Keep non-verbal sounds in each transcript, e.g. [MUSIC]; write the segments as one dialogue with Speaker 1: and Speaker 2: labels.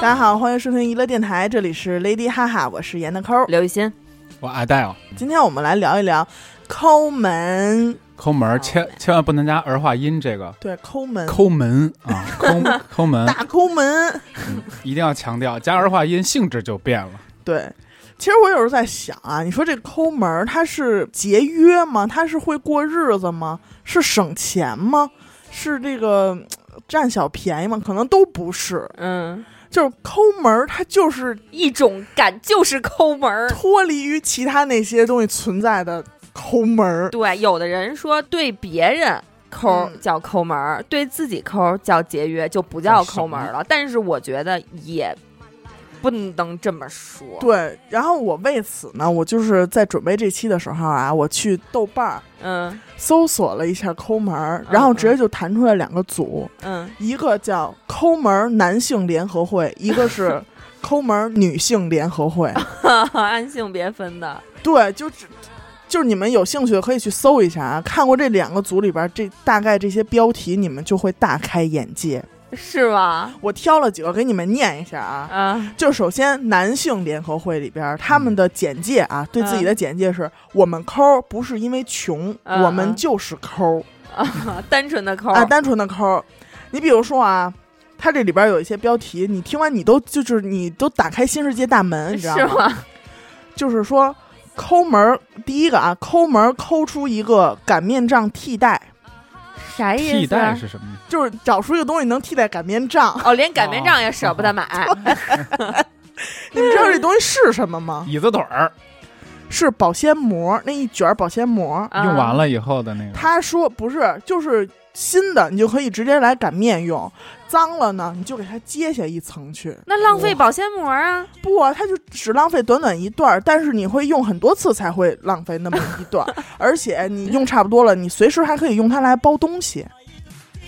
Speaker 1: 大家好，欢迎收听娱乐电台，这里是 Lady 哈哈，我是严的抠儿。
Speaker 2: 刘雨欣，
Speaker 3: 我爱戴哦，
Speaker 1: 今天我们来聊一聊抠门，
Speaker 3: 抠门儿，千千万不能加儿化音，这个
Speaker 1: 对，抠门，
Speaker 3: 抠门啊，抠抠门，
Speaker 1: 大抠门。
Speaker 3: 一定要强调，加儿化音性质就变了。
Speaker 1: 对，其实我有时候在想啊，你说这抠门儿，它是节约吗？它是会过日子吗？是省钱吗？是这个嗯占小便宜吗？可能都不是，
Speaker 2: 嗯，
Speaker 1: 就是抠门儿，它就是
Speaker 2: 一种感就是抠门儿。
Speaker 1: 脱离于其他那些东西存在的抠门儿。
Speaker 2: 对，有的人说对别人抠儿
Speaker 1: 嗯
Speaker 2: 叫抠门儿，对自己抠儿叫节约，就不叫
Speaker 3: 叫
Speaker 2: 抠门儿了。但是我觉得也不能这么说。
Speaker 1: 对，然后我为此呢，我就是在准备这期的时候啊，我去豆瓣儿
Speaker 2: 嗯
Speaker 1: 搜索了一下抠门儿，然后直接就弹出来两个组，
Speaker 2: 嗯， [LAUGHS]
Speaker 1: 一个叫抠门儿男性联合会，一个是抠门儿女性联合会。 [LAUGHS]
Speaker 2: 按性别分的。
Speaker 1: 对，就只就是你们有兴趣的可以去搜一下啊，看过这两个组里边儿这大概这些标题，你们就会大开眼界。
Speaker 2: 是吧？
Speaker 1: 我挑了几个给你们念一下啊。
Speaker 2: 啊，
Speaker 1: 就首先，男性联合会里边儿，他们的简介
Speaker 2: 嗯
Speaker 1: 啊，对自己的简介是：我们抠儿不是因为穷，
Speaker 2: 嗯
Speaker 1: 我们
Speaker 2: 嗯
Speaker 1: 就是抠儿
Speaker 2: 单纯的抠
Speaker 1: 啊，
Speaker 2: 儿，
Speaker 1: 单纯的抠儿。你比如说啊，它这里边儿有一些标题，你听完你都就是你都打开新世界大门，你知道
Speaker 2: 是
Speaker 1: 吗？ [LAUGHS]
Speaker 2: 吗？
Speaker 1: 就是说抠门儿，第一个啊，抠门儿抠出一个擀面杖替代，
Speaker 2: 啥意
Speaker 3: 替
Speaker 2: 思
Speaker 3: 代
Speaker 2: 啊？
Speaker 3: 是什么意思？
Speaker 1: 就是找出一个东西能替代擀面杖。 [LAUGHS]
Speaker 2: 哦，连擀面杖也舍不
Speaker 3: 啊
Speaker 2: 得买。
Speaker 1: 你们知道这东西是什么吗？
Speaker 3: 椅子腿儿
Speaker 1: 是保鲜膜，那一卷儿保鲜膜。
Speaker 2: 啊
Speaker 3: 用完了以后的那个，
Speaker 1: 他说不是，就是新的，你就可以直接来擀面用，脏了呢，你就给它揭下一层去。
Speaker 2: 那浪费保鲜膜啊！
Speaker 1: 不啊，它就只浪费短短一段儿，但是你会用很多次才会浪费那么一
Speaker 2: [LAUGHS]
Speaker 1: 段儿，而且你用差不多了，你随时还可以用它来包东西，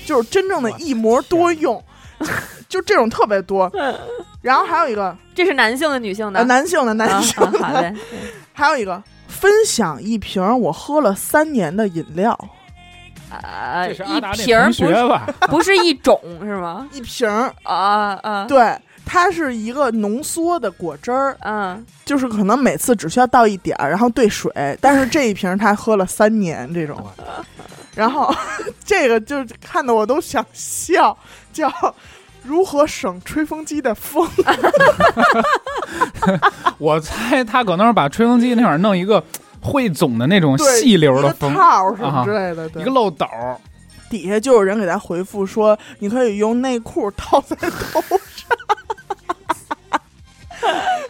Speaker 1: 就是真正的一模多
Speaker 2: [LAUGHS]
Speaker 1: 用，就这种特别多。然后还有一个
Speaker 2: 这是 [LAUGHS] 男性的、女性的
Speaker 1: 呃，男性的男性
Speaker 2: 啊、好
Speaker 1: 的，
Speaker 2: 嘞，
Speaker 1: 还有一个分享一瓶我喝了三年的饮料，
Speaker 2: 呃，
Speaker 3: 这是阿
Speaker 2: 一
Speaker 3: 达
Speaker 2: 瓶
Speaker 3: 那
Speaker 2: 儿
Speaker 3: 同
Speaker 2: 不
Speaker 3: 学
Speaker 2: 是 [LAUGHS]
Speaker 3: 吧？ [LAUGHS]
Speaker 2: 不是一种是吗？
Speaker 1: 一瓶儿，
Speaker 2: 啊啊，
Speaker 1: 对，它是一个浓缩的果汁儿，
Speaker 2: 嗯，
Speaker 1: 就是可能每次只需要倒一点儿，然后兑水。但是这一瓶他喝了三年这种，然后这个就是看得我都想笑，叫如何省吹风机的风。
Speaker 3: 我猜他可能是把吹风机那会儿弄一个汇总的那种
Speaker 1: 对
Speaker 3: 细流的
Speaker 1: 一
Speaker 3: 风啊
Speaker 1: 个，套儿什么之类的，对
Speaker 3: 一个漏斗儿，
Speaker 1: 底下就有人给他回复说，你可以用内裤套在头上。 [LAUGHS]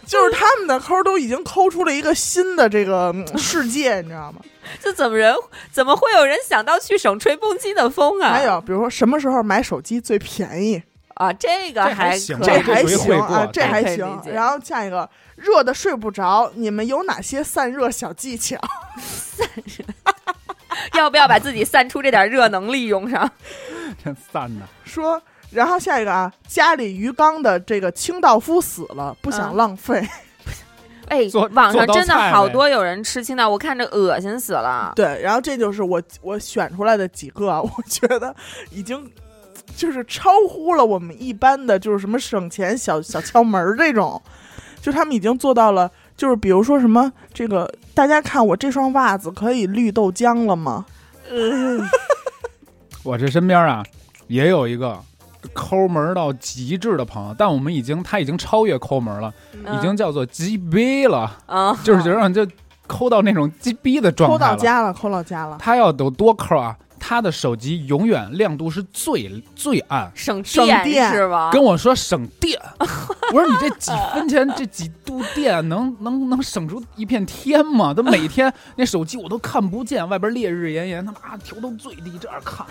Speaker 1: 就是他们的抠儿都已经抠出了一个新的这个嗯世界，你知道吗？
Speaker 2: 这怎么人怎么会有人想到去省吹风机的风
Speaker 3: [LAUGHS]
Speaker 2: 啊？
Speaker 1: 还有，比如说什么时候买手机最便宜，
Speaker 2: 啊，这个
Speaker 3: 这还
Speaker 2: 还
Speaker 3: 行
Speaker 2: 可
Speaker 3: 嗯这
Speaker 1: 这
Speaker 2: 以，
Speaker 1: 还
Speaker 3: 属于
Speaker 1: 行
Speaker 3: 会过
Speaker 1: 啊，这
Speaker 3: 对
Speaker 1: 还
Speaker 2: 可以
Speaker 1: 行
Speaker 2: 理。解
Speaker 1: 然后下一个，热的睡不着，你们有哪些散热小技巧？
Speaker 2: [LAUGHS] 要不要把自己散出这点热能利用上？
Speaker 3: 真散的。
Speaker 1: 说，然后下一个啊，家里鱼缸的这个清道夫死了，不想
Speaker 2: 嗯
Speaker 1: 浪费。
Speaker 2: [LAUGHS] 哎
Speaker 3: 做，
Speaker 2: 网上
Speaker 3: 做道
Speaker 2: 真的
Speaker 3: 菜
Speaker 2: 好
Speaker 3: 呗
Speaker 2: 多有人吃青岛，我看着恶心死了。
Speaker 1: 对，然后这就是我我选出来的几个啊， [LAUGHS] 我觉得已经就是超乎了我们一般的，就是什么省钱小小窍门儿这种，就他们已经做到了。就是比如说什么这个，大家看我这双袜子可以滤豆浆了吗？
Speaker 3: 我这身边啊，也有一个抠门儿到极致的朋友，但我们已经他已经超越抠门儿了，
Speaker 2: 嗯
Speaker 3: 已经叫做鸡逼了。
Speaker 2: 啊，
Speaker 3: 就是觉得让就抠到那种鸡逼的
Speaker 1: 嗯
Speaker 3: 状
Speaker 1: 抠
Speaker 3: 态
Speaker 1: 到
Speaker 3: 了。
Speaker 1: 家了，抠到家了，
Speaker 3: 他要有多抠啊？他的手机永远亮度是最最暗。
Speaker 2: 省
Speaker 1: 省电
Speaker 2: 是吧？
Speaker 3: 跟我说省
Speaker 1: [LAUGHS]
Speaker 3: 电，我说你这几分钱这几度电能能能省出一片天吗？他每天那手机我都看不见，外边烈日炎炎，他妈调到最低这样
Speaker 1: [LAUGHS]
Speaker 3: 看，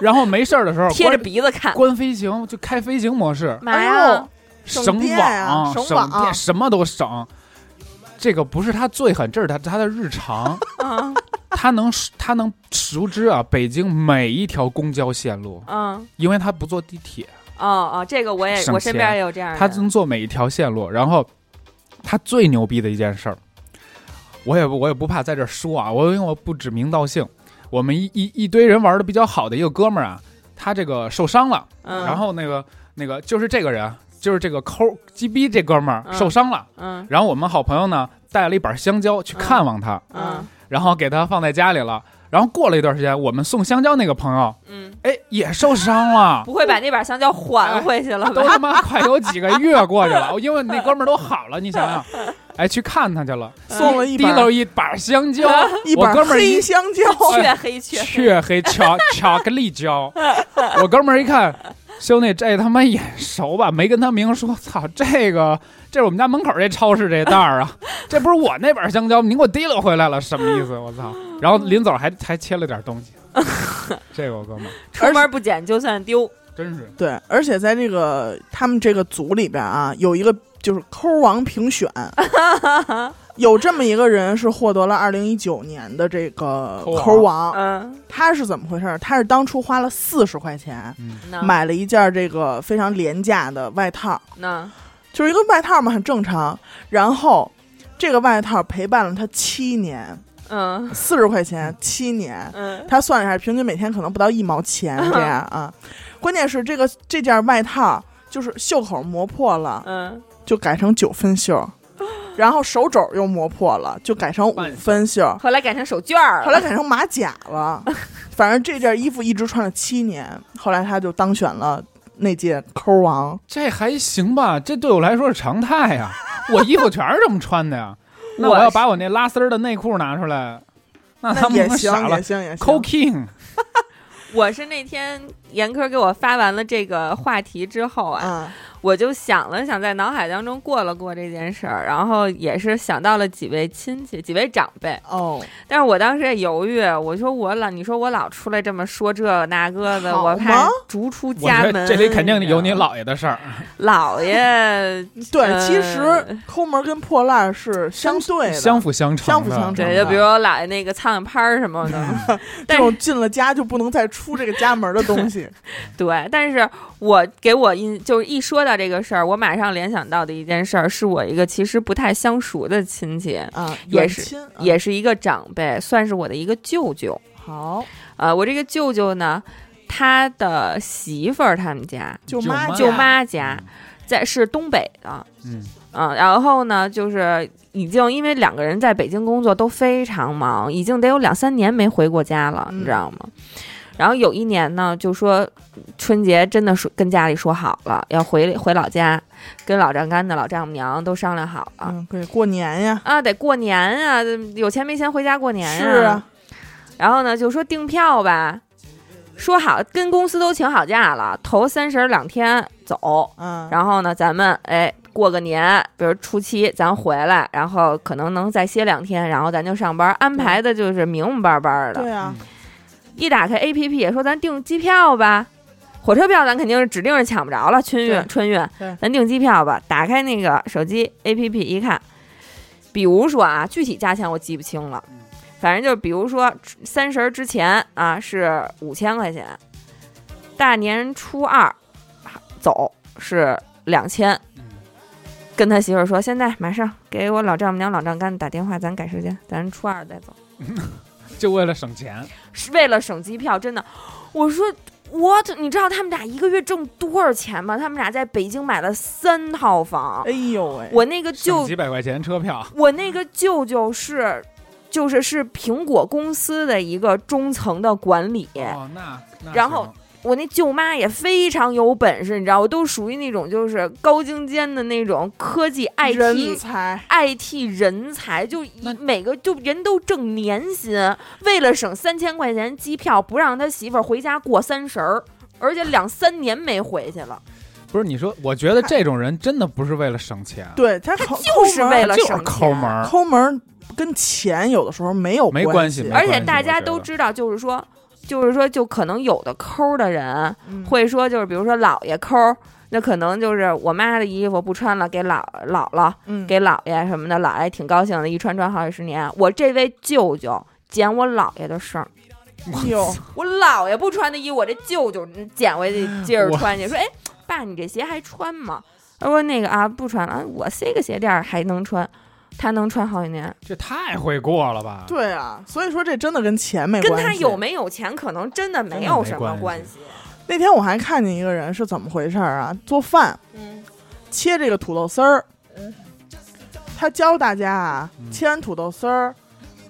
Speaker 3: 然后没事儿的时候
Speaker 2: 贴着
Speaker 3: 关
Speaker 2: 鼻子
Speaker 1: 啊
Speaker 2: 看，
Speaker 3: 关飞行就开飞行模式，
Speaker 2: 妈
Speaker 1: 哎呦
Speaker 2: 呀，
Speaker 1: 省
Speaker 3: 省
Speaker 1: 电啊
Speaker 3: 网、
Speaker 1: 省
Speaker 3: 省
Speaker 1: 网
Speaker 3: 电什么都省。这个不是他最狠，这是他他的日常。
Speaker 2: 嗯
Speaker 3: 他能他能熟知啊，北京每一条公交线路，
Speaker 2: 嗯
Speaker 3: 因为他不坐地铁，
Speaker 2: 哦哦，这个我也
Speaker 3: 省
Speaker 2: 我身
Speaker 3: 钱
Speaker 2: 边也有这样的人，
Speaker 3: 他能坐每一条线路。然后他最牛逼的一件事儿，我也不我也不怕在这儿说啊，我因为我不指名道姓，我们一一一堆人玩的比较好的一个哥们儿啊，他这个受伤了，
Speaker 2: 嗯
Speaker 3: 然后那个那个就是这个人啊就是这个抠鸡逼这哥们儿
Speaker 2: 嗯
Speaker 3: 受伤了，
Speaker 2: 嗯
Speaker 3: 然后我们好朋友呢带了一板香蕉去看望他，
Speaker 2: 嗯
Speaker 3: 然后给他放在家里了。然后过了一段时间，我们送香蕉那个朋友，
Speaker 2: 嗯，
Speaker 3: 哎，也受伤了，
Speaker 2: 不会把那把香蕉还回去了
Speaker 3: [LAUGHS]
Speaker 2: [LAUGHS]
Speaker 3: 都
Speaker 2: 吧？
Speaker 3: 他妈 [LAUGHS] 快有几个月过去 [LAUGHS] 了，因为那哥们儿都好了，你想 [LAUGHS] 想，哎，去看他去了，
Speaker 2: 嗯
Speaker 1: 送了一
Speaker 3: 提
Speaker 1: 板
Speaker 3: 溜嗯一把香 [LAUGHS] 蕉，
Speaker 1: 一
Speaker 3: 我
Speaker 1: 板
Speaker 3: 哥们儿一
Speaker 1: 黑香
Speaker 3: [LAUGHS]
Speaker 1: 蕉，
Speaker 2: 雀黑雀黑，
Speaker 3: 黢黑巧 [LAUGHS] 巧克力胶。我哥们儿一看，兄弟，这他妈眼熟吧？没跟他明说，操，这个这是我们家门口这超市这袋儿 [LAUGHS] 啊，这不是我那板香蕉，你给我提溜回来了，什么意思？我操！然后临走还还切了点东 [LAUGHS] 西，这个我哥们儿
Speaker 2: 出门不捡就算丢。
Speaker 3: 真是
Speaker 1: 对，而且在这个他们这个组里边啊，有一个就是抠王评选，有这么一个人是获得了二零一九年的这个
Speaker 3: 抠王
Speaker 1: 抠王，
Speaker 2: 嗯，
Speaker 1: 他是怎么回事儿？他是当初花了四十块钱
Speaker 3: 嗯
Speaker 2: 那
Speaker 1: 买了一件这个非常廉价的外套，
Speaker 2: 那
Speaker 1: 就是一个外套嘛，很正常。然后这个外套陪伴了他七年，
Speaker 2: 嗯
Speaker 1: 四十块钱七年，
Speaker 2: 嗯
Speaker 1: 他算了一下，平均每天可能不到一毛钱这样啊。关键是这个这件外套就是袖口磨破了，
Speaker 2: 嗯，
Speaker 1: 就改成九分袖，然后手肘又磨破了，就改成五分袖，
Speaker 2: 后来改成手绢儿
Speaker 1: 后
Speaker 2: 了。
Speaker 1: 来改成马甲了。反正这件衣服一直穿了七年，后来他就当选了那届抠王。
Speaker 3: 这还行吧？这对我来说是常态
Speaker 1: [LAUGHS]
Speaker 3: 呀、我衣服全是这么穿的呀。那
Speaker 2: 我
Speaker 3: 我要把我那拉丝儿的内裤拿出来，那他
Speaker 1: 那
Speaker 3: 们
Speaker 1: 也
Speaker 3: 他妈
Speaker 1: 行
Speaker 3: 傻，了
Speaker 1: 也。行，也行。
Speaker 3: c o King，
Speaker 2: 我是那天严科给我发完了这个话题之后啊，
Speaker 1: 啊，
Speaker 2: 我就想了想，在脑海当中过了过这件事儿，然后也是想到了几位亲戚、几位长辈。
Speaker 1: 哦，
Speaker 2: 但是我当时也犹豫，我说我老，你说我老出来这么说这那个的，
Speaker 1: 好
Speaker 2: 我怕
Speaker 1: 吗
Speaker 2: 逐出
Speaker 3: 我
Speaker 2: 家
Speaker 3: 觉
Speaker 2: 门。
Speaker 3: 得这里肯定有你姥爷的事儿。
Speaker 2: 姥
Speaker 3: [LAUGHS]
Speaker 2: 爷，
Speaker 1: 对，
Speaker 2: 呃
Speaker 1: 其实抠门跟破烂是相对的，
Speaker 3: 相辅相成的，
Speaker 1: 相辅相成
Speaker 2: 对，
Speaker 1: 的
Speaker 2: 就比如我姥爷那个苍蝇拍儿什么
Speaker 3: [LAUGHS]
Speaker 2: 的，
Speaker 1: 这
Speaker 2: 但
Speaker 1: 种
Speaker 2: 是
Speaker 1: 进了家就不能再出这个家门的东西。
Speaker 2: 对，但是我给我印就是一说到这个事儿，我马上联想到的一件事儿，是我一个其实不太相熟的亲戚，
Speaker 1: 啊，
Speaker 2: 也
Speaker 1: 远
Speaker 2: 是
Speaker 1: 亲啊
Speaker 2: 也是一个长辈，算是我的一个舅舅。
Speaker 1: 好，
Speaker 2: 呃，我这个舅舅呢，他的媳妇儿他们家
Speaker 1: 舅
Speaker 3: 舅
Speaker 1: 妈
Speaker 3: 妈
Speaker 2: 舅
Speaker 1: 家
Speaker 2: 妈家在是东北的，
Speaker 3: 嗯，
Speaker 2: 嗯，然后呢，就是已经因为两个人在北京工作都非常忙，已经得有两三年没回过家了，
Speaker 1: 嗯
Speaker 2: 你知道吗？然后有一年呢，就说春节真的是跟家里说好了，要回回老家，跟老丈干的老丈母娘都商量好了、
Speaker 1: 嗯，对，过年呀，
Speaker 2: 啊，得过年啊，有钱没钱回家过年啊。
Speaker 1: 是啊，
Speaker 2: 然后呢，就说订票吧，说好跟公司都请好假了，头三十儿两天走，
Speaker 1: 嗯，
Speaker 2: 然后呢，咱们哎过个年，比如初七咱回来，然后可能能再歇两天，然后咱就上班，安排的就是明明白白的。
Speaker 1: 对
Speaker 3: 嗯
Speaker 1: 啊，
Speaker 2: 一打开 APP 说咱订机票吧，火车票咱肯定是指定是抢不着了，春
Speaker 1: 对
Speaker 2: 运春运
Speaker 1: 对，
Speaker 2: 咱订机票吧。打开那个手机 APP 一看，比如说啊，具体价钱我记不清了，
Speaker 1: 嗯
Speaker 2: 反正就是比如说三十儿之前啊是五千块钱，大年初二啊走是两千。
Speaker 3: 嗯
Speaker 2: 跟他媳妇儿说，现在马上给我老丈母娘、老丈干打电话，咱改时间，咱初二再走。
Speaker 3: 就为了省钱，
Speaker 2: 是为了省机票，真的。我说我，你知道他们俩一个月挣多少钱吗？他们俩在北京买了三套房
Speaker 1: 哎。呦喂，
Speaker 2: 嗯我那个
Speaker 3: 省
Speaker 2: 舅，
Speaker 3: 几百块钱车票，
Speaker 2: 我那个舅舅是，就是是苹果公司的一个中层的管理。
Speaker 3: 哦，那那
Speaker 2: 然后我那舅妈也非常有本事，你知道，我都属于那种就是高精尖的那种科技 IT
Speaker 1: 人才，
Speaker 2: IT 人才，就一
Speaker 3: 那
Speaker 2: 每个就人都挣年薪，为了省三千块钱机票，不让他媳妇儿回家过三十儿，而且两三年没回去了，
Speaker 3: 行不是你说，我觉得这种人真的不是为了省钱，
Speaker 1: 对他
Speaker 2: 他
Speaker 1: 抠
Speaker 2: 就是
Speaker 1: 抠门
Speaker 2: 为
Speaker 1: 儿
Speaker 2: 了
Speaker 3: 就是
Speaker 2: 省
Speaker 3: 抠门
Speaker 2: 钱。
Speaker 3: 儿，
Speaker 1: 抠门儿跟钱有的时候没有
Speaker 3: 没
Speaker 1: 关
Speaker 3: 关系没
Speaker 2: 而且大
Speaker 3: 我
Speaker 2: 家
Speaker 3: 觉
Speaker 2: 都
Speaker 3: 得
Speaker 2: 知道，就是说，就是说，就可能有的抠儿的人
Speaker 1: 嗯
Speaker 2: 会说，就是比如说姥爷抠儿，那可能就是我妈的衣服不穿了，给姥姥姥
Speaker 1: 嗯
Speaker 2: 给姥爷什么的，姥爷挺高兴的，一穿穿好几十年。我这位舅舅捡我姥爷的剩儿。
Speaker 1: 哎呦，
Speaker 2: 我姥爷不穿的衣服，我这舅舅捡回 [SIGHS] 去接着
Speaker 3: 我
Speaker 2: 穿去。说，哎，爸，你这鞋还穿吗？他说那个啊，不穿了。啊我塞个鞋垫儿还能穿，他能穿好几年，
Speaker 3: 这太会过了吧？
Speaker 1: 对啊，所以说这真的跟钱没
Speaker 2: 跟
Speaker 1: 关系。
Speaker 2: 他有没有钱可能真的没有什么
Speaker 3: 真的没关
Speaker 2: 系。
Speaker 1: 那天我还看见一个人是怎么回事儿啊？做饭，
Speaker 2: 嗯
Speaker 1: 切这个土豆丝儿，他教大家啊，
Speaker 3: 嗯
Speaker 1: 切完土豆丝儿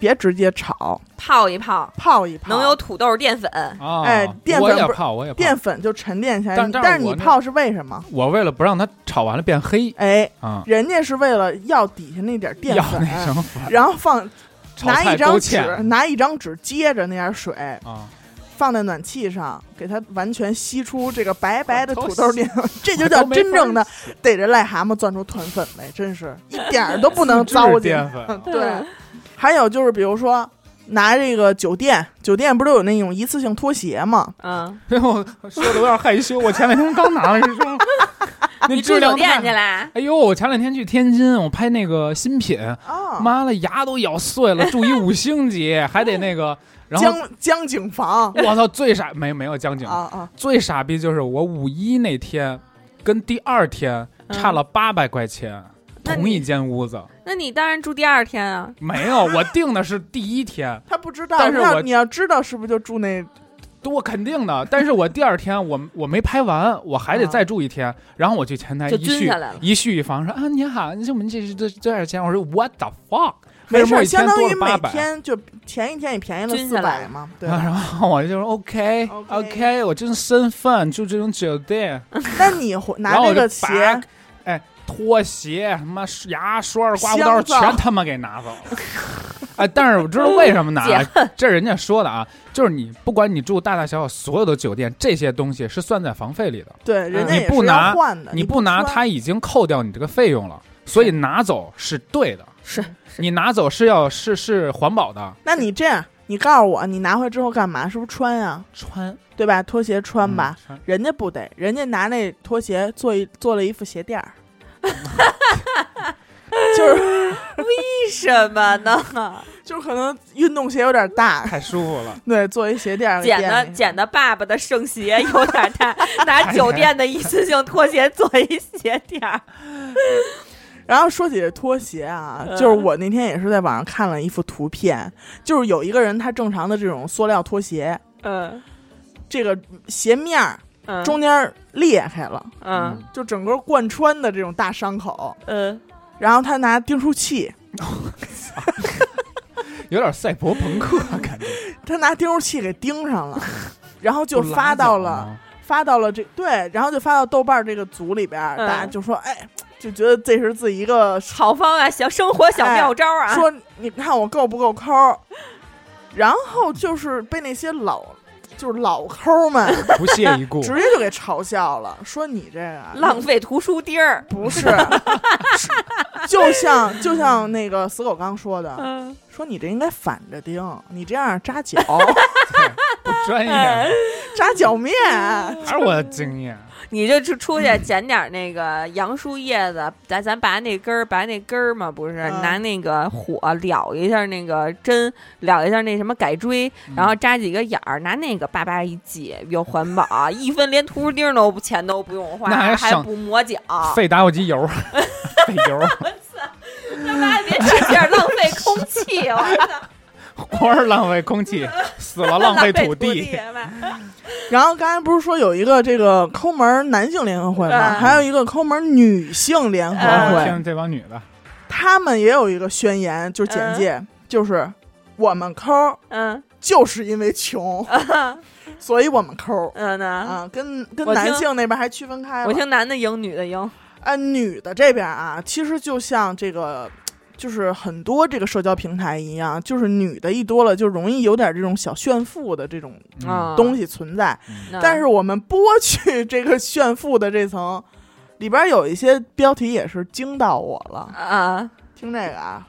Speaker 1: 别直接炒，
Speaker 2: 泡一泡，
Speaker 1: 泡一泡，
Speaker 2: 能有土豆淀粉。
Speaker 3: 啊，
Speaker 1: 哎淀
Speaker 3: 我
Speaker 1: 粉
Speaker 3: 也
Speaker 1: 不是
Speaker 3: 泡，我也泡
Speaker 1: 淀。粉就沉淀下来。
Speaker 3: 啊但
Speaker 1: 你
Speaker 3: 但是
Speaker 1: 但是你
Speaker 3: 我那
Speaker 1: 泡是为什么？
Speaker 3: 我为了不让它炒完了变黑
Speaker 1: 哎，
Speaker 3: 啊，
Speaker 1: 人家是为了要底下那点淀
Speaker 3: 要
Speaker 1: 粉，
Speaker 3: 那什么粉儿，
Speaker 1: 然后放
Speaker 3: 炒
Speaker 1: 拿
Speaker 3: 菜
Speaker 1: 一张
Speaker 3: 勾
Speaker 1: 纸
Speaker 3: 芡，
Speaker 1: 拿一张纸接着那点水，
Speaker 3: 啊，
Speaker 1: 放在暖气上，给它完全吸出这个白白的土豆淀粉，这就
Speaker 3: 这
Speaker 1: 叫真正的逮着癞蛤蟆钻出团粉来，真
Speaker 3: [LAUGHS]
Speaker 1: 是一点儿都不能糟践。
Speaker 3: 淀粉啊
Speaker 1: 对， [LAUGHS] 还有就是比如说拿这个酒店，酒店不是都有那种一次性拖鞋吗？
Speaker 2: 嗯，
Speaker 3: 哎呦，我说的有点害羞。我前两天刚拿了一
Speaker 1: [LAUGHS]
Speaker 3: 双，那
Speaker 2: 你
Speaker 3: 质
Speaker 2: 住
Speaker 3: 量
Speaker 2: 酒
Speaker 3: 太
Speaker 2: 店去啦？
Speaker 3: 哎呦，我前两天去天津，我拍那个新品，
Speaker 1: 啊，
Speaker 3: 妈的牙都咬碎了，住一五
Speaker 1: [LAUGHS]
Speaker 3: 星级，还得那个，然后
Speaker 1: 江江景房
Speaker 3: 我操，最傻没没有江景
Speaker 1: 啊，啊，
Speaker 3: 最傻逼就是我五一那天跟第二天差
Speaker 1: 嗯
Speaker 3: 了八百块钱，
Speaker 2: 那
Speaker 3: 同一
Speaker 2: 你
Speaker 3: 间屋子
Speaker 2: 那你当然住第二天啊。
Speaker 3: 没有，我订的是第一天。
Speaker 1: 他不知道，
Speaker 3: 但是
Speaker 1: 你要
Speaker 3: 我
Speaker 1: 你要知道是不是就住那
Speaker 3: 我肯定的，但是我第二天我我没拍完，我还
Speaker 1: 啊
Speaker 3: 得再住一天，然后我去前台
Speaker 2: 就
Speaker 3: 一
Speaker 2: 蹲
Speaker 3: 续
Speaker 2: 下来了
Speaker 3: 一续一房说啊你好，你这我们这是这这点钱，我说 what the fuck，
Speaker 1: 没
Speaker 3: 为什
Speaker 1: 事
Speaker 3: 么我
Speaker 1: 儿，
Speaker 3: 一
Speaker 1: 相
Speaker 3: 天
Speaker 1: 当
Speaker 3: 多
Speaker 1: 于
Speaker 3: 了
Speaker 1: 每
Speaker 3: 八百？
Speaker 1: 天就前一天也便宜了
Speaker 2: 均
Speaker 1: 四
Speaker 2: 下来
Speaker 1: 百
Speaker 3: [LAUGHS]
Speaker 1: 嘛，对吧。
Speaker 3: 然后我就说 OK
Speaker 1: OK
Speaker 3: OK，我真身份住这种酒店，
Speaker 1: 那你回拿
Speaker 3: 然后
Speaker 1: 这
Speaker 3: 我就
Speaker 1: 个鞋，
Speaker 3: 把哎拖鞋、什么牙刷、刮胡刀
Speaker 1: 香皂
Speaker 3: 全他妈给拿走了。 [LAUGHS] 哎，但是我知道为什么拿
Speaker 1: 嗯
Speaker 3: 啊
Speaker 2: 解，
Speaker 3: [LAUGHS] 这人家说的啊，就是你不管你住大大小小所有的酒店，这些东西是算在房费里的。
Speaker 1: 对，人家
Speaker 3: 嗯你
Speaker 1: 也
Speaker 3: 不
Speaker 1: 是要
Speaker 3: 拿
Speaker 1: 换的，
Speaker 3: 你
Speaker 1: 呃不
Speaker 3: 不拿，
Speaker 1: 穿
Speaker 3: 他已经扣掉你这个费用了，所以拿走是对的。
Speaker 2: 是
Speaker 3: 你拿走是要是是环保的，
Speaker 1: 那你这样，你告诉我，你拿回之后干嘛？是不是穿呀、
Speaker 3: 穿
Speaker 1: 对吧？拖鞋穿吧，，
Speaker 3: 嗯 [LAUGHS]
Speaker 1: 人家不得，人家拿那拖鞋做一做了一副鞋垫
Speaker 3: [LAUGHS]
Speaker 1: 儿，就是
Speaker 2: 为什么呢？
Speaker 1: 就是可能运动鞋有点大，
Speaker 3: 太舒服了。
Speaker 1: 对，做一鞋垫儿给
Speaker 2: [LAUGHS] 捡
Speaker 1: 垫
Speaker 2: [LAUGHS] 的
Speaker 1: 里。
Speaker 2: 捡的爸爸的剩鞋有点大，拿酒店的一次性拖鞋做一鞋垫儿。
Speaker 1: 然后说起这拖鞋啊，
Speaker 3: 嗯
Speaker 1: 就是我那天也是在网上看了一幅图片，就是有一个人他正常的这种塑料拖鞋，
Speaker 2: [LAUGHS] 嗯
Speaker 1: 这个鞋面儿
Speaker 2: 嗯
Speaker 1: 中间儿裂开了。
Speaker 2: 嗯
Speaker 1: 就整个贯穿的这种大伤口，
Speaker 2: 嗯，
Speaker 1: 然后他拿订书器，
Speaker 3: 有点赛博朋克感觉，
Speaker 1: 他拿订书器给钉上
Speaker 3: [LAUGHS]
Speaker 1: 了，然后就
Speaker 3: 不拉
Speaker 1: 发
Speaker 3: 倒啊
Speaker 1: 到了发到了这对，然后就发到豆瓣这个组里边儿，
Speaker 2: 嗯
Speaker 1: 大家就说哎，就觉得这是自己一个
Speaker 2: 好方啊，小生活小妙招啊。
Speaker 1: 说你看我够不够抠儿，然后就是被那些老就是老抠儿们
Speaker 3: 吗，不屑一顾。
Speaker 1: 直接就给嘲笑了，说你这个
Speaker 2: 浪费图书钉儿。
Speaker 1: 不是，是就像就像那个死狗刚说的，
Speaker 2: 嗯，
Speaker 1: 说你这应该反着钉，你这样扎脚，
Speaker 3: 对不
Speaker 1: [LAUGHS]
Speaker 3: 专业，
Speaker 1: 扎脚面。
Speaker 3: 还是我的经验。
Speaker 2: 你就出出去捡点那个杨树叶子，咱咱拔那根儿，拔那根儿嘛，不是？
Speaker 1: 嗯
Speaker 2: 拿那个火燎一下那个针，燎一下那什么改锥，然后扎几个眼儿，拿那个叭叭一挤，又环保，啊一分连图钉都不钱都不用花，
Speaker 3: 那
Speaker 2: 还
Speaker 3: 还省
Speaker 2: 不磨脚，
Speaker 3: 费打火
Speaker 1: [LAUGHS]
Speaker 3: 机油，费油，
Speaker 2: 他妈别这样浪费空气，我操，
Speaker 3: 活儿浪费空气，死了浪费土
Speaker 2: 地
Speaker 3: 地。，
Speaker 2: 妈
Speaker 1: 然后刚才不是说有一个这个抠门男性联合会吗？
Speaker 2: 嗯
Speaker 1: 还有一个抠门女性联合
Speaker 3: 我
Speaker 1: 会，
Speaker 3: 听这帮女的，
Speaker 1: 他们也有一个宣言，就是简介，就是我们抠
Speaker 2: 嗯
Speaker 1: 就是因
Speaker 2: [LAUGHS]
Speaker 1: 为穷，所以我们抠
Speaker 2: 嗯呢。
Speaker 1: 啊，跟跟
Speaker 2: 我听
Speaker 1: 男性那边还区分开了。
Speaker 2: 我听男的赢，女的赢，
Speaker 1: 啊，女的这边啊，其实就像这个，就是很多这个社交平台一样，就是女的一多了，就容易有点这种小炫富的这种
Speaker 3: 嗯
Speaker 2: 啊
Speaker 1: 东西存在。
Speaker 2: 那
Speaker 1: 但是我们剥去这个炫富的这层，里边有一些标题也是惊到我了。
Speaker 2: 啊，
Speaker 1: 听这个啊，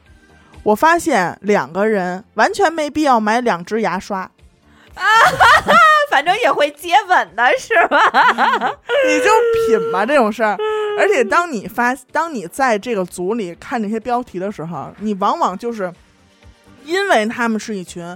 Speaker 1: 我发现两个人完全没必要买两支牙刷，
Speaker 2: 反正也会接吻的是吧？
Speaker 1: 你就品吧这种事儿。而且当你发，当你在这个组里看这些标题的时候，你往往就是因为他们是一群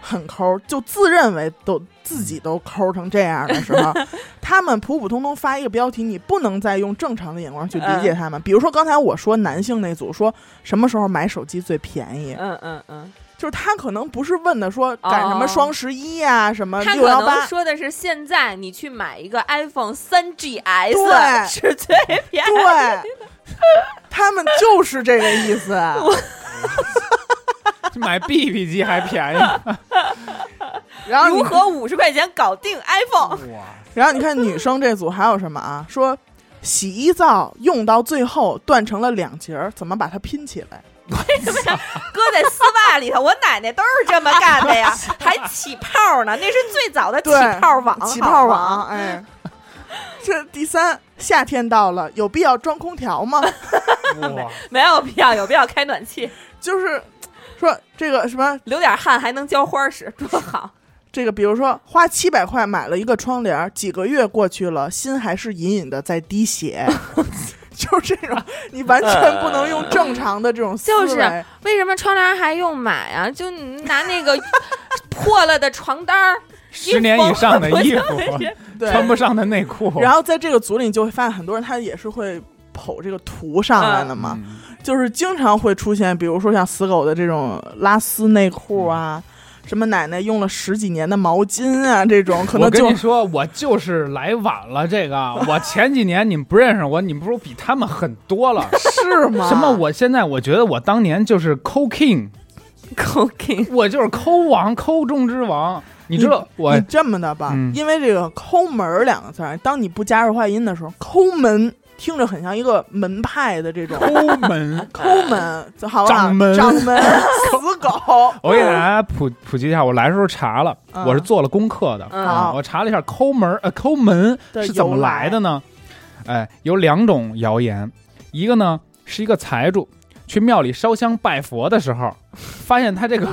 Speaker 1: 很抠，就自认为都自己都抠成这样的时
Speaker 2: [LAUGHS]
Speaker 1: 候，他们普普通通发一个标题，你不能再用正常的眼光去理
Speaker 2: 嗯
Speaker 1: 解他们。比如说刚才我说男性那组说什么时候买手机最便宜，
Speaker 2: 嗯嗯嗯，哦
Speaker 1: 就是他可能不是问的说赶什么双十一呀、什么
Speaker 2: 他
Speaker 1: 六
Speaker 2: 可
Speaker 1: 幺
Speaker 2: 能
Speaker 1: 八，
Speaker 2: 说的是现在你去买一个 iPhone 三 GS
Speaker 1: 对
Speaker 2: 是最便 [LAUGHS] 宜。
Speaker 1: 对，他们就是这个意思。
Speaker 3: 嗯买 BB 机还便宜，
Speaker 1: 然后你
Speaker 2: 如何五十块钱搞定 iPhone？
Speaker 3: 哇，
Speaker 1: 然后你看女生这组还有什么啊？说洗衣皂用到最后断成了两截儿，怎么把它拼起来？
Speaker 2: [LAUGHS] 搁在丝袜里头，我奶奶都是这么干的
Speaker 1: [LAUGHS]
Speaker 2: 呀，还起泡呢，那是最早的起
Speaker 1: 对
Speaker 2: 泡网，
Speaker 1: 起
Speaker 2: 好吗啊
Speaker 1: 泡网，。
Speaker 2: [LAUGHS]
Speaker 1: 哎。这第三，夏天到了，有必要装空
Speaker 2: [LAUGHS]
Speaker 1: 调吗？
Speaker 3: 哇，
Speaker 2: 没有必要，有必要开暖气，
Speaker 1: 就是说这个什么，
Speaker 2: 流点汗还能浇花使，多好。
Speaker 1: 这个比如说花七百块买了一个窗帘儿，几个月过去了，心还是隐隐的在
Speaker 2: [LAUGHS]
Speaker 1: 滴血，就是这种，你完全不能用正常的这种思
Speaker 2: 就是
Speaker 1: 维
Speaker 2: 为什么窗帘还用买啊？就你拿那
Speaker 3: [LAUGHS]
Speaker 2: 个破了的床单儿，
Speaker 3: 十年以上的衣服，
Speaker 1: 对，
Speaker 3: 穿不上的内裤，
Speaker 1: 然后在这个组里，你就会发现很多人他也是会剖这个图上来的嘛，
Speaker 3: 嗯
Speaker 1: 就是经常会出现，比如说像死狗的这种拉丝内裤啊，
Speaker 3: 嗯
Speaker 1: 什么奶奶用了十几年的毛巾啊，这种可能
Speaker 3: 我跟
Speaker 1: 就。
Speaker 3: 你说，我就是来晚了。这个，我前几年你们不认识我，你们不是比他们狠多了
Speaker 1: 是吗？
Speaker 3: 什么？我现在我觉得我当年就是抠 king，
Speaker 2: [LAUGHS]
Speaker 3: [LAUGHS]
Speaker 2: cooking
Speaker 3: 我就是抠王，抠中之王。你知道我
Speaker 1: 你这么的吧，
Speaker 3: 嗯
Speaker 1: 因为这个“抠门儿”两个字儿，当你不加入化音的时候，“抠门”听着很像一个门派的这种。
Speaker 3: 抠门
Speaker 1: 抠门，好吧？
Speaker 3: 掌门
Speaker 1: 掌
Speaker 3: [LAUGHS]
Speaker 1: 门，死狗，
Speaker 3: 我给大家普普及一下，我来的时候查了，
Speaker 1: 嗯
Speaker 3: 我是做了功课的。啊
Speaker 2: 嗯
Speaker 1: 好
Speaker 3: 我查了一下抠门儿，呃，抠门
Speaker 1: 的
Speaker 3: 是怎么
Speaker 1: 由来
Speaker 3: 来的呢？哎，有两种谣言，一个呢是一个财主去庙里烧香拜佛的时候，发现他
Speaker 1: [LAUGHS]
Speaker 3: 这个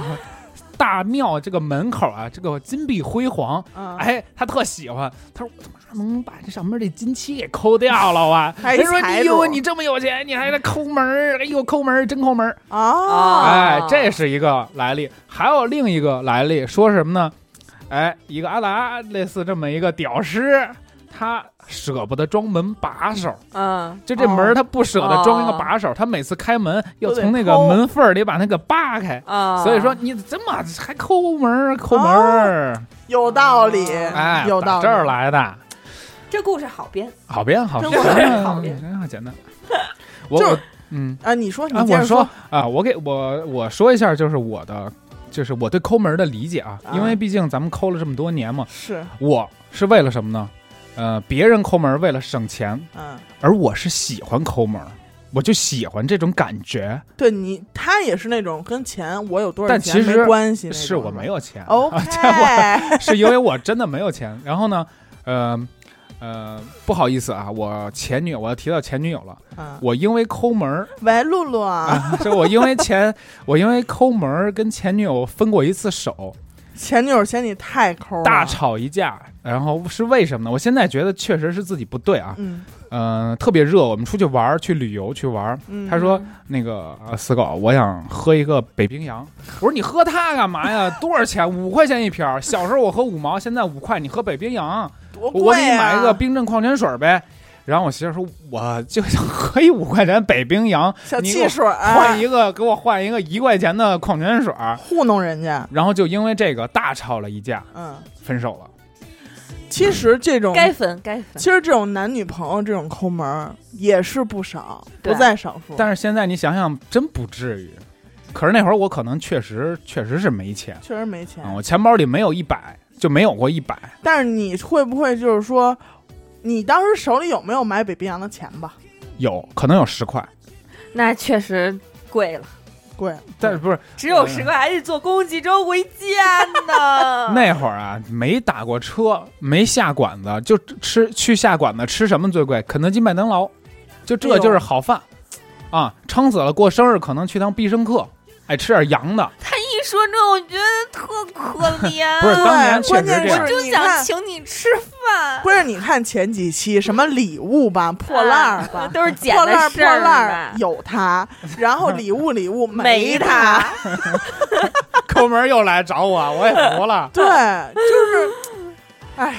Speaker 3: 大庙这个门口啊，这个金碧辉煌，
Speaker 1: 嗯，
Speaker 3: 哎，他特喜欢，他说我他妈能把这上面这金漆给抠掉了啊？
Speaker 1: [LAUGHS] 还
Speaker 3: 人说
Speaker 1: 财
Speaker 3: 哎呦，
Speaker 1: 主
Speaker 3: 你这么有钱，你还在抠门儿，哎呦抠门儿，真抠门儿。
Speaker 1: 啊，
Speaker 3: 哎，这是一个来历，还有另一个来历，说什么呢？哎，一个阿达类似这么一个屌丝，他舍不得装门把手，
Speaker 2: 嗯，
Speaker 3: 就这门
Speaker 1: 哦
Speaker 3: 儿他不舍得装一个把手，他每次开门要
Speaker 1: 都得
Speaker 3: 从那个
Speaker 1: 抠哦
Speaker 3: 门缝儿里把那个扒开。
Speaker 2: 啊，
Speaker 3: 所以说你怎么还抠门儿抠门儿？
Speaker 1: 有道理，
Speaker 3: 哎，
Speaker 1: 有哦道
Speaker 3: 打
Speaker 1: 理，
Speaker 3: 这儿来的，
Speaker 2: 这故事好编，
Speaker 3: 好编好
Speaker 1: 真
Speaker 3: 编，
Speaker 1: 好
Speaker 2: 编好编
Speaker 3: 真好简单。我
Speaker 1: 就是
Speaker 3: 我嗯，
Speaker 1: 啊，你说，你
Speaker 3: 啊，
Speaker 1: 接
Speaker 3: 我
Speaker 1: 着
Speaker 3: 说啊，我给我我说一下，就是我的，就是我对抠门儿的理解啊，因为
Speaker 1: 啊
Speaker 3: 毕竟咱们抠了这么多年嘛，
Speaker 1: 是，
Speaker 3: 我是为了什么呢？呃，别人抠门儿为了省钱，
Speaker 1: 嗯，
Speaker 3: 而我是喜欢抠门儿，我就喜欢这种感觉，
Speaker 1: 对你，他也是那种跟钱我有多少
Speaker 3: 但
Speaker 1: 钱
Speaker 3: 其
Speaker 1: 没
Speaker 3: 实
Speaker 1: 关系那种，哦
Speaker 3: 是我没
Speaker 1: 有
Speaker 3: 有钱，
Speaker 1: ，OK，
Speaker 3: [LAUGHS] 是因为我真的没有钱。然后呢，呃呃，不好意思啊，我前女友，我要提到前女友了，
Speaker 1: [LAUGHS] 嗯
Speaker 3: 我因为抠门儿
Speaker 1: 喂，露露啊，
Speaker 3: [LAUGHS] 啊，是我因为前我因为抠门儿跟前女友分过一次手。
Speaker 1: 前女友嫌你太抠了，
Speaker 3: 大吵一架，然后是为什么呢？我现在觉得确实是自己不对啊。
Speaker 1: 嗯
Speaker 3: 嗯、特别热，我们出去玩儿，去旅游，去玩儿。
Speaker 1: 嗯，
Speaker 3: 他说：“那个呃死狗，我想喝一个北冰洋。”我说：“你喝它干嘛呀？ [LAUGHS] 多少钱？五块钱一瓶儿。小时候我喝五毛，现在五块。你喝北冰洋，
Speaker 1: 多
Speaker 3: 我我给
Speaker 1: 贵
Speaker 3: 你
Speaker 1: 啊，
Speaker 3: 买一个冰镇矿泉水呗。”然后我媳妇说：“我就想喝一五块钱北冰洋，
Speaker 1: 小
Speaker 3: 你给
Speaker 1: 汽
Speaker 3: 我
Speaker 1: 水儿，
Speaker 3: 换一个，给我换一个一块钱的矿泉水儿。”
Speaker 1: 糊弄人家，
Speaker 3: 然后就因为这个大吵了一架，
Speaker 1: 嗯，
Speaker 3: 分手了。
Speaker 1: 其实这
Speaker 3: 嗯
Speaker 1: 种。
Speaker 2: 该分该分
Speaker 1: 其实这种男女朋友这种抠门儿也是不少，
Speaker 2: 对
Speaker 1: 不在少数。
Speaker 3: 但是现在你想想，真不至于。可是那会儿我可能确实确实是没钱
Speaker 1: 确实没钱
Speaker 3: 啊、，我钱包里没有一百，就没有过一百。
Speaker 1: 但是你会不会就是说，你当时手里有没有买北冰洋的钱吧？
Speaker 3: 有可能有十块，
Speaker 2: 那确实贵了，
Speaker 1: 贵，
Speaker 3: 但是不是、
Speaker 2: 只有十块还得坐公共汽车回家
Speaker 1: 嗯
Speaker 2: 呢。
Speaker 3: 那会儿啊，没打过车，没下馆子，就吃去下馆子吃什么最贵？肯德基、麦当劳，就
Speaker 1: 哎
Speaker 3: 这
Speaker 1: 呦
Speaker 3: 就是好饭啊！撑死了过生日可能去趟必胜客，哎，吃点洋的。 [LAUGHS]
Speaker 2: 他一说这，我觉得特可怜。
Speaker 3: 不是当年
Speaker 1: 对
Speaker 3: 确实
Speaker 1: 关键
Speaker 3: 这样
Speaker 1: 是
Speaker 2: 就
Speaker 1: 你
Speaker 2: 想
Speaker 1: 看，
Speaker 2: 请你吃饭，。
Speaker 1: 关键你看前几期什么礼物吧、破烂儿吧
Speaker 2: [LAUGHS] 都是捡
Speaker 1: 破
Speaker 2: 啊的
Speaker 1: 烂儿破
Speaker 2: 事儿
Speaker 1: 烂
Speaker 2: 吧
Speaker 1: 儿？有它，然后礼物
Speaker 2: [LAUGHS]
Speaker 1: 礼物
Speaker 2: 没
Speaker 1: 它，
Speaker 2: 他，
Speaker 3: 抠门儿又来找我，我也服了
Speaker 1: [LAUGHS] 。对，就是，哎，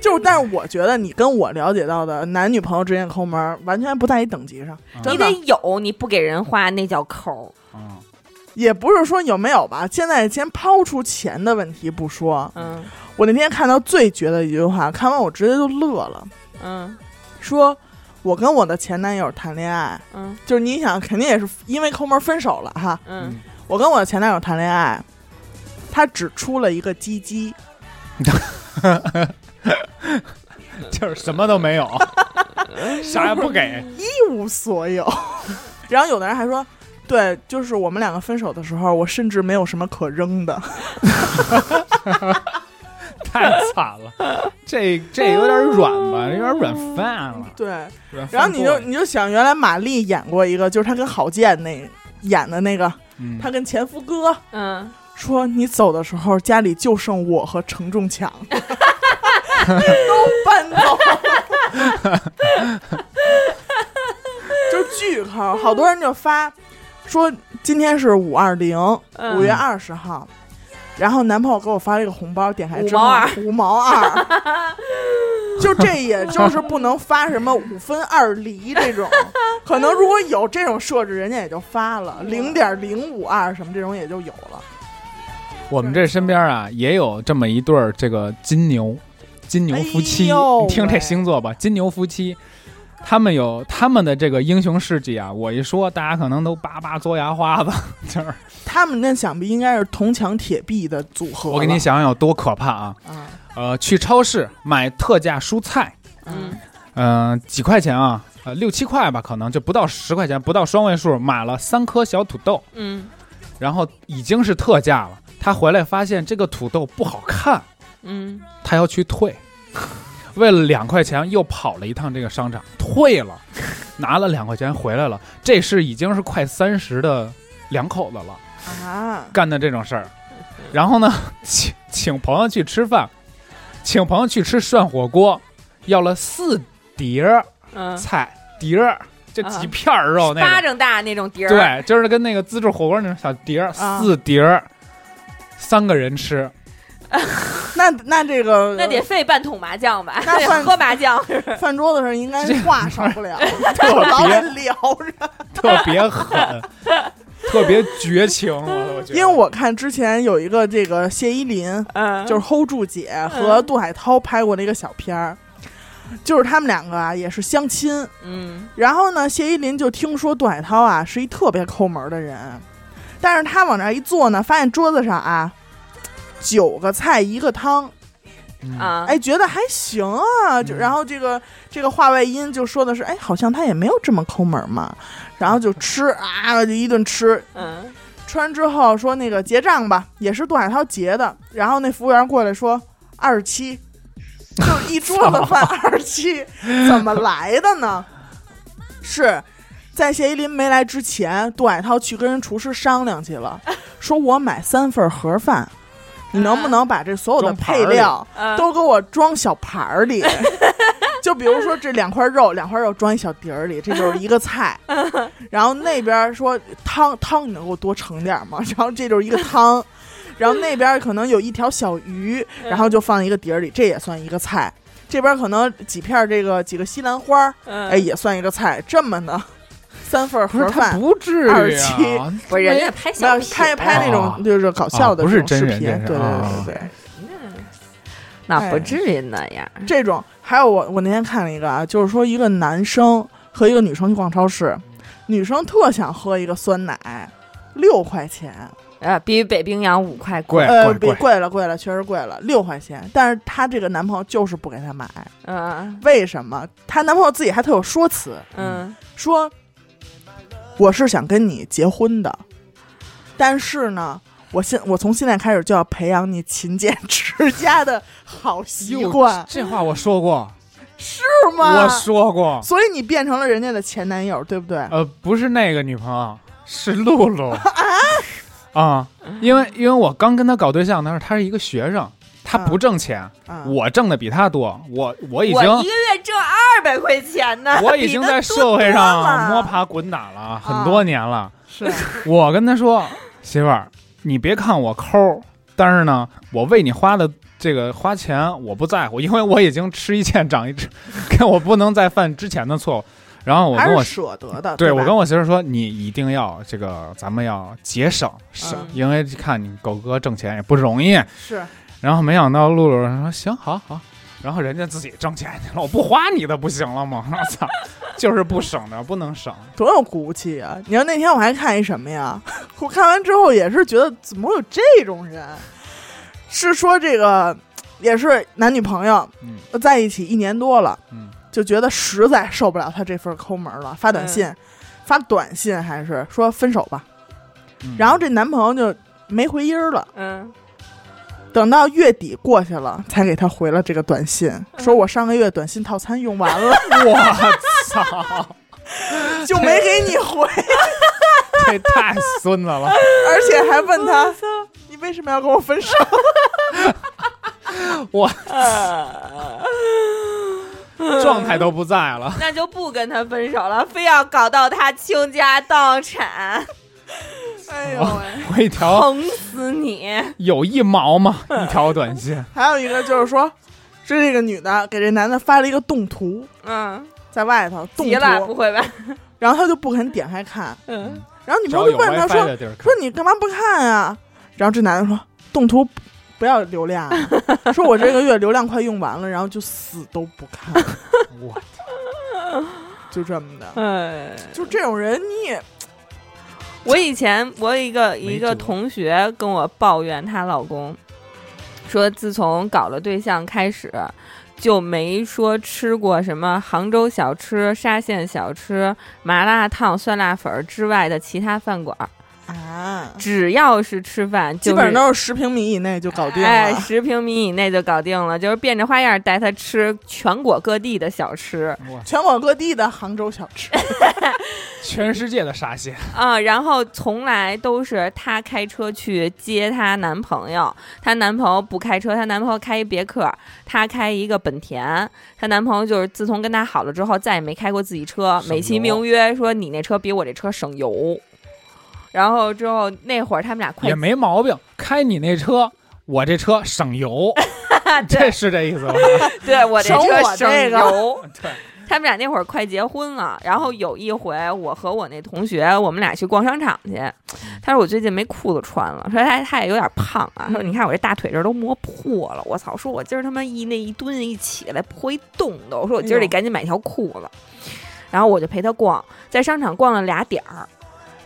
Speaker 1: 就是，但是我觉得你跟我了解到的男女朋友之间的抠门儿完全不在一等级上，
Speaker 3: 嗯
Speaker 2: 你
Speaker 1: 真
Speaker 2: 得
Speaker 1: 的。
Speaker 2: 有，你不给人花那叫抠儿。
Speaker 3: 嗯， [LAUGHS]
Speaker 1: 也不是说有没有吧，现在先抛出钱的问题不说，
Speaker 2: 嗯
Speaker 1: 我那天看到最绝的一句话，看完我直接就乐了，
Speaker 2: 嗯
Speaker 1: 说我跟我的前男友谈恋爱，
Speaker 2: 嗯
Speaker 1: 就是你想肯定也是因为抠门分手了哈，
Speaker 2: 嗯，
Speaker 1: 我跟我的前男友谈恋爱，他只出了一个鸡鸡，
Speaker 3: 就是什么都没有， [LAUGHS] 啥也不给，
Speaker 1: 一无所有。 [LAUGHS] 然后有的人还说，对，就是我们两个分手的时候，我甚至没有什么可扔的。
Speaker 3: 太惨
Speaker 1: [LAUGHS]
Speaker 3: 了。这这有点软吧，有点软饭了。
Speaker 1: 对，
Speaker 3: 软
Speaker 1: 然
Speaker 3: 饭
Speaker 1: 后你就你就想，原来马丽演过一个，就是她跟郝建那演的那个，
Speaker 3: 嗯
Speaker 1: 她跟前夫哥
Speaker 2: 嗯，
Speaker 1: 说，你走的时候家里就剩我和承重墙， [LAUGHS] 都搬走。 [LAUGHS] 就是巨坑，好多人就发说今天是五二零，
Speaker 2: 嗯
Speaker 1: 五月二十号，然后男朋友给我发了一个红包，点开之
Speaker 2: 五
Speaker 1: 后
Speaker 2: 毛二
Speaker 1: 五毛二， [LAUGHS] 就这也就是不能发什么五分二厘这种，可能如果有这种设置，人家也就发了零点零五二什么这种也就有了。
Speaker 3: 我们这身边啊，也有这么一对儿这个金牛，金牛夫妻。
Speaker 1: 哎呦
Speaker 3: 你听
Speaker 1: 喂
Speaker 3: 这星座吧，金牛夫妻，他们有他们的这个英雄事迹啊。我一说，大家可能都叭叭嘬牙花子，就是
Speaker 1: 他们那想必应该是铜墙铁壁的组合了。
Speaker 3: 我给你想想有多可怕啊！
Speaker 1: 啊，
Speaker 3: 呃，去超市买特价蔬菜，
Speaker 2: 嗯
Speaker 3: 嗯、几块钱啊，呃，六七块吧，可能就不到十块钱，不到双位数，买了三颗小土豆，
Speaker 2: 嗯
Speaker 3: 然后已经是特价了。他回来发现这个土豆不好看，
Speaker 2: 嗯
Speaker 3: 他要去退， [LAUGHS] 为了两块钱又跑了一趟这个商场，退了，拿了两块钱回来了。这是已经是快三十的两口子了，
Speaker 2: 嗯
Speaker 1: 啊，
Speaker 3: 干的这种事儿。然后呢，请请朋友去吃饭，请朋友去吃涮火锅，要了四碟儿
Speaker 2: 嗯，
Speaker 3: 菜，碟儿就几片儿肉那
Speaker 2: 巴
Speaker 3: 个，
Speaker 2: 掌大那种碟儿，
Speaker 3: 对，就是跟那个自助火锅那种小碟儿，
Speaker 1: 啊
Speaker 3: 四碟儿，三个人吃，
Speaker 1: 那那这个
Speaker 2: 那得费半桶麻将吧，
Speaker 1: 那
Speaker 2: 得
Speaker 1: 算
Speaker 2: 喝麻
Speaker 1: [LAUGHS]
Speaker 2: 将，
Speaker 1: 饭桌子上应该
Speaker 3: 这
Speaker 1: 话少不
Speaker 2: [LAUGHS]
Speaker 1: 了，
Speaker 3: 特
Speaker 1: 老
Speaker 3: 别
Speaker 1: 得聊着。
Speaker 3: 特别
Speaker 1: [LAUGHS]
Speaker 3: 狠，特别绝情，我我觉得。
Speaker 1: 因为我看之前有一个这个谢依霖，
Speaker 2: 嗯，
Speaker 1: 就是 hold 住姐和杜海涛拍过的一个小片儿，就是他们两个啊也是相亲，
Speaker 2: 嗯
Speaker 1: 然后呢，谢依霖就听说杜海涛啊是一特别抠门儿的人，但是他往那儿一坐呢，发现桌子上啊九个菜一个汤，
Speaker 3: 嗯，
Speaker 2: 啊，
Speaker 1: 哎，觉得还行啊。就
Speaker 3: 嗯
Speaker 1: 然后这个这个话外音就说的是，哎，好像他也没有这么抠门儿嘛。然后就吃啊，就一顿吃，
Speaker 2: 嗯
Speaker 1: 吃完之后说那个结账吧，也是杜海涛结的。然后那服务员过来说二十
Speaker 3: [LAUGHS]
Speaker 1: 七，就一桌子饭二十七，怎么来的呢？是在谢依霖没来之前，杜海涛去跟人厨师商量去了，说我买三份盒饭，你能不能把这所有的
Speaker 3: 啊装盘儿
Speaker 1: 配
Speaker 3: 里
Speaker 1: 料
Speaker 2: 嗯
Speaker 1: 都给我装小盘儿里？就比如说这两块肉，两块肉装一小碟儿里，这就是一个菜。然后那边说汤汤，你能给我多盛点儿吗？ [LAUGHS] 然后这就是一个汤，然后那边可能有一条小鱼，然后就放一个碟儿里，这也算一个菜。这边可能几片儿这个几个西兰花儿，
Speaker 2: 嗯
Speaker 1: 哎，也算一个菜。这么呢，三份儿
Speaker 3: 不是
Speaker 1: 盒
Speaker 3: 他
Speaker 1: 饭，
Speaker 3: 不至于啊
Speaker 1: 27，
Speaker 2: 不是人家拍
Speaker 1: 没
Speaker 2: 小
Speaker 1: 有
Speaker 2: 品哦
Speaker 1: 拍拍那
Speaker 3: 啊
Speaker 1: 种就是搞笑的
Speaker 3: 啊不
Speaker 1: 这
Speaker 3: 是
Speaker 1: 种视
Speaker 3: 真人
Speaker 1: 频，
Speaker 3: 真人
Speaker 1: 对对
Speaker 3: 啊
Speaker 1: 对对对。
Speaker 2: 那
Speaker 1: 哎
Speaker 2: 不至于那样，
Speaker 1: 这种，还有我我那天看了一个啊，就是说一个男生和一个女生去逛超市，女生特想喝一个酸奶，六块钱，
Speaker 2: 呃，比北冰洋五块
Speaker 3: 贵
Speaker 2: 贵，
Speaker 1: 呃，
Speaker 3: 贵
Speaker 1: 比
Speaker 3: 贵
Speaker 1: 贵了贵了，确实贵了，六块钱。但是她这个男朋友就是不给她买，
Speaker 2: 嗯
Speaker 1: 为什么？她男朋友自己还特有说辞，
Speaker 2: 嗯
Speaker 1: 说我是想跟你结婚的，但是呢。我现我从现在开始就要培养你勤俭持家的好习
Speaker 3: 哟
Speaker 1: 惯，
Speaker 3: 这话我说过，
Speaker 1: 是吗？
Speaker 3: 我说过，
Speaker 1: 所以你变成了人家的前男友，对不对？
Speaker 3: 啊呃，不是那个女朋友，是
Speaker 1: [LAUGHS]
Speaker 3: 露露啊，因为因为我刚跟他搞对象的时候，他是一个学生，他
Speaker 1: 嗯
Speaker 3: 不挣钱，
Speaker 1: 啊，
Speaker 3: 我挣的比他多，我我已经
Speaker 2: 我一个月挣二百块钱呢，
Speaker 3: 我已经在社会上摸爬滚打了啊很多年了，
Speaker 1: 是啊
Speaker 3: 我跟他说，媳妇儿，你别看我抠，但是呢，我为你花的这个花 [LAUGHS] 钱我不在乎，因为我已经吃一堑长一智，跟我不能再犯之前的错误。然后我
Speaker 1: 还
Speaker 3: 跟我
Speaker 1: 是舍得的。
Speaker 3: 对
Speaker 1: 吧
Speaker 3: 我跟我媳妇儿说，你一定要这个，咱们要节省，省，
Speaker 2: 嗯
Speaker 3: 因为看你狗哥挣钱也不容易。
Speaker 1: 是
Speaker 3: 然后没想到露露说行，好好。然后人家自己挣钱去了，我不花你的不行了吗？ [LAUGHS] 我操，就是不省的，不能省。
Speaker 1: 多有骨气啊！你知道那天我还看一什么呀？ [LAUGHS] 我看完之后也是觉得怎么会有这种人？是说这个也是男女朋友
Speaker 3: 嗯
Speaker 1: 在一起一年多了，
Speaker 3: 嗯
Speaker 1: 就觉得实在受不了他这份抠门了，发短信，发短信还是说分手吧。
Speaker 3: 嗯
Speaker 1: 然后这男朋友就没回音儿了。
Speaker 2: 嗯，
Speaker 1: 等到月底过去了，才给他回了这个短信，说我上个月短信套餐用完了，
Speaker 3: [LAUGHS]
Speaker 1: [LAUGHS]
Speaker 3: 我操，
Speaker 1: 就没给你回，
Speaker 3: [LAUGHS] 这太孙子了！
Speaker 1: 而且还问他，你为什么要跟我分手？ [LAUGHS]
Speaker 3: 我
Speaker 2: 呃
Speaker 3: 状态都不在了。
Speaker 2: 那就不跟他分手了，非要搞到他倾家荡产，
Speaker 1: 哎呦
Speaker 3: 我
Speaker 1: 喂！
Speaker 3: 我一条
Speaker 2: 疼死你！
Speaker 3: 有一毛吗？一条短信，
Speaker 1: 还有一个就是说，是这个女的给这男的发了一个动图，
Speaker 2: 嗯，
Speaker 1: 在外头动
Speaker 2: 急了，不
Speaker 1: 图，
Speaker 2: 会吧？
Speaker 1: 然后他就不肯点开看，
Speaker 2: 嗯，
Speaker 1: 然后女朋友
Speaker 3: 找
Speaker 1: 就
Speaker 3: 有
Speaker 1: 问他
Speaker 3: WiFi
Speaker 1: 说
Speaker 3: 的地儿看
Speaker 1: 说。你干嘛不看啊？然后这男的说动图不不要流量啊、 [LAUGHS] 说我这个月流量快用完了，然后就死都不看，
Speaker 3: 我
Speaker 1: 就这么
Speaker 2: [LAUGHS]
Speaker 1: 的，
Speaker 2: 哎，
Speaker 1: 就这种人你也
Speaker 2: 我以前我有一个
Speaker 3: 没
Speaker 2: 一个
Speaker 3: 辙
Speaker 2: 同学跟我抱怨她老公，说自从搞了对象开始，就没说吃过什么杭州小吃、沙县小吃、麻辣烫、酸辣粉儿之外的其他饭馆儿，
Speaker 1: 啊，
Speaker 2: 只要是吃饭
Speaker 1: 基
Speaker 2: 就是
Speaker 1: 本上都是十平米以内就搞定了。
Speaker 2: 哎，十平米以内就搞定了，就是变着花样带他吃全国各地的小吃
Speaker 3: 我
Speaker 1: 全国各地的杭州小吃，
Speaker 2: 哎
Speaker 3: 全世界的沙县，
Speaker 2: 啊、然后从来都是她开车去接她男朋友，她男朋友不开车，她男朋友开一别克，她开一个本田，她男朋友就是自从跟她好了之后，再也没开过自己车，
Speaker 3: 省油
Speaker 2: 美其名曰说你那车比我这车省油。然后之后那会儿他们俩快
Speaker 3: 也没毛病。开你那车，我这车省油，这是这意思吧？
Speaker 2: [LAUGHS] 对我这
Speaker 1: 省
Speaker 2: 车
Speaker 1: 我
Speaker 2: 省
Speaker 1: 这个
Speaker 2: 油，
Speaker 1: [LAUGHS]
Speaker 3: 对，
Speaker 2: 他们俩那会儿快结婚了，然后有一回，我和我那同学，我们俩去逛商场去。他说我最近没裤子穿了，说他他也有点胖啊。说你看我这大腿这儿都磨破了，我操！说我今儿他妈一那一蹲一起来破一洞都，我说我
Speaker 1: 哎
Speaker 2: 今儿得赶紧买条裤子。然后我就陪他逛，在商场逛了俩点儿。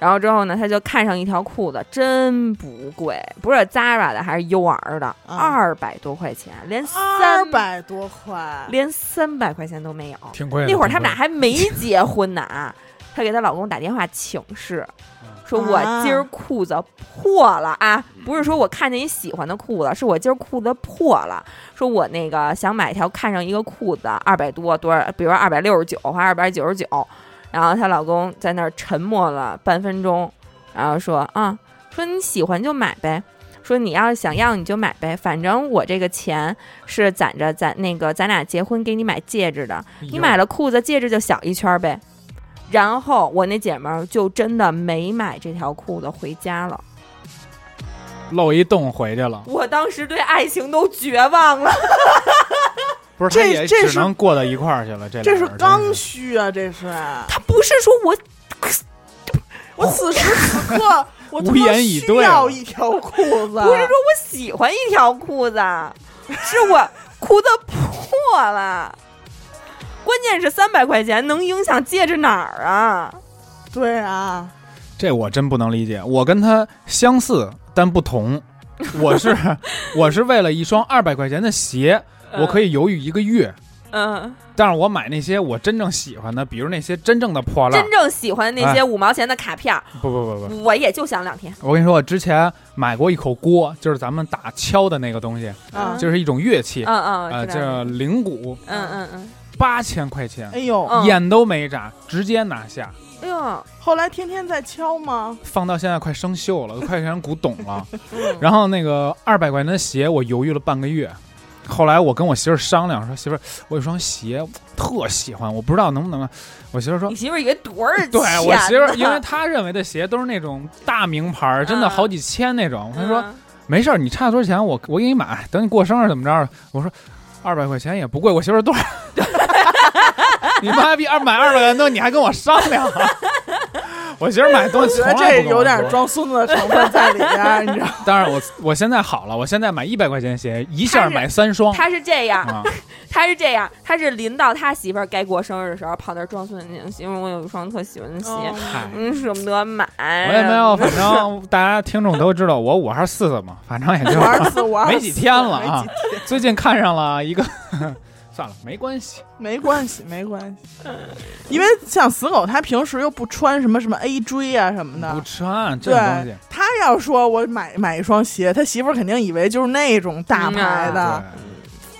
Speaker 2: 然后之后呢，他就看上一条裤子，真不贵，不是 Zara 的，还是 U R 的，
Speaker 1: 啊
Speaker 2: 二百多块钱，连
Speaker 1: 二
Speaker 2: 三
Speaker 1: 百多块，
Speaker 2: 连三百块钱都没有。
Speaker 3: 挺贵的。
Speaker 2: 那会儿他们俩
Speaker 3: 挺贵
Speaker 2: 还没结婚呢，啊她给她老公打电话请示，说我
Speaker 1: 啊
Speaker 2: 今儿裤子破了啊，不是说我看见你喜欢的裤子，是我今儿裤子破了，说我那个想买一条看上一个裤子，二百多多少，比如说二百六十九或二百九十九，然后她老公在那儿沉默了半分钟，然后说啊，说你喜欢就买呗。说你要是想要你就买呗，反正我这个钱是攒着攒那个咱俩结婚给你买戒指的，
Speaker 3: 的
Speaker 2: 你买了裤子戒指就小一圈儿呗。然后我那姐们儿就真的没买这条裤子回家了，
Speaker 3: 漏一洞回去了，
Speaker 2: 我当时对爱情都绝望了。
Speaker 3: 不是
Speaker 1: 这
Speaker 3: 他也
Speaker 1: 这
Speaker 3: 只
Speaker 1: 是
Speaker 3: 能过到一块儿去了。这
Speaker 1: 这
Speaker 3: 俩
Speaker 1: 是
Speaker 3: 人真
Speaker 1: 刚需啊，这是。
Speaker 2: 他不是说我
Speaker 1: 我此时
Speaker 2: [LAUGHS]
Speaker 1: 此刻，我他
Speaker 3: 无
Speaker 1: 妈
Speaker 3: 言以对
Speaker 1: 需要
Speaker 3: 了
Speaker 1: 一条裤子，
Speaker 2: 不是说我喜欢一条裤子，是我裤子破了。关键是三百块钱能影响戒指哪儿啊？
Speaker 1: 对啊，
Speaker 3: 这我真不能理解。我跟他相似但不同，我是我是为了一双二百块钱的鞋，呃我可
Speaker 2: 以，
Speaker 3: 以犹豫一个月。
Speaker 2: 嗯，
Speaker 3: 但是我买那些我真正喜欢的，比如那些真正的破烂
Speaker 2: 真，正喜欢那些五毛钱的卡片儿，
Speaker 3: 不不哎不不，
Speaker 2: 我也就想两天。
Speaker 3: 我跟你说，我之前买过一口锅，就是咱们打敲的那个东西，
Speaker 1: 啊
Speaker 2: 嗯
Speaker 3: 就是一种乐器，
Speaker 2: 嗯嗯，
Speaker 3: 呃，
Speaker 2: 我知道
Speaker 3: 叫铃鼓，
Speaker 2: 嗯嗯嗯，
Speaker 3: 八千块钱
Speaker 1: 哎，呦，
Speaker 2: 嗯
Speaker 3: 眼都没眨，直接拿下，
Speaker 2: 哎呦，
Speaker 1: 后来天天在敲吗？
Speaker 3: 放到现在快生锈了，都快成古董
Speaker 2: [LAUGHS]
Speaker 3: 了。
Speaker 2: 嗯
Speaker 3: 然后那个二百块钱的鞋，我犹豫了半个月。后来我跟我媳妇儿商量说：“媳妇儿，我有双鞋特喜欢，我不知道能不能。”我媳妇儿说
Speaker 2: 你媳妇儿以为多少钱呢？
Speaker 3: [LAUGHS] 对我媳妇儿，因为她认为的鞋都是那种大名牌儿，真的
Speaker 2: 嗯
Speaker 3: 好几千那种。她说
Speaker 2: 嗯，
Speaker 3: 没事儿，你差多少钱我我给你买，等你过生日怎么着？我说二百块钱也不贵，我媳妇儿多少？ [LAUGHS] 你妈逼二买二百元灯，你还跟我商量？啊 [LAUGHS] 我觉得买东
Speaker 1: 我
Speaker 3: 西
Speaker 1: 觉
Speaker 3: 从
Speaker 1: 得
Speaker 3: 来不
Speaker 1: 这
Speaker 3: 跟我
Speaker 1: 有点
Speaker 3: 说
Speaker 1: 装孙子的成分在里边儿，你知道吗？
Speaker 3: 当然我，我现在好了，我现在买一百块钱鞋，一下买三双
Speaker 2: 他是这样，
Speaker 3: 啊！
Speaker 2: 他是这样，他是临到他媳妇儿该过生日的时候，跑那儿装孙子，因为我有一双特喜欢的鞋，
Speaker 3: [LAUGHS] 嗨，
Speaker 2: 嗯，舍不得买。
Speaker 3: 我也没有，反正大家听众都知道我五号四的嘛，反正也就
Speaker 1: 五二四五二四
Speaker 3: 没几天了啊
Speaker 1: 没几天
Speaker 3: 最近看上了一个， [LAUGHS] 算了，没关系。
Speaker 1: 没关系，没关系，因为像死狗，他平时又不穿什么什么 A 锥啊什么
Speaker 3: 不
Speaker 1: 的。
Speaker 3: 穿这
Speaker 1: 对
Speaker 3: 种东西，
Speaker 1: 他要说我买买一双鞋，他媳妇儿肯定以为就是那种大牌的，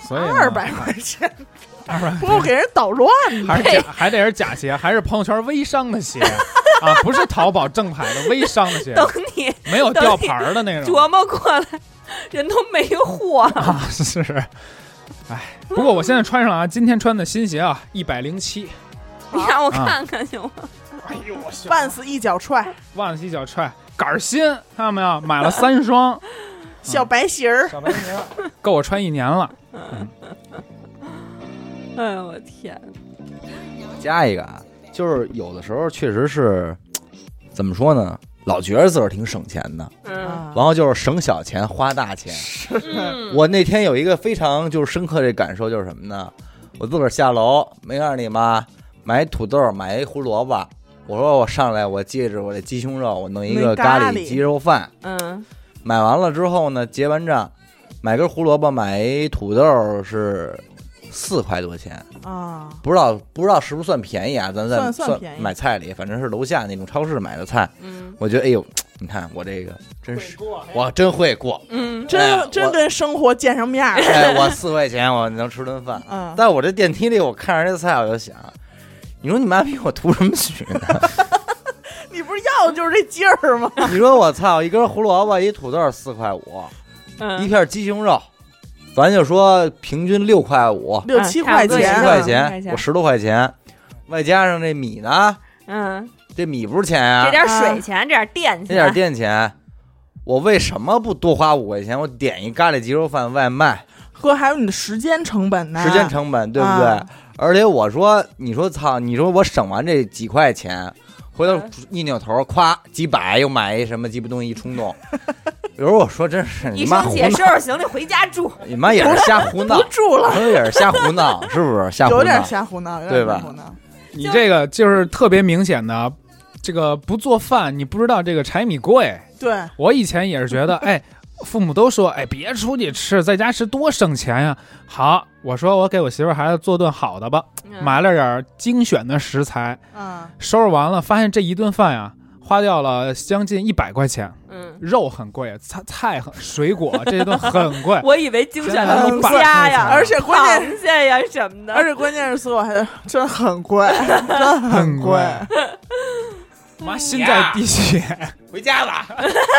Speaker 3: 对，所以呢
Speaker 1: 二百块钱
Speaker 3: [LAUGHS]
Speaker 1: [LAUGHS]
Speaker 3: 二百
Speaker 1: 不够给人捣乱
Speaker 3: 还
Speaker 1: 的。
Speaker 3: 是假，还得是假鞋，还是朋友圈微商的
Speaker 1: [LAUGHS]
Speaker 3: 鞋啊，不是淘宝正牌的微商的鞋，
Speaker 2: 等你
Speaker 3: 没有吊牌儿的 [LAUGHS] 那种。
Speaker 2: 琢磨过来，人都没货。
Speaker 3: 啊，是，哎，不过我现在穿上啊，今天穿的新鞋啊，一百零七，
Speaker 2: 你让我看看行吗？
Speaker 3: 哎呦我去，
Speaker 1: 万斯一脚踹，
Speaker 3: 万西脚踹杆儿新，看到没有？买了
Speaker 1: [LAUGHS]
Speaker 3: 三双
Speaker 1: 小白鞋儿，
Speaker 3: 小白鞋，够我穿一年了。
Speaker 2: 哎呦我天！
Speaker 4: 加一个啊，就是有的时候确实是，怎么说呢？老觉得自个儿挺省钱的，
Speaker 2: 嗯，
Speaker 1: 啊 [LAUGHS]
Speaker 4: 然后就是省小钱花大钱。
Speaker 2: 嗯
Speaker 4: 我那天有一个非常就是深刻的感受，就是什么呢？我自个儿下楼，没告诉你吗？买土豆，买一胡萝卜。我说我上来，我借着我这鸡胸肉，我弄一
Speaker 1: 弄
Speaker 4: 个
Speaker 1: 咖
Speaker 4: 咖
Speaker 1: 喱
Speaker 4: 喱鸡肉饭。
Speaker 2: 嗯
Speaker 4: 买完了之后呢，结完账，买根胡萝卜，买一土豆是四块多钱，
Speaker 1: 啊，
Speaker 4: 不知道不知道是不是算便宜啊？咱
Speaker 1: 算
Speaker 4: 在
Speaker 1: 算便宜
Speaker 4: 买菜里，反正是楼下那种超市买的菜。
Speaker 2: 嗯
Speaker 4: 我觉得，哎呦，你看我这个真是，我真会过。
Speaker 2: 嗯，
Speaker 4: 哎
Speaker 1: 真真
Speaker 4: 我
Speaker 1: 跟生活见上面儿了。
Speaker 4: 哎，我四块钱我能吃顿饭。
Speaker 1: 嗯，
Speaker 4: 在我这电梯里，我看着这菜，我就想，你说你妈逼我图什么许呢？
Speaker 1: 你不是要的就是这劲儿 [LAUGHS] 吗？
Speaker 4: 你说我操，一根胡萝卜，一土豆四块五，一
Speaker 2: 嗯，
Speaker 4: 片鸡胸肉，咱就说平均六块五，
Speaker 1: 六七
Speaker 2: 差
Speaker 1: 块
Speaker 2: 不多
Speaker 4: 七
Speaker 2: 也
Speaker 1: 钱
Speaker 2: 是
Speaker 1: 啊，
Speaker 2: 六
Speaker 4: 块
Speaker 2: 块
Speaker 4: 钱，
Speaker 2: 钱
Speaker 4: 我十多块钱，外加上这米呢，
Speaker 2: 嗯，
Speaker 4: 这米不是钱啊，
Speaker 2: 这点水钱，这点电
Speaker 4: 这点
Speaker 2: 钱，
Speaker 4: 店钱，我为什么不多花五块钱？我点一咖喱鸡肉饭外卖，
Speaker 1: 哥，还有你的时间成本呢，
Speaker 4: 时间成本对不对？
Speaker 1: 啊
Speaker 4: 而且我说，你说操，你说我省完这几块钱，回头
Speaker 2: 嗯
Speaker 4: 一扭头，咵几百又买一什么鸡巴东西，一
Speaker 1: [LAUGHS]
Speaker 4: 冲动。有时候我说真是你
Speaker 2: 一
Speaker 4: 妈
Speaker 2: 双
Speaker 4: 胡
Speaker 2: 鞋收
Speaker 4: 闹，
Speaker 2: 拾行李回家住。
Speaker 4: 你妈也是瞎胡闹
Speaker 1: [LAUGHS] 不，住了，
Speaker 4: 我也是瞎胡闹，是不是瞎胡
Speaker 1: 有点
Speaker 4: 闹？
Speaker 1: 瞎胡闹，有
Speaker 4: 对
Speaker 1: 点瞎
Speaker 4: 吧
Speaker 1: 胡闹。
Speaker 3: 你这个就是特别明显的，这个不做饭，你不知道这个柴米贵。
Speaker 1: 对，
Speaker 3: 我以前也是觉得，哎，父母都说，哎，别出去吃，在家吃多省钱呀、好，我说我给我媳妇儿孩子做顿好的吧，
Speaker 2: 嗯
Speaker 3: 买了点儿精选的食材，
Speaker 1: 嗯，
Speaker 3: 收拾完了，发现这一顿饭呀、花掉了将近一百块钱，
Speaker 2: 嗯，
Speaker 3: 肉很贵，菜菜很，水果这一顿很贵。
Speaker 2: 我以为精选的
Speaker 3: 真
Speaker 2: 龙
Speaker 3: 的
Speaker 2: 虾呀，
Speaker 3: 棒
Speaker 1: 而且关键
Speaker 2: 螃蟹呀什么的，
Speaker 1: 而且关键是所有还得真很贵，真
Speaker 3: 很
Speaker 1: 贵
Speaker 3: 贵。妈，心在滴血，
Speaker 4: 回家
Speaker 1: [LAUGHS]
Speaker 4: 吧，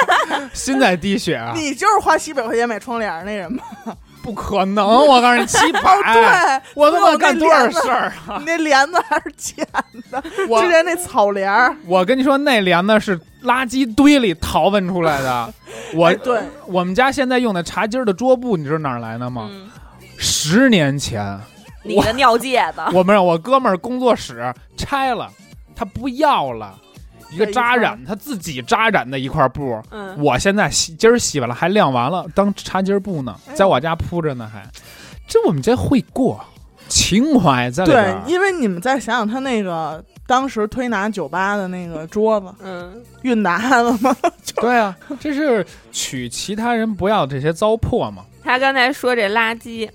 Speaker 4: [LAUGHS]
Speaker 3: 心在滴血
Speaker 1: [LAUGHS]
Speaker 3: 啊！
Speaker 1: 你就是花七百块钱买窗帘儿那人吗？
Speaker 3: 不可能，我告诉你，七 [LAUGHS] 百，
Speaker 1: 哦，
Speaker 3: 我他妈干多少事儿
Speaker 1: 对，
Speaker 3: 啊！
Speaker 1: 你那帘子还是剪的，
Speaker 3: 我
Speaker 1: 之前那草帘儿，
Speaker 3: 我跟你说，那帘子是垃圾堆里淘问出来 [LAUGHS] 的。我
Speaker 1: 哎对，
Speaker 3: 我们家现在用的茶几儿的桌布，你知道哪儿来的吗？
Speaker 2: 嗯，
Speaker 3: 十年前，
Speaker 2: 你的尿戒子，
Speaker 3: [LAUGHS] 我们让我哥们儿工作室拆了，他不要了，一个扎染，他自己扎染的一块布。
Speaker 2: 嗯，
Speaker 3: 我现在洗，今儿洗完了还晾完了，当茶巾布呢
Speaker 1: 哎，
Speaker 3: 在我家铺着呢还。这我们家会过，情怀在里边
Speaker 1: 对
Speaker 3: 儿，。
Speaker 1: 因为你们再想想他那个当时推拿酒吧的那个桌子，
Speaker 2: 嗯，
Speaker 1: 韵达了吗？
Speaker 3: [LAUGHS] 对啊，这是取其他人不要这些糟粕嘛。
Speaker 2: 他刚才说这垃圾，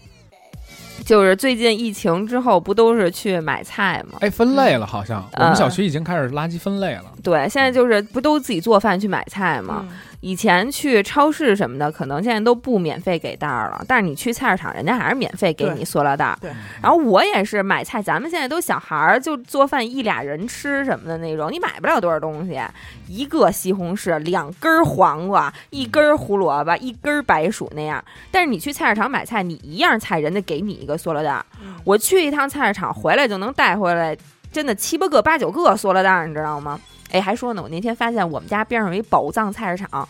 Speaker 2: 就是最近疫情之后，不都是去买菜吗？
Speaker 3: 哎，分类了，好像我
Speaker 2: 嗯
Speaker 3: 们小区已经开始垃圾分类了。
Speaker 2: 对，现在就是不都自己做饭去买菜吗？以前去超市什么的，可能现在都不免费给袋儿了，但是你去菜市场，人家还是免费给
Speaker 1: 对
Speaker 2: 你塑料袋儿。
Speaker 1: 对
Speaker 3: 嗯
Speaker 2: 然后我也是买菜，咱们现在都小孩儿，就做饭一俩人吃什么的那种，你买不了多少东西，一个西红柿，两根黄瓜，一根胡萝卜，一根白薯那样。但是你去菜市场买菜，你一样菜，人家给你一个塑料袋儿。
Speaker 1: 嗯
Speaker 2: 我去一趟菜市场回来就能带回来，真的七八个、八九个塑料袋儿，你知道吗？哎，还说呢，我那天发现我们家边上有一宝藏菜市场，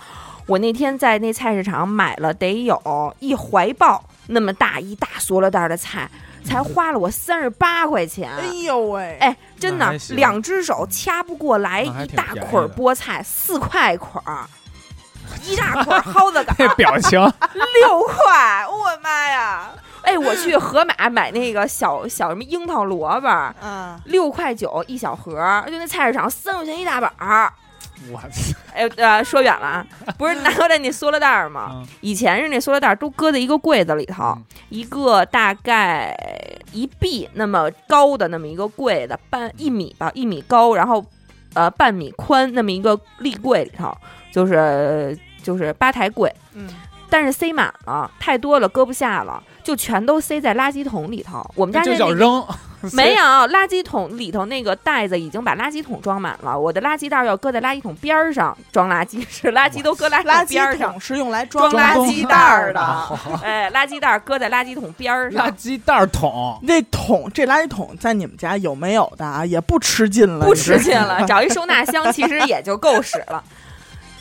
Speaker 2: 我那天在那菜市场买了得有一怀抱那么大一大塑料袋儿的菜，才花了我三十八块钱。
Speaker 1: [LAUGHS] 哎呦喂，
Speaker 2: 哎，真
Speaker 3: 那
Speaker 2: 的
Speaker 3: 还，行
Speaker 2: 两只手掐不过来
Speaker 3: 那还
Speaker 2: 一
Speaker 3: 挺
Speaker 2: 大
Speaker 3: 便宜
Speaker 2: 捆儿
Speaker 3: 的，
Speaker 2: 菠菜，四块捆儿，一大捆儿蒿子杆儿 [LAUGHS]
Speaker 3: 表情，
Speaker 2: 六块，我妈呀！哎，我去盒马买那个小小什么樱桃萝卜，
Speaker 1: 啊，
Speaker 2: 六块九一小盒儿，就那菜市场三块钱一大板儿。
Speaker 3: 我操！
Speaker 2: 哎呦呃，说远了啊，不是拿回来那塑料袋儿吗？
Speaker 3: 嗯
Speaker 2: 以前是那塑料袋儿都搁在一个柜子里头，
Speaker 3: 嗯
Speaker 2: 一个大概一臂那么高的那么一个柜子，半一米吧，一米高，然后呃半米宽那么一个立柜里头，就是就是吧台柜，
Speaker 1: 嗯，
Speaker 2: 但是塞满了，太多了，搁不下了，就全都塞在垃圾桶里头。我们家
Speaker 3: 这
Speaker 2: 那
Speaker 3: 就叫
Speaker 2: 那个 [LAUGHS]
Speaker 3: 扔，
Speaker 2: 没有垃圾桶里头那个袋子已经把垃圾桶装满了，我的垃圾袋要搁在垃圾桶边儿上装垃圾，是垃圾都搁垃圾
Speaker 1: 垃
Speaker 2: 桶边儿
Speaker 1: 圾
Speaker 2: 上，
Speaker 1: 桶是用来
Speaker 2: 装
Speaker 1: 垃
Speaker 2: 垃
Speaker 3: 东
Speaker 1: 圾
Speaker 3: 西
Speaker 2: 圾袋儿
Speaker 1: 的。
Speaker 2: 的，哎，垃圾袋儿搁在垃圾桶边儿
Speaker 3: [LAUGHS] 垃
Speaker 2: 上，
Speaker 3: 圾袋儿桶。
Speaker 1: 那桶，这垃圾桶在你们家有没有的啊？也不吃劲了，
Speaker 2: 不
Speaker 1: 你知
Speaker 2: 吃劲
Speaker 1: [LAUGHS]
Speaker 2: 了，找一收纳箱其实也就够使了。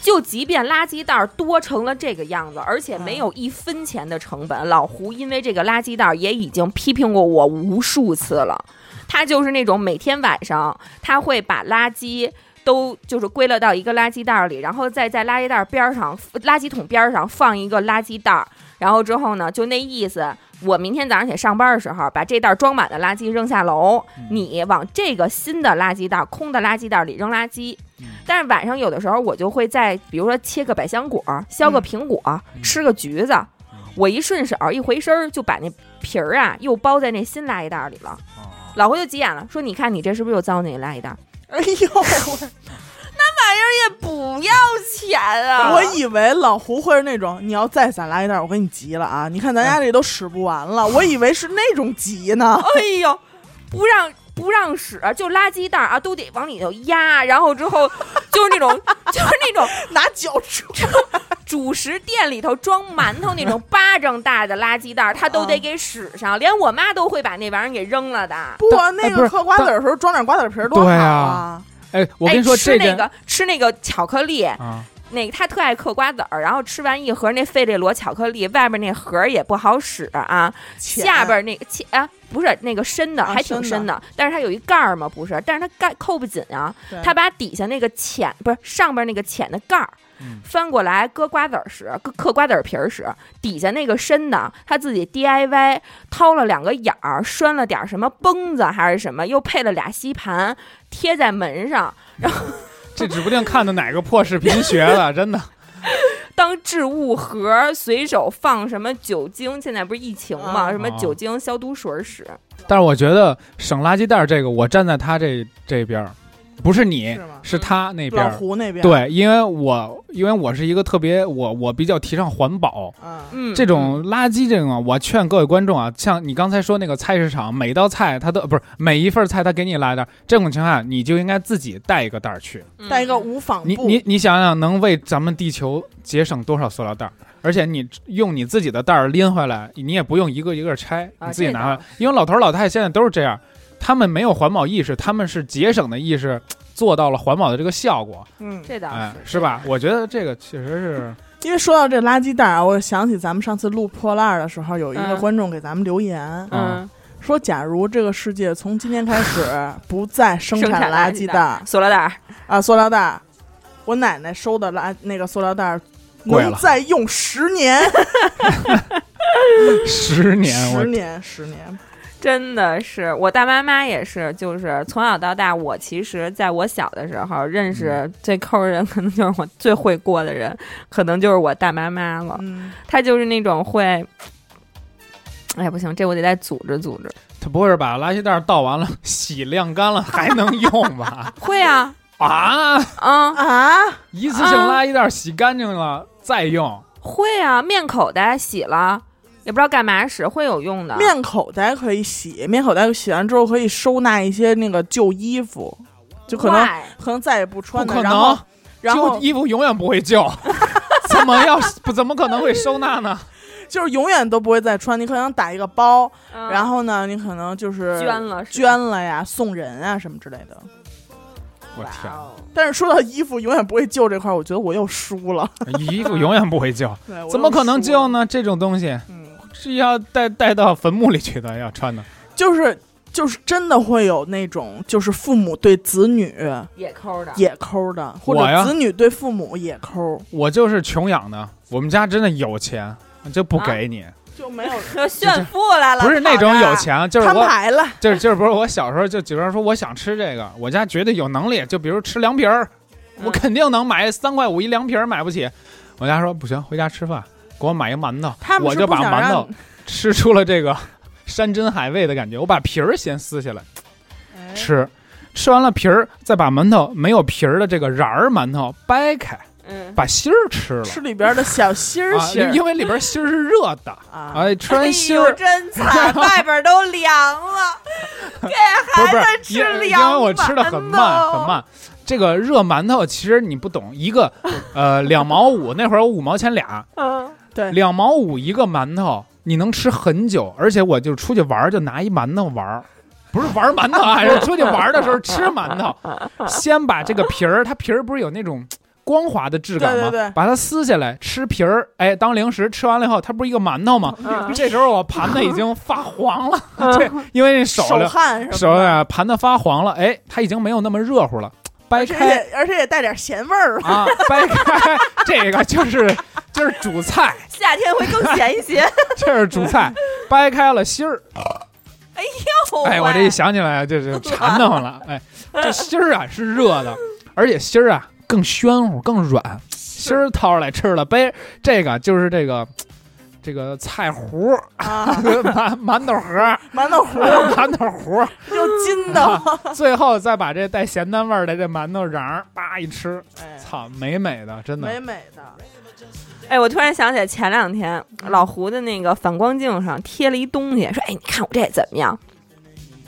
Speaker 2: 就即便垃圾袋儿多成了这个样子，而且没有一分钱的成本，老胡因为这个垃圾袋儿也已经批评过我无数次了。他就是那种每天晚上他会把垃圾。都就是归了到一个垃圾袋儿里，然后再在垃圾袋儿边儿上、垃圾桶边儿上放一个垃圾袋儿，然后之后呢，就那意思，我明天早上起来上班的时候，把这袋儿装满的垃圾扔下楼，
Speaker 3: 嗯
Speaker 2: 你往这个新的垃圾袋儿、空的垃圾袋儿里扔垃圾
Speaker 3: 嗯。
Speaker 2: 但是晚上有的时候，我就会在比如说切个百香果、削个
Speaker 1: 嗯
Speaker 2: 苹果、
Speaker 3: 嗯
Speaker 2: 吃个橘子，我一顺手一回身儿就把那皮儿啊又包在那新垃圾袋儿里了。
Speaker 3: 哦
Speaker 2: 老胡就急眼了，说：“你看你这是不是又糟那垃圾袋儿？
Speaker 1: 哎呦，
Speaker 2: 这不要钱啊！
Speaker 1: 我以为老胡会是那种你要再攒垃圾袋，我跟你急了啊！你看咱家这都使不完了，我以为是那种
Speaker 2: [LAUGHS]
Speaker 1: 急呢。
Speaker 2: 哎呦，不让不让使，就垃圾袋儿啊都得往里头压，然后之
Speaker 3: [LAUGHS]
Speaker 2: 后就是那种就是那种
Speaker 1: 拿脚戳，
Speaker 2: 主食店里头装馒头那种巴掌大的垃圾袋儿，他都
Speaker 3: 啊
Speaker 2: 得给使上，连我妈都会把那玩意儿给扔了的。
Speaker 1: 不，啊
Speaker 3: 哎
Speaker 1: 那
Speaker 3: 不
Speaker 1: 个
Speaker 3: 是
Speaker 1: 嗑瓜子儿的时候装点瓜子皮儿多好
Speaker 3: 对啊！哎，我跟你说
Speaker 2: 哎、吃
Speaker 3: 这
Speaker 2: 那
Speaker 3: 件
Speaker 2: 个吃那个巧克力，
Speaker 3: 啊，
Speaker 2: 那个他特爱嗑瓜子儿，然后吃完一盒那费列罗巧克力，外边那盒儿也不好使啊，
Speaker 1: 浅
Speaker 2: 下边那个切啊不是那个深的，
Speaker 1: 啊
Speaker 2: 还挺
Speaker 1: 深
Speaker 2: 深的，但是它有一盖儿嘛，不是，但是它盖扣不紧啊，
Speaker 1: 对
Speaker 2: 他把底下那个浅不是上边那个浅的盖儿
Speaker 3: 嗯
Speaker 2: 翻过来搁瓜子儿使，搁嗑瓜子儿皮儿使，底下那个深的他自己 DIY 掏了两个眼儿，拴了点儿什么绷子还是什么，又配了俩吸盘贴在门上，
Speaker 3: 这指不定看的哪个破视频学的，
Speaker 2: [LAUGHS]
Speaker 3: 真的。
Speaker 2: 当置物盒，随手放什么酒精，现在不是疫情嘛，
Speaker 1: 啊
Speaker 2: 什么
Speaker 3: 哦
Speaker 2: 酒精消毒水使，
Speaker 3: 但是我觉得省垃圾袋儿这个，我站在他这这边儿，不是你
Speaker 1: 是，吗？
Speaker 3: 是他那边
Speaker 1: 老
Speaker 3: 儿。
Speaker 1: 胡那边，
Speaker 3: 对，因为我因为我是一个特别我我比较提倡环保，
Speaker 1: 嗯，
Speaker 2: 嗯，
Speaker 3: 这种垃圾这种啊，我劝各位观众啊，像你刚才说那个菜市场，每一道菜它都不是每一份菜它给你拉一袋儿，这种情况下你就应该自己带一个袋儿去。
Speaker 2: 嗯
Speaker 1: 带一个无纺
Speaker 3: 你
Speaker 1: 布，
Speaker 3: 你你想想，能为咱们地球节省多少塑料袋儿？而且你用你自己的袋儿拎回来，你也不用一个一个拆，
Speaker 2: 啊
Speaker 3: 你自己
Speaker 2: 这
Speaker 3: 拿回来
Speaker 2: 倒。
Speaker 3: 因为老头儿老太太现在都是这样，他们没有环保意识，他们是节省的意识做到了环保的这个效果，
Speaker 1: 嗯，
Speaker 2: 这倒
Speaker 3: 哎
Speaker 2: 是，
Speaker 3: 是吧？？我觉得这个确实是，
Speaker 1: 因为说到这垃圾袋儿啊，我想起咱们上次录破烂儿的时候，有一个
Speaker 2: 嗯
Speaker 1: 观众给咱们留言，
Speaker 2: 嗯，
Speaker 1: 说假如这个世界从今天开始不再生
Speaker 2: 生产
Speaker 1: 产垃圾
Speaker 2: 圾
Speaker 1: 袋儿
Speaker 2: 塑料袋儿，
Speaker 1: 啊，塑料袋儿，我奶奶收的垃那个塑料袋儿
Speaker 3: 贵
Speaker 1: 能
Speaker 3: 了
Speaker 1: 再用十年，
Speaker 2: [LAUGHS]
Speaker 3: 十年我
Speaker 1: 十年，十年，
Speaker 2: 真的是我大妈妈也是，就是从小到大，我其实在我小的时候认识
Speaker 3: 嗯
Speaker 2: 最抠的人，可能就是我最会过的人，可能就是我大妈妈了。
Speaker 1: 嗯，
Speaker 2: 她就是那种会，哎不行，这我得再组织组织。
Speaker 3: 他不会是把垃圾袋儿倒完了 [LAUGHS] 洗晾干了还能用吧？
Speaker 2: 会啊，
Speaker 3: 啊，
Speaker 2: 啊、
Speaker 1: 啊，
Speaker 3: 一次性垃圾袋儿洗干净了再用，
Speaker 2: 会啊，面口袋洗了，也不知道干嘛使，会有用的。
Speaker 1: 面口袋可以洗，面口袋洗完之后可以收纳一些那个旧衣服，就可能
Speaker 2: Why？
Speaker 1: 可能再也不
Speaker 3: 不
Speaker 1: 穿的，
Speaker 3: 可
Speaker 1: 然后
Speaker 3: 能， [LAUGHS]
Speaker 1: 然
Speaker 3: 旧
Speaker 1: 后
Speaker 3: 衣服永远不会旧， [LAUGHS] 怎么要不怎么可能会收纳呢？
Speaker 1: 就是永远都不会再穿，你可能打一个包，
Speaker 2: 嗯
Speaker 1: 然后呢，你可能就是
Speaker 2: 捐了，是吧
Speaker 1: 捐。了呀，送人啊什么之类的。
Speaker 3: [LAUGHS] 我天
Speaker 2: 哇，
Speaker 3: 啊
Speaker 2: 哦
Speaker 1: 但是说到衣服永远不会旧这块儿，我觉得我又输了。
Speaker 3: 衣服永远不会旧，
Speaker 1: 对我
Speaker 3: [LAUGHS] 怎么
Speaker 1: 又
Speaker 3: 可能
Speaker 1: 输了
Speaker 3: 旧？呢？这种东西，
Speaker 1: 嗯，
Speaker 3: 是要带带到坟墓里去的，要穿的。
Speaker 1: 就是就是真的会有那种就是父母对子女
Speaker 2: 也抠的，
Speaker 1: 也抠的，或
Speaker 3: 我呀
Speaker 1: 者子女对父母也抠，
Speaker 3: 我就是穷养的，我们家真的有钱，就不
Speaker 1: 啊
Speaker 3: 给你，
Speaker 1: 就没有
Speaker 2: 这炫富来了，
Speaker 3: 不是那种
Speaker 2: 跑这儿
Speaker 3: 有，钱，就
Speaker 1: [LAUGHS]
Speaker 3: 是
Speaker 1: 摊
Speaker 3: 我
Speaker 1: 牌了。
Speaker 3: 就是就是不是我小时候就比方说我想吃这个，我家绝对有能力，就比如吃凉皮儿，我
Speaker 2: 嗯
Speaker 3: 肯定能买三块五一凉皮儿买不起，我家说不行，回家吃饭，给我买一馒头
Speaker 1: 他，们
Speaker 3: 我
Speaker 1: 是
Speaker 3: 就
Speaker 1: 不
Speaker 3: 把
Speaker 1: 想
Speaker 3: 馒
Speaker 1: 让
Speaker 3: 头 [LAUGHS] 吃出了这个山珍海味的感觉，我把皮儿先撕下来
Speaker 1: 哎
Speaker 3: 吃，吃完了皮儿再把馒头没有皮儿的这个瓤儿馒头掰开，
Speaker 2: 嗯，
Speaker 3: 把芯儿吃了
Speaker 1: 吃里边的小心儿
Speaker 3: 啊，
Speaker 1: 心
Speaker 3: 因
Speaker 1: 儿
Speaker 3: 因为里边芯儿是热的，
Speaker 1: 啊，
Speaker 3: 哎，吃完芯
Speaker 2: 哎
Speaker 3: 儿
Speaker 2: 呦真惨，外边都凉了，给孩子
Speaker 3: 因
Speaker 2: 吃
Speaker 3: 因
Speaker 2: 凉
Speaker 3: 为我吃的很慢
Speaker 2: 馒头
Speaker 3: 很慢。这个热馒头其实你不懂，一
Speaker 2: [LAUGHS]
Speaker 3: 个呃两毛五，那会儿我五毛钱俩，
Speaker 2: 嗯，
Speaker 1: 对，
Speaker 3: 两毛五一个馒头，你能吃很久。而且我就出去玩儿就拿一馒头玩儿，不是玩儿馒头啊，是出去玩儿的时候吃馒头。
Speaker 2: [LAUGHS]
Speaker 3: 先把这个皮儿，它皮儿不是有那种光滑的质感
Speaker 1: 对
Speaker 3: 吗？
Speaker 1: 对对
Speaker 3: 把它撕下来吃皮儿，哎，当零食吃完了以后，它不是一个馒头吗？
Speaker 2: 嗯
Speaker 3: 这时候我盘子已经发黄了， [LAUGHS] 这因为手
Speaker 1: 手
Speaker 3: 了
Speaker 1: 汗什么的
Speaker 3: 手啊盘子发黄了，哎，它已经没有那么热乎了，掰
Speaker 1: 而且
Speaker 3: 开
Speaker 1: 也而且也带点咸味儿了。
Speaker 3: 啊，掰开，这个就是就是主菜，
Speaker 2: [LAUGHS] 夏天会更咸一些。
Speaker 3: 这是主菜，掰开了芯儿，
Speaker 2: [LAUGHS] 哎呦喂，
Speaker 3: 哎，我这一想起来就就馋得慌了，哎，这芯儿啊是热的，而且芯儿啊更暄乎更软，芯儿掏出来吃了，掰这个就是这个这个菜糊儿， [LAUGHS]
Speaker 1: 啊，
Speaker 3: 馒馒头盒儿，
Speaker 1: 馒头糊
Speaker 3: 馒头糊儿，
Speaker 1: 又筋道，
Speaker 3: 最后再把这带咸淡味儿的这馒头瓤儿叭一吃。
Speaker 1: 哎
Speaker 3: 操，美美的，真
Speaker 1: 美
Speaker 3: 的。
Speaker 1: 美的。
Speaker 2: 哎，我突然想起来，前两天老胡的那个反光镜上贴了一东西，说：“哎，你看我这怎么样？”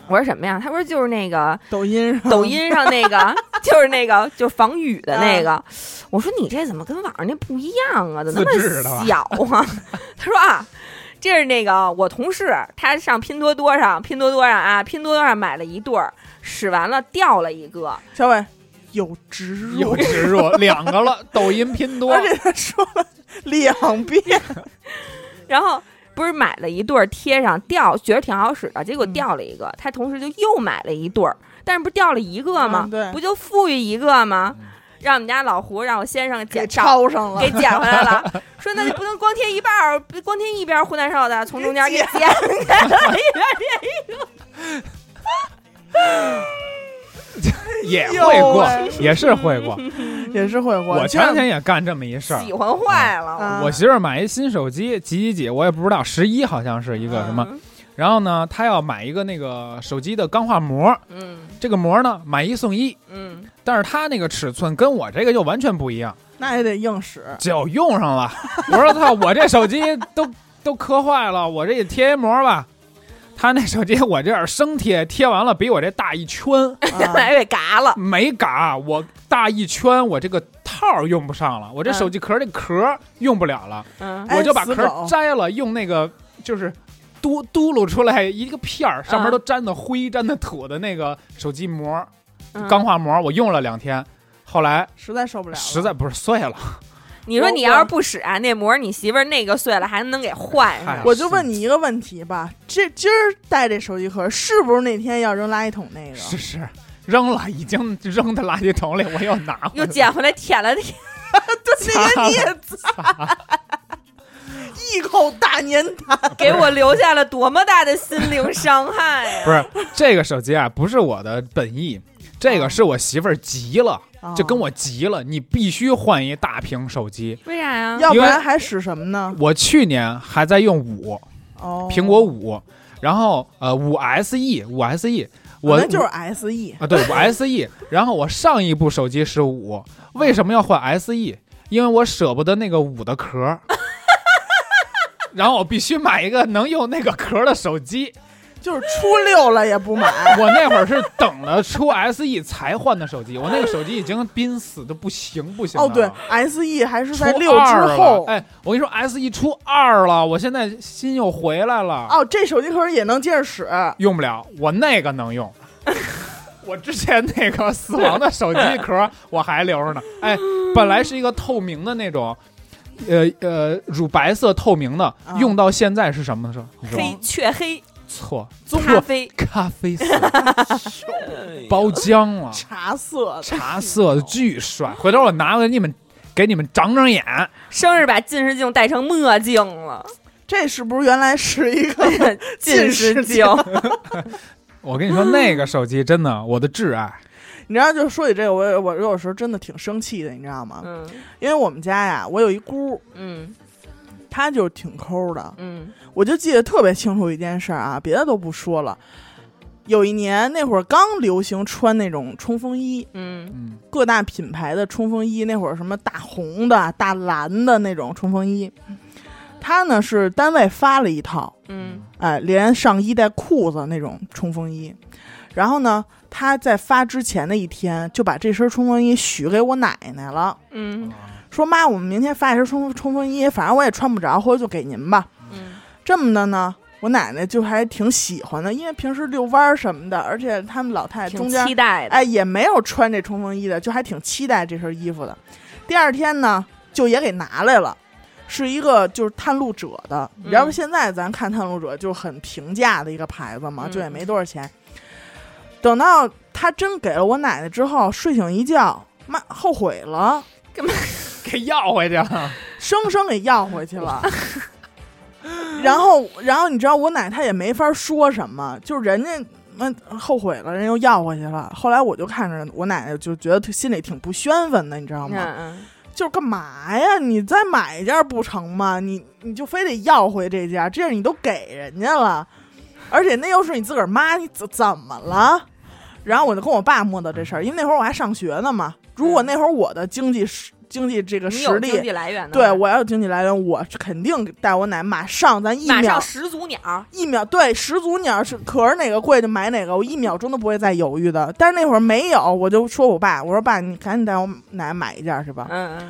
Speaker 2: 我说什么呀？他说就是那个
Speaker 1: 抖音上
Speaker 2: 抖音上那个，就是那个就是防雨的那个。我说你这怎么跟网上那不一样啊？怎么那
Speaker 3: 自制的吧
Speaker 2: 么小啊？ [LAUGHS] 他说啊。这是那个我同事，他上拼多多上，拼多多上啊，拼多多上买了一对儿，使完了掉了一个，
Speaker 1: 小伟有植入
Speaker 3: [LAUGHS] 有，植入两
Speaker 1: [LAUGHS]
Speaker 3: 个了，抖音拼多
Speaker 1: 而且他说了两遍，
Speaker 2: 然后不是买了一对儿贴上掉，觉得挺好使的，结果掉了一个，他同时就又买了一对儿，但是不是掉了一个吗？
Speaker 1: 嗯对
Speaker 2: 不就富裕一个吗？让我们家老胡让我先生
Speaker 1: 给
Speaker 2: 捡找。
Speaker 1: 抄上了
Speaker 2: 给。捡回来了，说那就不能光贴一半儿，不光贴一边儿湖南哨的，从中间给剪开了一边儿贴
Speaker 3: 也
Speaker 1: 呦
Speaker 3: 会过
Speaker 1: 喂，
Speaker 3: 也是会
Speaker 1: [LAUGHS]
Speaker 3: 过。
Speaker 1: 也是会过。
Speaker 3: 我前两天也干这么一事儿
Speaker 2: 一，喜。欢坏了。
Speaker 1: 啊
Speaker 3: 我媳妇儿买一新手机，几几几，我也不知道，十一好像是一
Speaker 1: 嗯
Speaker 3: 个什么。然后呢，她要买一个那个手机的钢化膜，
Speaker 2: 嗯
Speaker 3: 这个膜呢买一送一，
Speaker 2: 嗯，
Speaker 3: 但是她那个尺寸跟我这个又完全不一样，
Speaker 1: 那也得硬使，啊
Speaker 3: 就用上
Speaker 1: [LAUGHS]
Speaker 3: 了。我说操，我这手机都都磕坏了，我这也贴一膜吧。她那手机我这样生贴，贴完了比我这大一圈。
Speaker 1: 啊
Speaker 2: 嗯 [LAUGHS] 来给嘎了，
Speaker 3: 没嘎，我大一圈，我这个套儿用不上了，我这
Speaker 2: 嗯
Speaker 3: 手机壳儿这壳儿用不了了，
Speaker 2: 嗯
Speaker 1: 哎
Speaker 3: 我就把
Speaker 1: 死
Speaker 3: 壳儿
Speaker 1: 狗
Speaker 3: 摘了，用那个就是嘟嘟噜出来一个片儿，上面
Speaker 2: 嗯
Speaker 3: 都沾的灰、沾的土的那个手机膜、
Speaker 2: 嗯
Speaker 3: 钢化膜，我用了两天，后来
Speaker 1: 实在受不了了，
Speaker 3: 实在不是碎了，
Speaker 2: 你说你要是不使啊，那膜儿你媳妇儿那个碎了还能给换上
Speaker 3: 嗨。
Speaker 1: 我就问你一个问题吧，这今儿带这手机壳是不是那天要扔垃圾桶那个？
Speaker 3: 是是扔了，已经扔到垃圾桶里，我又拿回来
Speaker 2: 又捡回来舔了舔，
Speaker 1: 那个你也一口大粘痰，
Speaker 2: 给我留下了多么大的心灵伤害啊呀！
Speaker 3: 不是这个手机啊，不是我的本意，这
Speaker 1: 哦
Speaker 3: 个是我媳妇儿急了。就跟我急了，你必须换一大屏手机。
Speaker 2: 为啥呀
Speaker 1: 哦，要不
Speaker 3: 因
Speaker 1: 然
Speaker 3: 为
Speaker 1: 还使什么呢？
Speaker 3: 我去年还在用五
Speaker 1: 哦，
Speaker 3: 苹果五，然后呃五 SE 五 SE，我、
Speaker 1: 啊那就是 S E，
Speaker 3: 啊对五 SE，然 [LAUGHS] 后我上一部手机是五，为什么要换 SE？因为我舍不得那个五的壳儿， [LAUGHS] 然后我必须买一个能用那个壳儿的手机。
Speaker 1: 就是初六了也不买。
Speaker 3: 我那会儿是等了出 SE 才换的手机，我那个手机已经濒死的不行不 [LAUGHS] 行的
Speaker 1: 哦，
Speaker 3: 了。
Speaker 1: 对，S E 还是
Speaker 3: 出
Speaker 1: 在六之后
Speaker 3: 二了。哎，我跟你说，S 一出二了，我现在心又回来了，
Speaker 1: 哦，这手机壳也能接着使。
Speaker 3: 用不了，我那个能 [LAUGHS] 用。我之前那个死亡的手机壳我还留着呢，哎，本来是一个透明的那种，呃呃乳白色透明的，
Speaker 1: 啊
Speaker 3: 用到现在是什么色？你知道吗
Speaker 2: 黑雀黑
Speaker 3: 错，中
Speaker 2: 咖
Speaker 3: 国
Speaker 2: 啡，
Speaker 3: 咖啡色
Speaker 4: 哎
Speaker 3: 包浆 [LAUGHS] 了，
Speaker 1: 茶色的，
Speaker 3: 茶色的巨帅。回头我拿给你们，给你们长长眼。
Speaker 2: 生日把近视镜戴成墨镜了，
Speaker 1: 这是不是原来是一
Speaker 3: [LAUGHS]
Speaker 1: 个
Speaker 2: 近
Speaker 1: 近
Speaker 2: 视镜
Speaker 1: 视镜
Speaker 3: 我跟你说，那个手机真的我的挚爱。
Speaker 1: 你知道，就说起这个，我有我有时候真的挺生气的，你知道吗？
Speaker 2: 嗯
Speaker 1: 因为我们家呀，我有一姑，
Speaker 2: 嗯
Speaker 1: 她就是挺抠的，
Speaker 2: 嗯
Speaker 1: 我就记得特别清楚一件事儿啊，别的都不说了。有一年那会儿刚流行穿那种冲锋衣，
Speaker 2: 嗯
Speaker 3: 嗯
Speaker 1: 各大品牌的冲锋衣，那会儿什么大红的、大蓝的那种冲锋衣，她呢是单位发了一套，
Speaker 2: 嗯
Speaker 1: 哎，连上衣带裤子那种冲锋衣。然后呢，他在发之前的一天就把这身冲锋衣许给我奶奶了，
Speaker 2: 嗯
Speaker 1: 说妈，我们明天发一身冲冲锋衣，反正我也穿不着，或者就给您吧。
Speaker 2: 嗯
Speaker 1: 这么的呢，我奶奶就还挺喜欢的，因为平时遛弯儿什么的，而且他们老太太
Speaker 2: 挺
Speaker 1: 中间
Speaker 2: 期待的，
Speaker 1: 哎，也没有穿这冲锋衣的，就还挺期待这身衣服的。第二天呢，就也给拿来了，是一个就是探路者的。你知道
Speaker 2: 嗯
Speaker 1: 现在咱看探路者就很平价的一个牌子嘛，就也
Speaker 2: 嗯
Speaker 1: 没多少钱。等到他真给了我奶奶之后，睡醒一觉，妈后悔了，
Speaker 3: 给要回去 [LAUGHS] 了。
Speaker 1: 生生给要回去了。 [LAUGHS] 然后，然后你知道我奶她也没法说什么，就是人家那、后悔了，人又要回去了。后来我就看着我奶奶，就觉得她心里挺不宣愤的，你知道吗？
Speaker 2: 嗯
Speaker 1: 就是干嘛呀？你再买一件不成吗？你你就非得要回这件，这样你都给人家了，而且那又是你自个儿妈，你怎怎么了？然后我就跟我爸磨叨这事儿，因为那会儿我还上学呢嘛。如果那会儿我的经济实经济这个
Speaker 2: 嗯，你
Speaker 1: 实
Speaker 2: 有
Speaker 1: 力
Speaker 2: 经济来源的，
Speaker 1: 对，我要有经济来源，我肯定带我奶马上，咱一
Speaker 2: 马
Speaker 1: 秒
Speaker 2: 上
Speaker 1: 啊
Speaker 2: 十足鸟，
Speaker 1: 一秒对十足鸟是可是哪个贵就买哪个，我一秒钟都不会再犹豫的。但是那会儿没有，我就说我爸，我说爸，你赶紧带我奶买一件去吧。
Speaker 2: 嗯嗯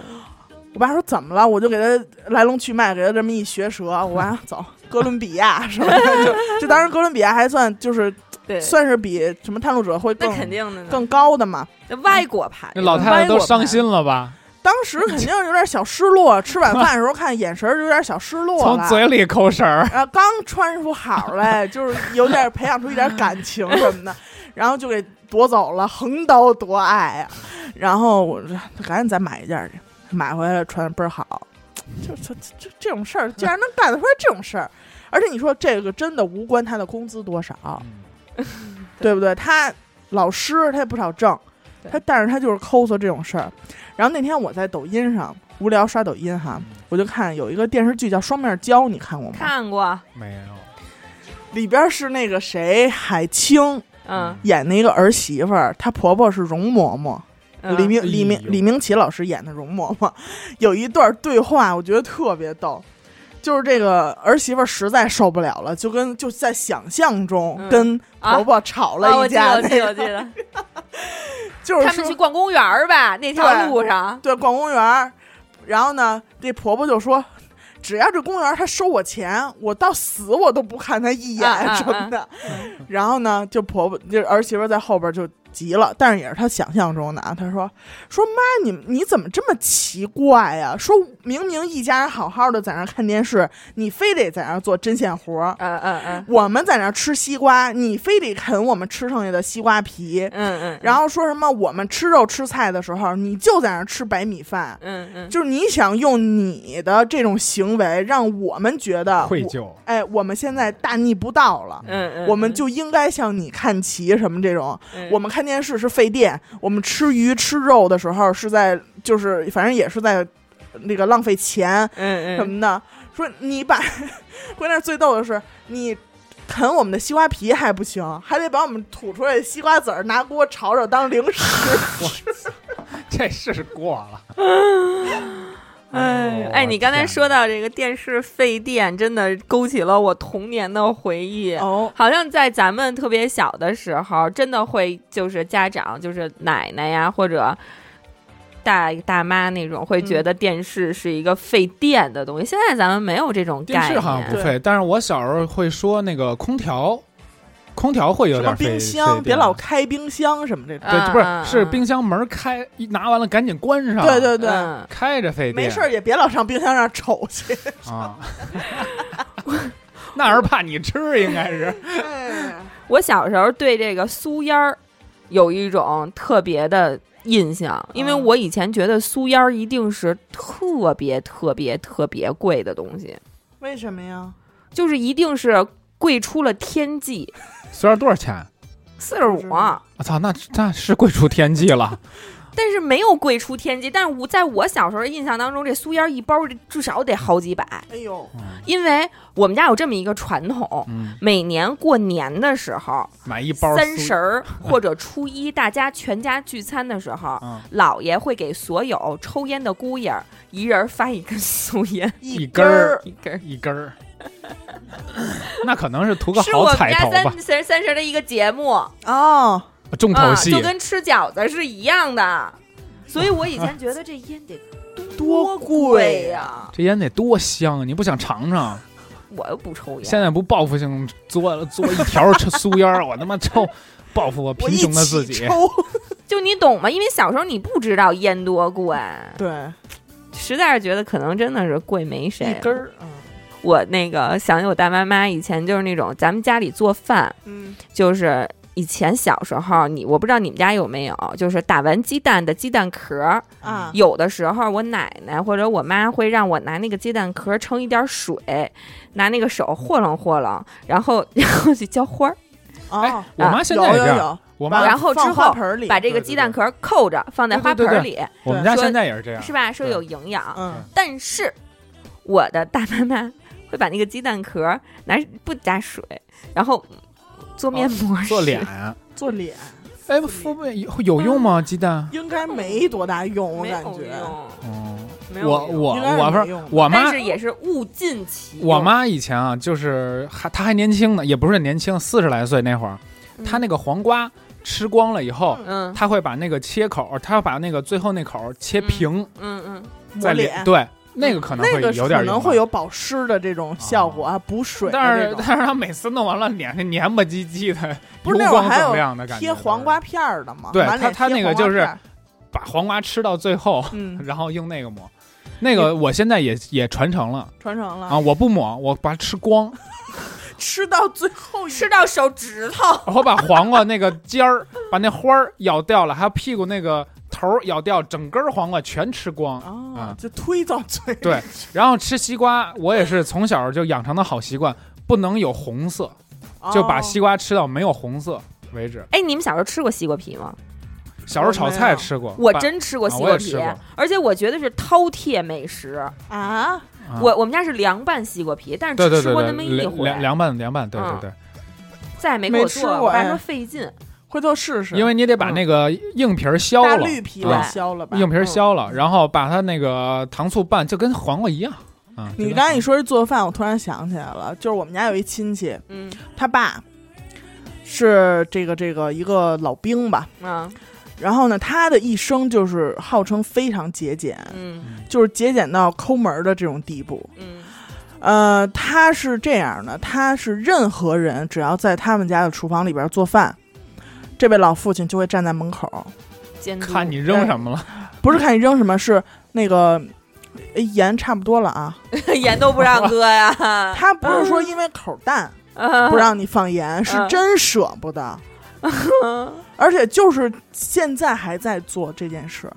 Speaker 1: 我爸说怎么了？我就给他来龙去脉，给他这么一学舌，我爸走哥伦比亚什么的， [LAUGHS] 就就当时哥伦比亚还算就是
Speaker 2: 对，
Speaker 1: 算是比什么探路者会
Speaker 2: 那
Speaker 1: 更
Speaker 2: 肯定的呢，
Speaker 1: 更高的嘛。
Speaker 2: 那外国牌，
Speaker 3: 这老太太都伤心了吧？
Speaker 1: 当时肯定有点小失落，吃晚饭的时候看眼神儿有点小失落
Speaker 3: 从
Speaker 1: 了。
Speaker 3: 嘴里抠食儿。
Speaker 1: 然后刚穿出好来，就是有点培养出一点感情什么的，然后就给夺走了，横刀夺爱啊！然后我说赶紧再买一件去，买回来穿倍儿好，就这这这种事儿，竟然能干得出来这种事儿，而且你说这个真的无关他的工资多少，
Speaker 3: 嗯
Speaker 1: 对不对？他老师他也不少挣，
Speaker 2: 对
Speaker 1: 他但是他就是抠搜这种事儿。然后那天我在抖音上无聊刷抖音哈，我就看有一个电视剧叫《双面胶》，你看过吗？
Speaker 2: 看过，
Speaker 3: 没有，
Speaker 1: 里边是那个谁，海清
Speaker 2: 嗯，
Speaker 1: 演的一个儿媳妇儿，她婆婆是容嬷嬷，
Speaker 2: 嗯
Speaker 1: 李明李
Speaker 3: 哎
Speaker 1: 明
Speaker 3: 呦
Speaker 1: 李明启老师演的容嬷 [LAUGHS] 嬷，有一段对话，我觉得特别逗。就是这个儿媳妇儿实在受不了了，就跟就在想象中
Speaker 2: 嗯
Speaker 1: 跟
Speaker 2: 啊
Speaker 1: 婆婆吵
Speaker 2: 啊，
Speaker 1: 了
Speaker 2: 我
Speaker 1: 一
Speaker 2: 记得，
Speaker 1: 架
Speaker 2: 我记得，
Speaker 1: 那个，
Speaker 2: 我记得，
Speaker 1: [LAUGHS] 就是
Speaker 2: 他们去
Speaker 1: 说
Speaker 2: 逛公园儿吧，那条路
Speaker 1: [LAUGHS]
Speaker 2: 上，
Speaker 1: 对逛公园儿，然后呢，这婆婆就说，只要这公园儿他收我钱，我到死我都不看他一眼
Speaker 2: 啊啊嗯
Speaker 1: 什么的。 [LAUGHS] 然后呢，就婆婆就儿媳妇在后边就急了，但是也是她想象中的啊。她说说妈，你你怎么这么奇怪呀、说明明一家人好好的在那儿看电视，你非得在那儿做针线活儿。
Speaker 2: 嗯嗯嗯
Speaker 1: 我们在那儿吃西瓜，你非得啃我们吃剩下的西瓜皮。
Speaker 2: 嗯嗯，
Speaker 1: 然
Speaker 2: 后
Speaker 1: 后说什么我们吃肉吃菜的时候，你就在那儿吃白米饭。
Speaker 2: 嗯嗯，
Speaker 1: 就是你想用你的这种行为让我们觉
Speaker 2: 啊
Speaker 1: 得
Speaker 3: 愧
Speaker 1: 我，
Speaker 3: 疚。
Speaker 1: 哎，我们现在大逆不道了，
Speaker 2: 嗯嗯，
Speaker 1: 我们就应该向你看齐什么这种。
Speaker 2: 嗯
Speaker 1: 我们看电视是费电，我们吃鱼吃肉的时候是在就是反正也是在那个浪费钱
Speaker 2: 嗯嗯
Speaker 1: 什么的。说你把，关键是最逗的是你。啃我们的西瓜皮还不行，还得把我们吐出来的西瓜籽儿拿锅炒炒当零食。
Speaker 3: 这事过了。
Speaker 2: [LAUGHS]
Speaker 3: 哦
Speaker 2: 哎哎，你刚才说到这个电视费电，真的勾起了我童年的回忆。
Speaker 1: 哦，
Speaker 2: 好像在咱们特别小的时候，真的会就是家长，就是奶奶呀，或者大大妈那种，会觉得电视是一个费电的东西。现在咱们没有这种
Speaker 3: 电
Speaker 2: 概
Speaker 3: 视好像
Speaker 2: 念
Speaker 3: 不。费，但是我小时候会说那个空调，空调会
Speaker 1: 什
Speaker 3: 有
Speaker 1: 么
Speaker 3: 点
Speaker 1: 冰
Speaker 3: 费
Speaker 1: 箱，
Speaker 3: 费
Speaker 1: 别
Speaker 3: 电
Speaker 1: 老开冰箱什么这种。
Speaker 3: 对，不
Speaker 2: 嗯
Speaker 3: 是是冰箱门开，一拿完了赶紧关上，
Speaker 1: 对对对，
Speaker 2: 嗯
Speaker 3: 开着费电，
Speaker 1: 没事儿也别老上冰箱上瞅去。
Speaker 3: 啊。 [LAUGHS] 那是怕你吃，应
Speaker 2: [LAUGHS]
Speaker 3: 该是
Speaker 2: 我小时候对这个酥烟儿有一种特别的印象，因为
Speaker 1: 嗯
Speaker 2: 我以前觉得酥烟儿一定是特别特别特别贵的东西，
Speaker 1: 为什么呀？
Speaker 2: 就是一定是贵出了天际，
Speaker 3: 虽然多少钱？
Speaker 2: 四十五。啊
Speaker 3: 我操，那那是贵出天际
Speaker 2: [LAUGHS]
Speaker 3: 了。
Speaker 2: 但是没有贵出天际，但是我在我小时候的印象当中，这酥烟儿一包至少得好几百，
Speaker 1: 哎呦，
Speaker 2: 因为我们家有这么一个传统，
Speaker 3: 嗯，
Speaker 2: 每年过年的时候，
Speaker 3: 买一包
Speaker 2: 三
Speaker 3: 酥
Speaker 2: 十
Speaker 3: [LAUGHS]
Speaker 2: 儿或者初一，大家全家聚餐的时候，
Speaker 3: 嗯
Speaker 2: 姥爷会给所有抽烟的姑爷儿一人发一根酥烟， [LAUGHS]
Speaker 1: 一
Speaker 3: 根儿
Speaker 1: 儿
Speaker 2: 一根儿。
Speaker 3: 一根儿， [LAUGHS] 那可能是图个
Speaker 2: 是我
Speaker 3: 好
Speaker 2: 们
Speaker 3: 彩
Speaker 2: 家
Speaker 3: 头吧
Speaker 2: 三，十三十的一个节目啊，
Speaker 1: 哦，
Speaker 3: 重头戏
Speaker 2: 就。跟吃饺子是一样的，所以我以前觉得这烟得
Speaker 3: [LAUGHS]
Speaker 1: 多
Speaker 2: 贵
Speaker 1: 贵
Speaker 2: 呀、
Speaker 3: 这烟得多香啊！你不想尝尝？
Speaker 2: 我又不抽烟，
Speaker 3: 现在不报复性做做一条吃酥烟儿， [LAUGHS] 我他妈抽报复我
Speaker 1: 我
Speaker 3: 贫
Speaker 1: 一
Speaker 3: 穷的自
Speaker 1: 起
Speaker 3: 己。
Speaker 1: 抽。
Speaker 2: 就你懂吗？因为小时候你不知道烟多贵，
Speaker 1: 对，
Speaker 2: 实在是觉得可能真的是贵没谁了。
Speaker 1: 儿，
Speaker 2: 我那个想起我大妈妈以前就是那种，咱们家里做饭
Speaker 1: 嗯
Speaker 2: 就是以前小时候你我不知道你们家有没有，就是打完鸡蛋的鸡蛋壳儿，
Speaker 1: 嗯啊，
Speaker 2: 有的时候我奶奶或者我妈会让我拿那个鸡蛋壳盛一点水，拿那个手和弄和弄，然后然后去浇花儿，
Speaker 1: 哦，
Speaker 3: 我
Speaker 2: 啊
Speaker 3: 妈现
Speaker 1: 有
Speaker 3: 在也
Speaker 1: 有
Speaker 3: 这样，
Speaker 1: 有，
Speaker 3: 我
Speaker 1: 把
Speaker 3: 妈
Speaker 2: 然后
Speaker 1: 放
Speaker 2: 之
Speaker 1: 花
Speaker 2: 后
Speaker 1: 盆里
Speaker 2: 把这个
Speaker 3: 对对
Speaker 2: 鸡蛋壳扣着放在
Speaker 3: 对
Speaker 2: 花
Speaker 3: 对
Speaker 2: 盆
Speaker 3: 对
Speaker 2: 儿
Speaker 3: 对
Speaker 2: 里，
Speaker 3: 我们家
Speaker 2: 说
Speaker 3: 现在也是这样
Speaker 2: 是。吧？说
Speaker 3: 对
Speaker 2: 有营养。
Speaker 1: 嗯
Speaker 2: 但是我的大妈妈会把那个鸡蛋壳儿拿不加水，然后做面膜、
Speaker 3: 哦做
Speaker 2: [LAUGHS]
Speaker 3: 脸，
Speaker 1: 做脸
Speaker 3: 哎，敷面有有用吗？鸡蛋？
Speaker 1: 应该没多大用，我
Speaker 2: 没
Speaker 1: 感
Speaker 2: 有
Speaker 1: 觉。
Speaker 2: 用，
Speaker 3: 嗯，
Speaker 2: 没有
Speaker 3: 我
Speaker 2: 用
Speaker 3: 我
Speaker 1: 应该是
Speaker 3: 我不
Speaker 1: 没用的
Speaker 3: 我妈
Speaker 2: 但是也是物尽其用。
Speaker 3: 我妈以前啊，就是还她还年轻呢，也不是年轻，四十来岁那会儿，
Speaker 2: 嗯
Speaker 3: 她那个黄瓜吃光了以后，
Speaker 2: 嗯
Speaker 3: 她会把那个切口，她把那个最后那口切平，
Speaker 2: 嗯嗯，
Speaker 1: 抹
Speaker 3: 在
Speaker 1: 脸，嗯
Speaker 3: 对，那个可能
Speaker 1: 那
Speaker 3: 会
Speaker 1: 个
Speaker 3: 有
Speaker 1: 可
Speaker 3: 点用吧啊
Speaker 1: 能会有保湿的这种效果啊，补水的
Speaker 3: 但
Speaker 1: 这
Speaker 3: 是
Speaker 1: 种。
Speaker 3: 但是她每次弄完了脸是黏吧唧唧的，
Speaker 1: [LAUGHS] 不是
Speaker 3: 油
Speaker 1: 那会儿
Speaker 3: 光
Speaker 1: 还
Speaker 3: 锃亮的
Speaker 1: 有
Speaker 3: 感觉。
Speaker 1: 贴黄瓜，片儿的嘛？
Speaker 3: 对
Speaker 1: 满脸
Speaker 3: 它它
Speaker 1: 贴
Speaker 3: 那个
Speaker 1: 黄瓜
Speaker 3: 就是
Speaker 1: 片儿
Speaker 3: 把黄瓜吃到最后，
Speaker 1: 嗯，
Speaker 3: 然后用那个抹。那个我现在也也传承了
Speaker 1: 传承了
Speaker 3: 啊，我不抹，我把它
Speaker 1: [LAUGHS]
Speaker 3: 吃光，
Speaker 1: 吃到最后一
Speaker 2: 吃到手指头，
Speaker 3: 我把黄瓜那个尖儿，把那花儿咬掉了，还有屁股那个头儿咬掉，整根儿黄瓜全吃光。
Speaker 1: 啊
Speaker 3: 啊，
Speaker 1: 就推到嘴里。
Speaker 3: 对，然后吃西瓜，我也是从小就养成的好习惯，不能有红色， [LAUGHS] 就把
Speaker 1: 哦
Speaker 3: 西瓜吃到没有红色为止。
Speaker 2: 哎，你们小时候吃过西瓜皮吗？
Speaker 3: 小时候炒菜吃过，
Speaker 2: 我
Speaker 3: 把
Speaker 2: 真吃过
Speaker 3: 啊
Speaker 2: 西
Speaker 3: 我
Speaker 2: 瓜
Speaker 3: 也
Speaker 2: 皮，
Speaker 3: 吃过
Speaker 2: 而且我觉得是饕餮美食。
Speaker 1: 啊，
Speaker 3: 啊
Speaker 2: 我我们家是凉拌西瓜皮，但是
Speaker 3: 对对
Speaker 2: 只
Speaker 3: 对
Speaker 2: 吃过那
Speaker 3: 对
Speaker 2: 么一
Speaker 3: 凉
Speaker 2: 回，
Speaker 3: 凉凉拌凉拌，对对
Speaker 2: 嗯
Speaker 3: 对，
Speaker 2: 再也没给我
Speaker 1: 没吃
Speaker 2: 做了。
Speaker 1: 过
Speaker 2: 我爸
Speaker 1: 哎
Speaker 2: 说费劲，
Speaker 1: 回头试试。
Speaker 3: 因为你得
Speaker 2: 嗯
Speaker 3: 把那个硬皮儿削
Speaker 1: 大
Speaker 3: 了，
Speaker 1: 绿皮
Speaker 3: 嗯
Speaker 1: 的削了吧。
Speaker 3: 硬皮儿削了，然后把它那个糖醋拌，就跟黄瓜一样啊。
Speaker 1: 你
Speaker 3: 就跟
Speaker 1: 刚才一说是做饭，我突然想起来了，就是我们家有一亲戚，
Speaker 2: 嗯
Speaker 1: 他爸是这个这个一个老兵吧，
Speaker 2: 啊
Speaker 1: 然后呢，他的一生就是号称非常节俭，
Speaker 2: 嗯
Speaker 1: 就是节俭到抠门儿的这种地步。
Speaker 2: 嗯
Speaker 1: 呃，他是这样的，他是任何人只要在他们家的厨房里边做饭，这位老父亲就会站在门口，
Speaker 2: 监督 [LAUGHS]
Speaker 3: 看你扔什么了，
Speaker 1: 不是看你扔什么，是那个。哎盐差不多了啊，
Speaker 2: 盐都不
Speaker 3: [LAUGHS]
Speaker 2: 让搁呀，
Speaker 1: 他不是说因为口淡
Speaker 2: [LAUGHS] 嗯
Speaker 1: [LAUGHS] 不让你放盐，是真舍不
Speaker 2: [LAUGHS]
Speaker 1: 得，而且就是现在还在做这件事，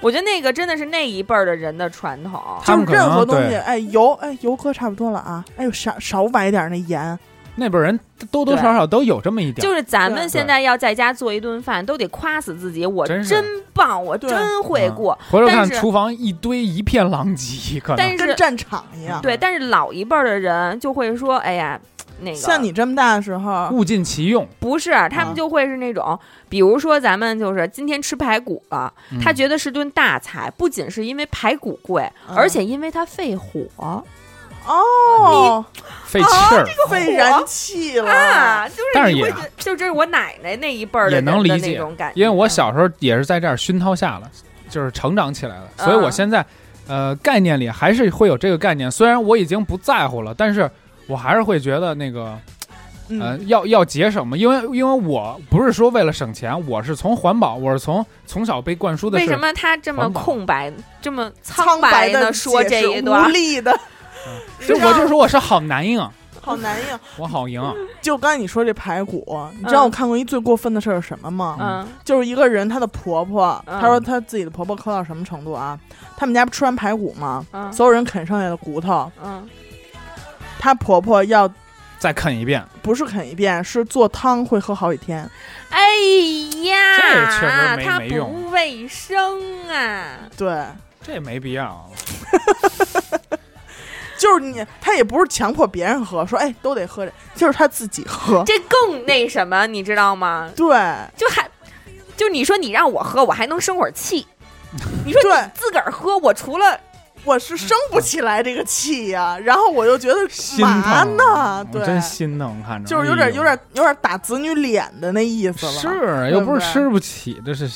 Speaker 2: 我觉得那个真的是那一辈儿的人的传统。
Speaker 3: 他
Speaker 1: 就
Speaker 3: 们
Speaker 1: 是
Speaker 3: 可能
Speaker 1: 任何东西，
Speaker 3: 对
Speaker 1: 哎，油，哎，油搁差不多了啊，哎呦，少少崴点儿那盐，
Speaker 3: 那辈儿人多多少少都有这么一点儿。
Speaker 2: 就是咱
Speaker 1: 对
Speaker 2: 们现在要在家做一顿饭，都得夸死自己，我
Speaker 3: 真是
Speaker 2: 真棒，我
Speaker 1: 对
Speaker 2: 真会
Speaker 3: 嗯
Speaker 2: 过。
Speaker 3: 回头看
Speaker 2: 但是
Speaker 3: 厨房一堆一片狼藉，可能
Speaker 2: 但
Speaker 1: 跟啊
Speaker 2: 是
Speaker 1: 战场一样。
Speaker 2: 对，但是老一辈儿的人就会说，哎呀，那个嗯
Speaker 1: 像你这么大的时候，
Speaker 3: 物尽其用。
Speaker 2: 不是，啊他们就会是那种，比如说咱们就是今天吃排骨了，
Speaker 3: 嗯
Speaker 2: 他觉得是顿大菜，不仅是因为排骨贵，
Speaker 1: 嗯
Speaker 2: 而且因为它费火
Speaker 1: 哦，
Speaker 3: 费气儿，
Speaker 1: 被燃气了，
Speaker 2: 啊，就是
Speaker 3: 但是
Speaker 2: 你
Speaker 3: 也
Speaker 2: 会觉就这是我奶奶那一辈儿的
Speaker 3: 也
Speaker 2: 人
Speaker 3: 能
Speaker 2: 的
Speaker 3: 理解
Speaker 2: 那种感觉，
Speaker 3: 因为我小时候也是在这儿熏陶下了，就是成长起来了，所以
Speaker 1: 嗯
Speaker 3: 我现在呃概念里还是会有这个概念，虽然我已经不在乎了，但是我还是会觉得那个
Speaker 1: 嗯
Speaker 3: 呃，要要节省嘛，因为因为我不是说为了省钱，我是从环保，我是从从小被灌输的
Speaker 2: 为
Speaker 3: 是
Speaker 2: 什么他这么
Speaker 3: 环保
Speaker 2: 空白、这么
Speaker 1: 苍
Speaker 2: 白
Speaker 1: 的
Speaker 2: 的说这
Speaker 1: 解释
Speaker 2: 一段
Speaker 1: 无？力
Speaker 3: [LAUGHS]
Speaker 1: 的，
Speaker 3: 就我就说我是好男硬，
Speaker 1: 好难呀。
Speaker 3: 我好赢，
Speaker 1: 就刚才你说这排骨，你知
Speaker 2: 嗯
Speaker 1: 道我看过一最过分的事儿是什么吗？
Speaker 2: 嗯
Speaker 1: 就是一个人她的婆婆，
Speaker 2: 嗯
Speaker 1: 她说她自己的婆婆抠到什么程度啊？他们家不吃完排骨吗？
Speaker 2: 嗯
Speaker 1: 所有人啃剩下的骨头，
Speaker 2: 嗯
Speaker 1: 她婆婆要
Speaker 3: 再啃一遍，
Speaker 1: 不是啃一遍，是做汤会喝好几天。
Speaker 2: 哎
Speaker 3: 这确
Speaker 2: 呀
Speaker 3: 实，没
Speaker 2: 他
Speaker 3: 没用
Speaker 2: 不卫生啊！
Speaker 1: 对，
Speaker 3: 这没必要。
Speaker 1: 就是你，她也不是强迫别人喝，说哎都得喝这，就是她自己喝。
Speaker 2: 这更那什么，你知道吗？
Speaker 1: [LAUGHS] 对
Speaker 2: 就还就你说你让我喝，我还能生会儿气。你说
Speaker 1: 对，
Speaker 2: 自个儿喝，我除了
Speaker 1: 我是生不起来这个气呀、然后我又觉得
Speaker 3: 心
Speaker 1: 嘛
Speaker 3: 疼啊
Speaker 1: 呢？
Speaker 3: 我
Speaker 1: 对，
Speaker 3: 真心疼，看着
Speaker 1: 就是有点有
Speaker 3: 哎
Speaker 1: 点有点打子女脸的那意思
Speaker 3: 呦
Speaker 1: 了。
Speaker 3: 是，
Speaker 1: 对
Speaker 3: 又
Speaker 1: 不
Speaker 3: 不是
Speaker 1: 对
Speaker 3: 吃不起，这是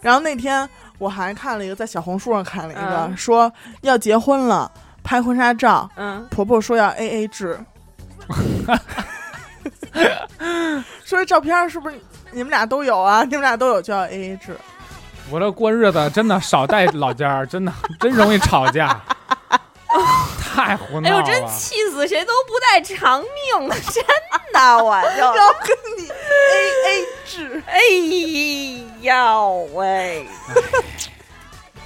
Speaker 1: 然后那天我还看了一个，在小红书上看了一个，
Speaker 2: 嗯
Speaker 1: 说要结婚了，拍婚纱照，
Speaker 2: 嗯
Speaker 1: 婆婆说要 A A 制， [LAUGHS] 说这照片是不是你们俩都有啊？你们俩都有就要 A A 制。
Speaker 3: 我这过日子真的少带老家儿，真的 [LAUGHS] 真容易吵
Speaker 1: [LAUGHS]
Speaker 3: 架，太胡
Speaker 2: 哎
Speaker 3: 闹啊
Speaker 2: 呦，
Speaker 3: 了。
Speaker 2: 真气死谁都不带偿命的， [LAUGHS] 真的，我
Speaker 1: [LAUGHS]
Speaker 2: 就
Speaker 1: 要跟你 A A 制，
Speaker 2: 哎呀喂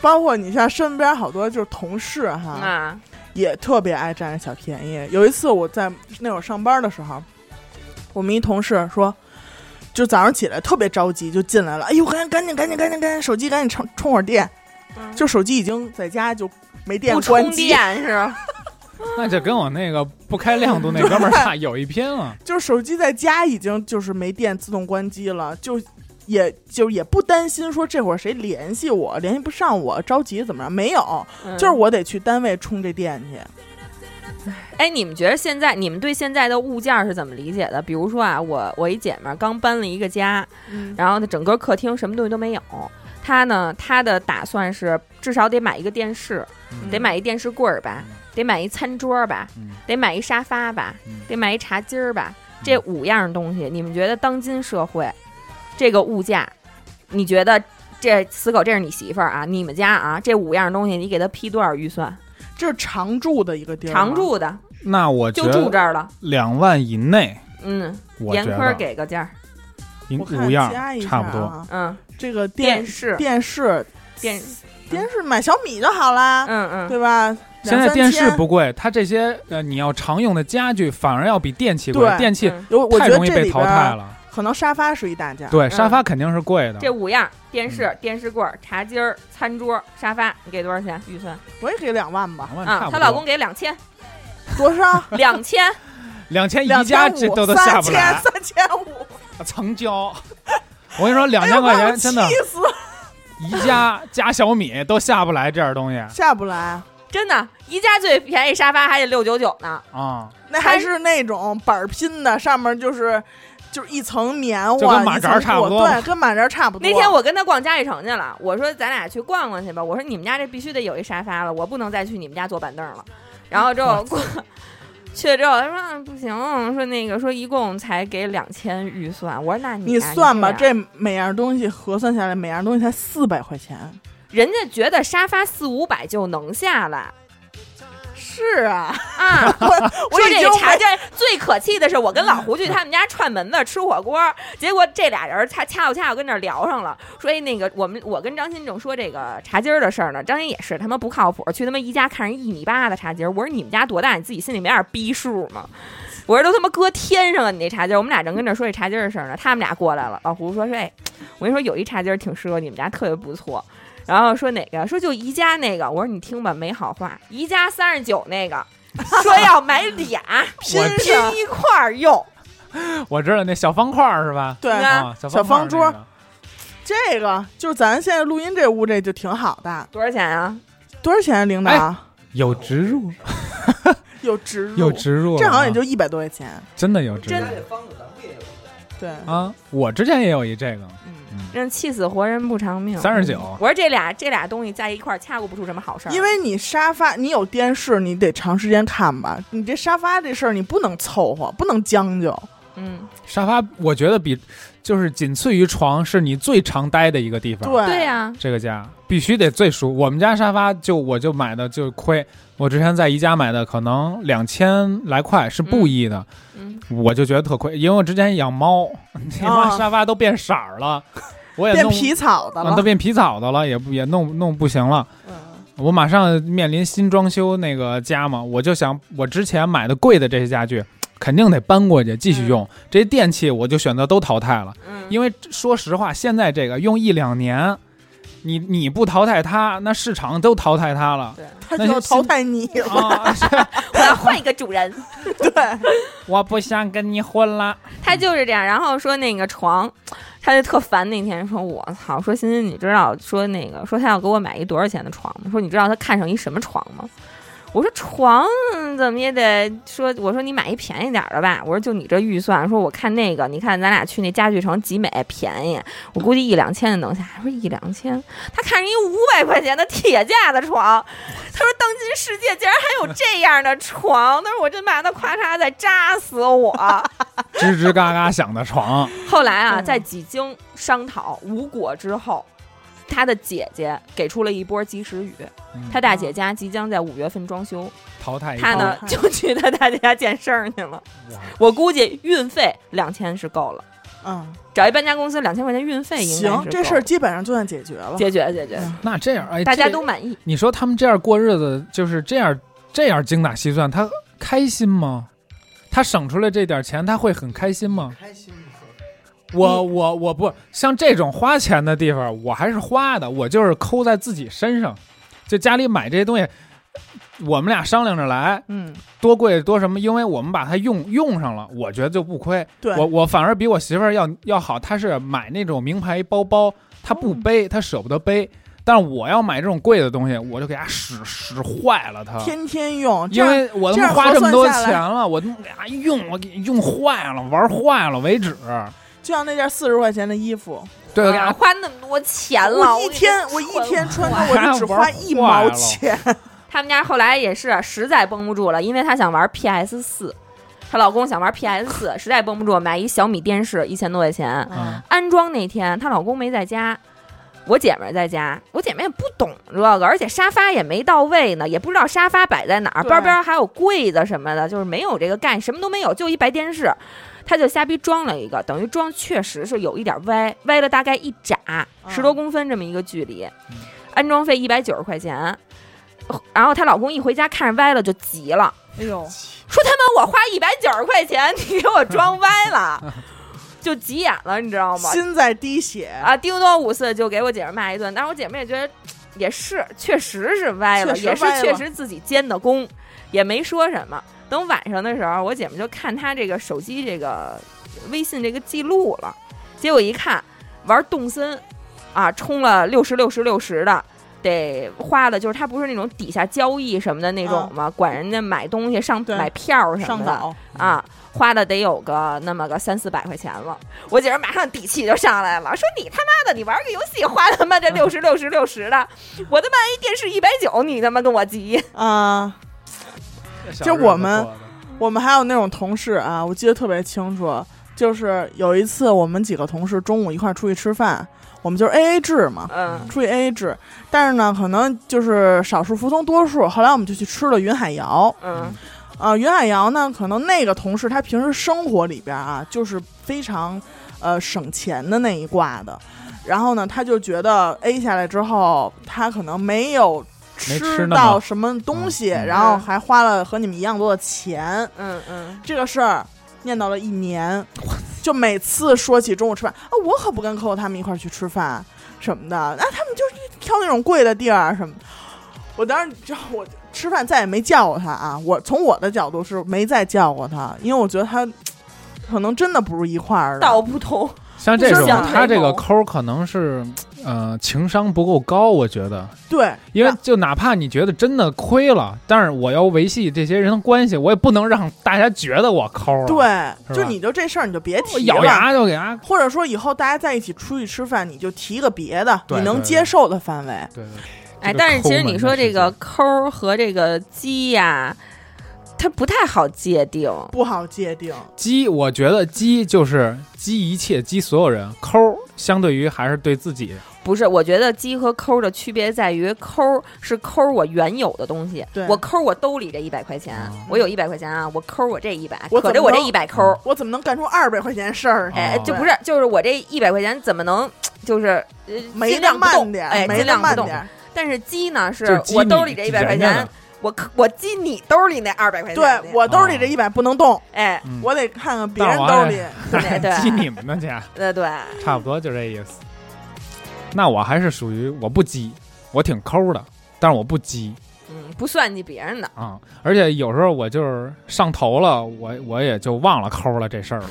Speaker 1: 包括你像身边好多就是同事哈，
Speaker 2: 啊！
Speaker 1: 也特别爱占着小便宜。有一次我在那会儿上班的时候，我们一同事说，就早上起来特别着急，就进来了。哎呦，赶赶紧赶紧赶紧赶紧，手机赶紧充充会儿电，
Speaker 2: 嗯
Speaker 1: 就手机已经在家就没电
Speaker 2: 不
Speaker 1: 关
Speaker 2: 充
Speaker 1: 机，
Speaker 2: 电是吧？
Speaker 3: 那这跟我那个不开亮度那哥们儿差有一拼啊！
Speaker 1: 就是手机在家已经就是没电自动关机了，就。也就也不担心说这会儿谁联系我，联系不上我着急怎么着？没有，
Speaker 2: 嗯
Speaker 1: 就是我得去单位充这电去。
Speaker 2: 哎，你们觉得现在你们对现在的物件是怎么理解的？比如说啊，我我一姐们儿刚搬了一个家，
Speaker 1: 嗯
Speaker 2: 然后呢，整个客厅什么东西都没有。她呢，她的打算是至少得买一个电视，
Speaker 3: 嗯
Speaker 2: 得买一电视柜儿吧
Speaker 3: 嗯，
Speaker 2: 得买一餐桌儿吧，
Speaker 3: 嗯
Speaker 2: 得买一沙发吧，
Speaker 3: 嗯
Speaker 2: 得买一茶几儿吧。这五样东西，你们觉得当今社会这个物价，你觉得这死狗这是你媳妇儿啊？你们家啊，这五样东西你给她批多少预算？
Speaker 1: 这是常住的一个地儿吗，啊
Speaker 2: 常住的
Speaker 3: [LAUGHS] 那啊我觉
Speaker 2: 就住这
Speaker 3: 得
Speaker 2: 儿了。
Speaker 3: 两万以内，
Speaker 2: 嗯，
Speaker 3: 我
Speaker 2: 严
Speaker 3: 觉
Speaker 2: 苛
Speaker 3: 得
Speaker 2: 给个价儿。
Speaker 3: 应
Speaker 1: 我看
Speaker 3: 五样
Speaker 1: 加一下
Speaker 3: 差不多。
Speaker 1: 啊。
Speaker 2: 嗯，
Speaker 1: 这个电
Speaker 2: 电视
Speaker 1: 电视
Speaker 2: 电，
Speaker 1: 电视买小米就好啦，
Speaker 2: 嗯嗯，
Speaker 1: 对吧？
Speaker 3: 嗯现
Speaker 1: 两
Speaker 3: 在
Speaker 1: 三
Speaker 3: 电视
Speaker 1: 千
Speaker 3: 不贵，它这些呃你要常用的家具反而要比电器贵
Speaker 1: 对，
Speaker 3: 电器
Speaker 2: 嗯
Speaker 1: 有，我
Speaker 3: 太
Speaker 1: 觉得
Speaker 3: 容易
Speaker 1: 这
Speaker 3: 被
Speaker 1: 里
Speaker 3: 淘
Speaker 1: 边啊
Speaker 3: 汰
Speaker 1: 儿
Speaker 3: 了。
Speaker 1: 可能沙发是一大件，
Speaker 3: 对，沙发肯定是贵的
Speaker 2: 这。五样：电视、电视柜儿、茶几儿、餐桌儿、沙发。你给多少钱预算
Speaker 1: 我也给两万
Speaker 3: [LAUGHS]
Speaker 1: 吧，
Speaker 3: 两万差
Speaker 2: 啊？
Speaker 3: 不
Speaker 2: 她
Speaker 3: 多
Speaker 2: 老公给两千，
Speaker 1: 多
Speaker 3: [LAUGHS]
Speaker 1: 少？
Speaker 2: 两千。
Speaker 3: 两千
Speaker 1: 两
Speaker 3: 一家
Speaker 1: 千
Speaker 3: 这
Speaker 1: 五，
Speaker 3: 都都下
Speaker 1: 三
Speaker 3: 不
Speaker 1: 千
Speaker 3: 来，
Speaker 1: 三千五，
Speaker 3: 啊成交。 [LAUGHS] 我跟你说，两
Speaker 1: 哎
Speaker 3: 千
Speaker 1: 呀，
Speaker 3: 块
Speaker 1: 把
Speaker 3: 钱
Speaker 1: 我
Speaker 3: 真的
Speaker 1: 气死，
Speaker 3: 宜家加小米都下不来这点东西
Speaker 1: 下不来。
Speaker 2: 真的，宜家最便宜沙发还得六九九呢，
Speaker 3: 啊，
Speaker 1: 那还是那种板儿拼的，上面就是就是一层棉花，
Speaker 3: 就跟马扎
Speaker 1: 一层
Speaker 3: 差不多
Speaker 1: 布对，跟马扎差不多。
Speaker 2: 那天我跟他逛嘉里城去了，我说咱俩去逛逛去吧。我说你们家这必须得有一沙发了，我不能再去你们家坐板凳了。然后之后逛去了之后，他说、啊不行，说那个说一共才给两千预算。我说那你
Speaker 1: 你
Speaker 2: 啊你
Speaker 1: 算吧，
Speaker 2: 这样
Speaker 1: 这每样东西核算下来，每样东西才四百块钱。
Speaker 2: 人家觉得沙发四五百就能下来
Speaker 1: 是啊，
Speaker 2: 啊。
Speaker 1: 我我
Speaker 2: 说
Speaker 1: 已
Speaker 2: 这
Speaker 1: 经
Speaker 2: 茶
Speaker 1: 没
Speaker 2: 几儿最可气的是，我跟老胡去他们家串门子吃火锅，结果这俩人恰恰好恰好跟那儿聊上了，说哎那个我们我跟张鑫正说这个茶几儿的事儿呢，张鑫也是他妈不靠谱，去他妈宜家看人一米八的茶几儿，我说你们家多大，你自己心里没点逼数吗？我说都他妈搁天上了，啊你那茶几儿，我们俩正跟这儿说这茶几儿的事儿呢，他们俩过来了，老胡说说哎，我跟你说有一茶几儿挺适合你们家，特别不错。然后说哪个？说就宜家那个。我说你听吧，没好
Speaker 1: [LAUGHS]
Speaker 2: 话。宜家三十九那个，说要买俩，拼
Speaker 3: 我
Speaker 2: 拼一块儿用。
Speaker 3: 我知道那小方块儿是吧？
Speaker 1: 对
Speaker 2: 你看
Speaker 3: 啊，
Speaker 1: 小
Speaker 3: 方
Speaker 1: 方桌
Speaker 3: 那个
Speaker 1: 这个就是咱现在录音这屋这就挺好的，
Speaker 2: 多少钱啊？
Speaker 1: 多少钱啊，领导？
Speaker 3: 有植入，
Speaker 1: 有植入，
Speaker 3: 哎有植入了
Speaker 1: 哦
Speaker 3: 啊，
Speaker 1: 这好像也就一百多块钱。
Speaker 3: 真的有植入
Speaker 2: 真。
Speaker 4: 方子咱们也
Speaker 1: 对，
Speaker 3: 啊！我之前也有一这个，
Speaker 1: 嗯，
Speaker 2: 让气死活人不偿命。嗯
Speaker 3: 三十九，
Speaker 2: 我说这俩这俩东西在一块儿掐过不出什么好事儿，
Speaker 1: 因为你沙发，你有电视，你得长时间看吧。你这沙发这事儿，你不能凑合，不能将就。
Speaker 2: 嗯，
Speaker 3: 沙发我觉得比就是仅次于床是你最常待的一个地方。
Speaker 1: 对啊
Speaker 2: 对呀、
Speaker 3: 这个家必须得最舒服。我们家沙发就我就买的就亏，我之前在宜家买的可能两千来块是布艺的，
Speaker 2: 嗯，
Speaker 3: 我就觉得特亏，因为我之前
Speaker 1: [LAUGHS]
Speaker 3: 养猫，你妈
Speaker 1: 哦
Speaker 3: 沙发都变色
Speaker 1: [LAUGHS]
Speaker 3: 儿了，我也
Speaker 1: 变
Speaker 3: 弄
Speaker 1: 皮草的
Speaker 3: 啊
Speaker 1: 了
Speaker 3: 都。变皮草的了，也不也弄弄不行了。
Speaker 1: 嗯
Speaker 3: 我马上面临新装修那个家嘛，我就想我之前买的贵的这些家具。肯定得搬过去继续用，
Speaker 1: 嗯
Speaker 3: 这些电器我就选择都淘汰了。
Speaker 2: 嗯
Speaker 3: 因为说实话，现在这个用一两年，你你不淘汰它，那市场都淘汰它了。
Speaker 2: 对，
Speaker 1: 他就要淘汰你
Speaker 3: [LAUGHS]
Speaker 1: 了。
Speaker 3: 啊！是
Speaker 2: 我要换一个主人，
Speaker 3: 我不想跟你混了。
Speaker 2: 他就是这样。然后说那个床，他就特烦。那天说我操，说欣欣，你知道说那个说他要给我买一多少钱的床吗？说你知道他看上一什么床吗？我说床嗯怎么也得说，我说你买一便宜点儿的吧。我说就你这预算，说我看那个，你看咱俩去那家具城集美便宜，我估计一两千就能下。他说一两千，他看上一五百块钱的铁架的床，他说当今世界竟然还有这样的床，他说我真把他咔嚓再扎死我。
Speaker 3: 吱吱嘎嘎响的床，
Speaker 2: 后来啊，
Speaker 1: 嗯
Speaker 2: 在几经商讨无果之后，他的姐姐给出了一波及时雨。
Speaker 3: 嗯
Speaker 2: 他大姐家即将在五月份装修，
Speaker 3: 淘汰一
Speaker 2: 他呢
Speaker 1: 哦
Speaker 2: 就去他大姐家见事儿去了。
Speaker 3: 哎哇
Speaker 2: 我估计运费两千是够了，
Speaker 1: 嗯，
Speaker 2: 找一搬家公司两千块钱运费应该是够
Speaker 1: 行，
Speaker 2: 了
Speaker 1: 这事儿基本上就算解决了。
Speaker 2: 解决解决，
Speaker 1: 嗯
Speaker 3: 那这样，哎，
Speaker 2: 大家
Speaker 3: 这
Speaker 2: 都满意。
Speaker 3: 你说他们这样过日子，就是这样这样精打细算，他开心吗？他省出来这点钱，他会很开心吗？
Speaker 4: 开心
Speaker 3: 我我我不像这种花钱的地方，我还是花的，我就是抠在自己身上。就家里买这些东西，我们俩商量着来，
Speaker 1: 嗯，
Speaker 3: 多贵多什么，因为我们把它用用上了，我觉得就不亏。
Speaker 1: 对，
Speaker 3: 我我反而比我媳妇儿要要好，她是买那种名牌包包，她
Speaker 1: 哦
Speaker 3: 不背，她舍不得背。但是我要买这种贵的东西，我就给它使使坏了它。
Speaker 1: 天天用，这
Speaker 3: 因
Speaker 1: 样
Speaker 3: 为我他
Speaker 1: 这
Speaker 3: 妈
Speaker 1: 样
Speaker 3: 花
Speaker 1: 核
Speaker 3: 这么
Speaker 1: 算
Speaker 3: 多
Speaker 1: 下来
Speaker 3: 钱了，我他妈给它用，我给用坏了，玩坏了为止。
Speaker 1: 就像那件四十块钱的衣服，
Speaker 3: 对，我给
Speaker 2: 啊
Speaker 3: 它
Speaker 2: 花那么多钱了，
Speaker 1: 我
Speaker 2: 给
Speaker 1: 一
Speaker 2: 你
Speaker 1: 天我
Speaker 2: 说
Speaker 1: 一天穿
Speaker 2: 了
Speaker 1: 着我就只花一毛钱，
Speaker 2: 他们家后来也是实在绷不住了，因为她想玩 PS 四，她老公想玩 PS 四，实在绷不住买一小米电视，一千多块钱。
Speaker 3: 嗯
Speaker 2: 安装那天她老公没在家，我姐们儿在家，我姐们儿也不懂这个，而且沙发也没到位呢，也不知道沙发摆在哪儿，
Speaker 1: 对
Speaker 2: 边边还有柜子什么的，就是没有这个概，什么都没有，就一白电视。她就瞎逼装了一个，等于装确实是有一点歪，歪了大概一拃十多公分这么一个距离，安装费一百九十块钱。然后她老公一回家看着歪了就急了，
Speaker 1: 哎呦，
Speaker 2: 说他妈我花一百九十块钱你给我装歪了，就急眼了，你知道吗？
Speaker 1: 心在滴血，
Speaker 2: 啊，叮咚五四就给我姐们骂一顿，但是我姐们也觉得也是，确实是歪了，
Speaker 1: 确实
Speaker 2: 也是
Speaker 1: 歪了
Speaker 2: 确实自己监的工，也没说什么。等晚上的时候，我姐们就看她这个手机这个微信这个记录了，结果一看玩动森啊，充了六十六十六十的。得花的就是她不是那种底下交易什么的那种
Speaker 1: 啊
Speaker 2: 嘛，管人家买东西上
Speaker 1: 对
Speaker 2: 买票什
Speaker 1: 上
Speaker 2: 么的，
Speaker 1: 岛，
Speaker 2: 啊，花的得有个那么个三四百块钱了。我姐儿马上底气就上来了，说你他妈的，你玩个游戏花他
Speaker 1: 嗯
Speaker 2: 妈这六十六十六十的，我他妈一电视一百九，你他妈跟我急。
Speaker 1: 啊，就我们我们还有那种同事啊，我记得特别清楚，就是有一次我们几个同事中午一块儿出去吃饭，我们就是 A A 制嘛，
Speaker 2: 嗯
Speaker 1: 出去 A A 制，但是呢，可能就是少数服从多数，后来我们就去吃了云海肴，
Speaker 2: 嗯
Speaker 1: 啊，袁海瑶呢，可能那个同事他平时生活里边啊，就是非常呃省钱的那一挂的。然后呢，他就觉得 A 下来之后，他可能没有
Speaker 3: 没吃
Speaker 1: 吃
Speaker 3: 那
Speaker 1: 到
Speaker 3: 么
Speaker 1: 什么东西，
Speaker 3: 嗯嗯
Speaker 1: 然后还花了和你们一样多的钱。
Speaker 2: 嗯嗯，
Speaker 1: 这个事儿念叨了一年，就每次说起中午吃饭啊，我可不跟 Coco 他们一块儿去吃饭什么的，那、他们就是挑那种贵的地儿什么的。我当时知道我吃饭再也没叫过他啊，我从我的角度是没再叫过他，因为我觉得他可能真的不是一块儿的。
Speaker 2: 道不同。
Speaker 3: 像这种
Speaker 2: 不是想，
Speaker 3: 他这
Speaker 2: 那
Speaker 3: 个
Speaker 2: 种
Speaker 3: 抠儿可能是呃情商不够高，我觉得，
Speaker 1: 对，
Speaker 3: 因为
Speaker 1: 然
Speaker 3: 就哪怕你觉得真的亏了，但是我要维系这些人的关系，我也不能让大家觉得我抠了，，
Speaker 1: 对，
Speaker 3: 是
Speaker 1: 就
Speaker 3: 吧
Speaker 1: 你就这事儿你就别
Speaker 3: 我
Speaker 1: 提
Speaker 3: 咬
Speaker 1: 了。
Speaker 3: 牙就给他，
Speaker 1: 或者说以后大家在一起出去吃饭，你就提个别的，
Speaker 3: 对
Speaker 1: 你能
Speaker 3: 对
Speaker 1: 接受的范围。
Speaker 3: 对对对
Speaker 2: 哎，
Speaker 3: 这个
Speaker 2: 但是其实
Speaker 3: 抠门
Speaker 2: 你
Speaker 3: 的
Speaker 2: 说这
Speaker 3: 事情
Speaker 2: 个抠儿和这个鸡呀、它不太好界定。
Speaker 1: 不好界定，
Speaker 3: 鸡，我觉得鸡就是鸡一切，鸡所有人，抠儿相对于还是对自己，
Speaker 2: 不是，我觉得鸡和抠儿的区别在于，抠儿是抠儿我原有的东西
Speaker 1: 对，哦
Speaker 2: 我抠儿我兜里这一百块钱，
Speaker 3: 嗯
Speaker 2: 我有一百块钱啊，我抠儿我这一百，
Speaker 1: 我
Speaker 2: 可
Speaker 1: 怎
Speaker 2: 着
Speaker 1: 么
Speaker 2: 我这
Speaker 1: 能
Speaker 2: 一百抠儿，
Speaker 1: 我怎么能干出二百块钱事儿？
Speaker 3: 哦
Speaker 2: 哎，就
Speaker 1: 对
Speaker 2: 不是，就是我这一百块钱怎么能就是呃
Speaker 1: 没
Speaker 2: 尽量不
Speaker 1: 得
Speaker 2: 动
Speaker 1: 慢点，
Speaker 2: 哎，尽
Speaker 1: 没得
Speaker 2: 量不
Speaker 1: 慢
Speaker 2: 动。
Speaker 1: 点。
Speaker 2: 但是鸡呢，
Speaker 3: 就是是鸡
Speaker 2: 我
Speaker 3: 你
Speaker 2: 兜里这一百块
Speaker 3: 人家
Speaker 2: 钱
Speaker 3: 的，
Speaker 2: 我抠我鸡你兜里那二百块钱
Speaker 1: 对
Speaker 2: 去，
Speaker 1: 我兜里这一百不能动，
Speaker 2: 哎，
Speaker 3: 嗯 [LAUGHS]
Speaker 1: 我得看看别人
Speaker 3: 哦大
Speaker 1: 兜
Speaker 3: 王
Speaker 1: 里。
Speaker 2: 对对
Speaker 3: 鸡你们的去，
Speaker 2: 呃对，
Speaker 3: 差不多就这意思。那我还是属于我不鸡，我挺抠的，但是我不鸡
Speaker 2: 嗯，不算计别人的，
Speaker 3: 啊、而且有时候我就是上头了，我我也就忘了抠了这事儿了，